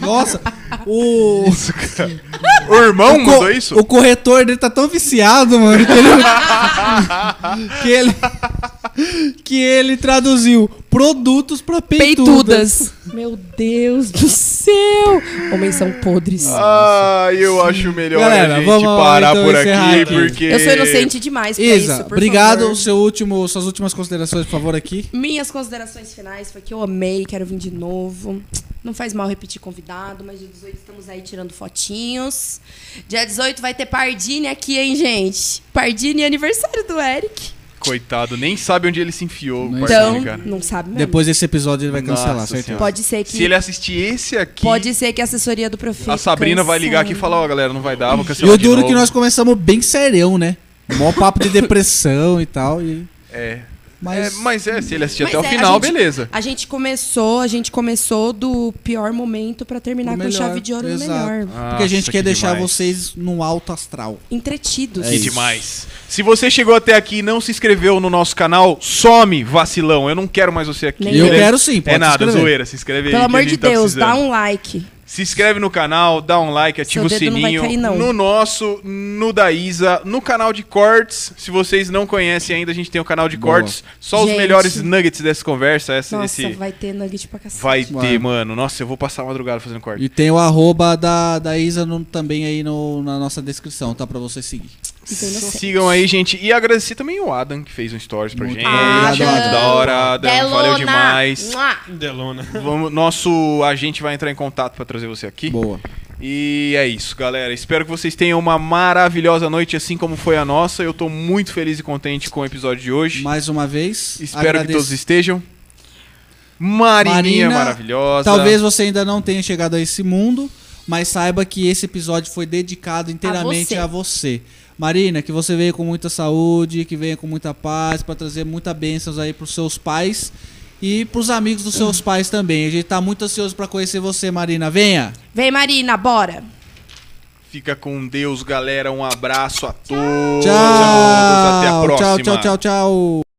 Nossa, o, O irmão co- mandou isso? o corretor dele tá tão viciado, mano, que ele. que ele. Que ele traduziu produtos pra peitudas. Peitudas. Meu Deus do céu. Homens são podres. Ah, eu acho melhor Galera, a gente vamos, parar então, por encerrar aqui, aqui. porque. Eu sou inocente demais pra Isa, É isso, por obrigado. favor. O Seu último, suas últimas considerações, por favor, aqui. Minhas considerações finais foi que eu amei, quero vir de novo. Não faz mal repetir convidado, mas dia 18 estamos aí tirando fotinhos. Dia 18 vai ter Pardini aqui, hein, gente? Pardini é aniversário do Eric. Coitado, nem sabe onde ele se enfiou, o Então, Pardini, cara. não sabe mesmo. Depois desse episódio ele vai cancelar, Nossa certeza. Senhora. Pode ser que Se ele assistir esse aqui, pode ser que a assessoria do prefeito a Sabrina vai cancele. ligar aqui e falar: Ó, galera, não vai dar, vou E cancelar. o de duro é novo. que nós começamos bem serião, né? Mó papo de depressão e tal. E... É. É, Mas, mas é, se ele assistir Mas até o é, a final, gente- beleza. A gente começou, a gente começou do pior momento pra terminar Do com melhor, chave de ouro no exato. Ah. melhor. porque a gente Nossa, quer que deixar demais. vocês no alto astral. Entretidos. É Que isso. demais. Se você chegou até aqui e não se inscreveu no nosso canal, some, vacilão. Eu não quero mais você aqui. Nem E eu eu. quero sim, pode se É nada, inscrever. zoeira. Se inscreve aí. Pelo que a amor gente de tá Deus, precisando. dá um like. Se inscreve no canal, dá um like, ativa Seu o dedo não vai sininho. cair, não. No nosso, no da Isa, no canal de cortes. Se vocês não conhecem ainda, a gente tem o canal de cortes. Só os Gente. melhores nuggets dessa conversa. Essa, Nossa, esse vai ter nugget pra cacete. vai Vai. ter, mano. Nossa, eu vou passar a madrugada fazendo corte. E tem o arroba da, da Isa no- também aí no- na nossa descrição, tá? Pra você seguir. Isso é inocente. Sigam aí, gente. E agradecer também o Adam, que fez um stories pra gente. obrigado, Muito da hora, Adam. Valeu demais. Mua. Delona. Vamos, nosso agente vai entrar em contato pra trazer você aqui. Boa. E é isso, galera. Espero que vocês tenham uma maravilhosa noite, assim como foi a nossa. Eu tô muito feliz e contente com o episódio de hoje. Mais uma vez. Espero que agradeço. todos estejam. Marininha Marina, maravilhosa. Talvez você ainda não tenha chegado a esse mundo, mas saiba que esse episódio foi dedicado inteiramente você. a você. Marina, que você venha com muita saúde, que venha com muita paz, pra trazer muita bênçãos aí pros seus pais e pros amigos dos seus pais também. A gente tá muito ansioso pra conhecer você, Marina. Venha! Vem, Marina, bora. Fica com Deus, galera. Um abraço a todos. Tchau! Até a próxima. tchau, tchau, tchau, tchau.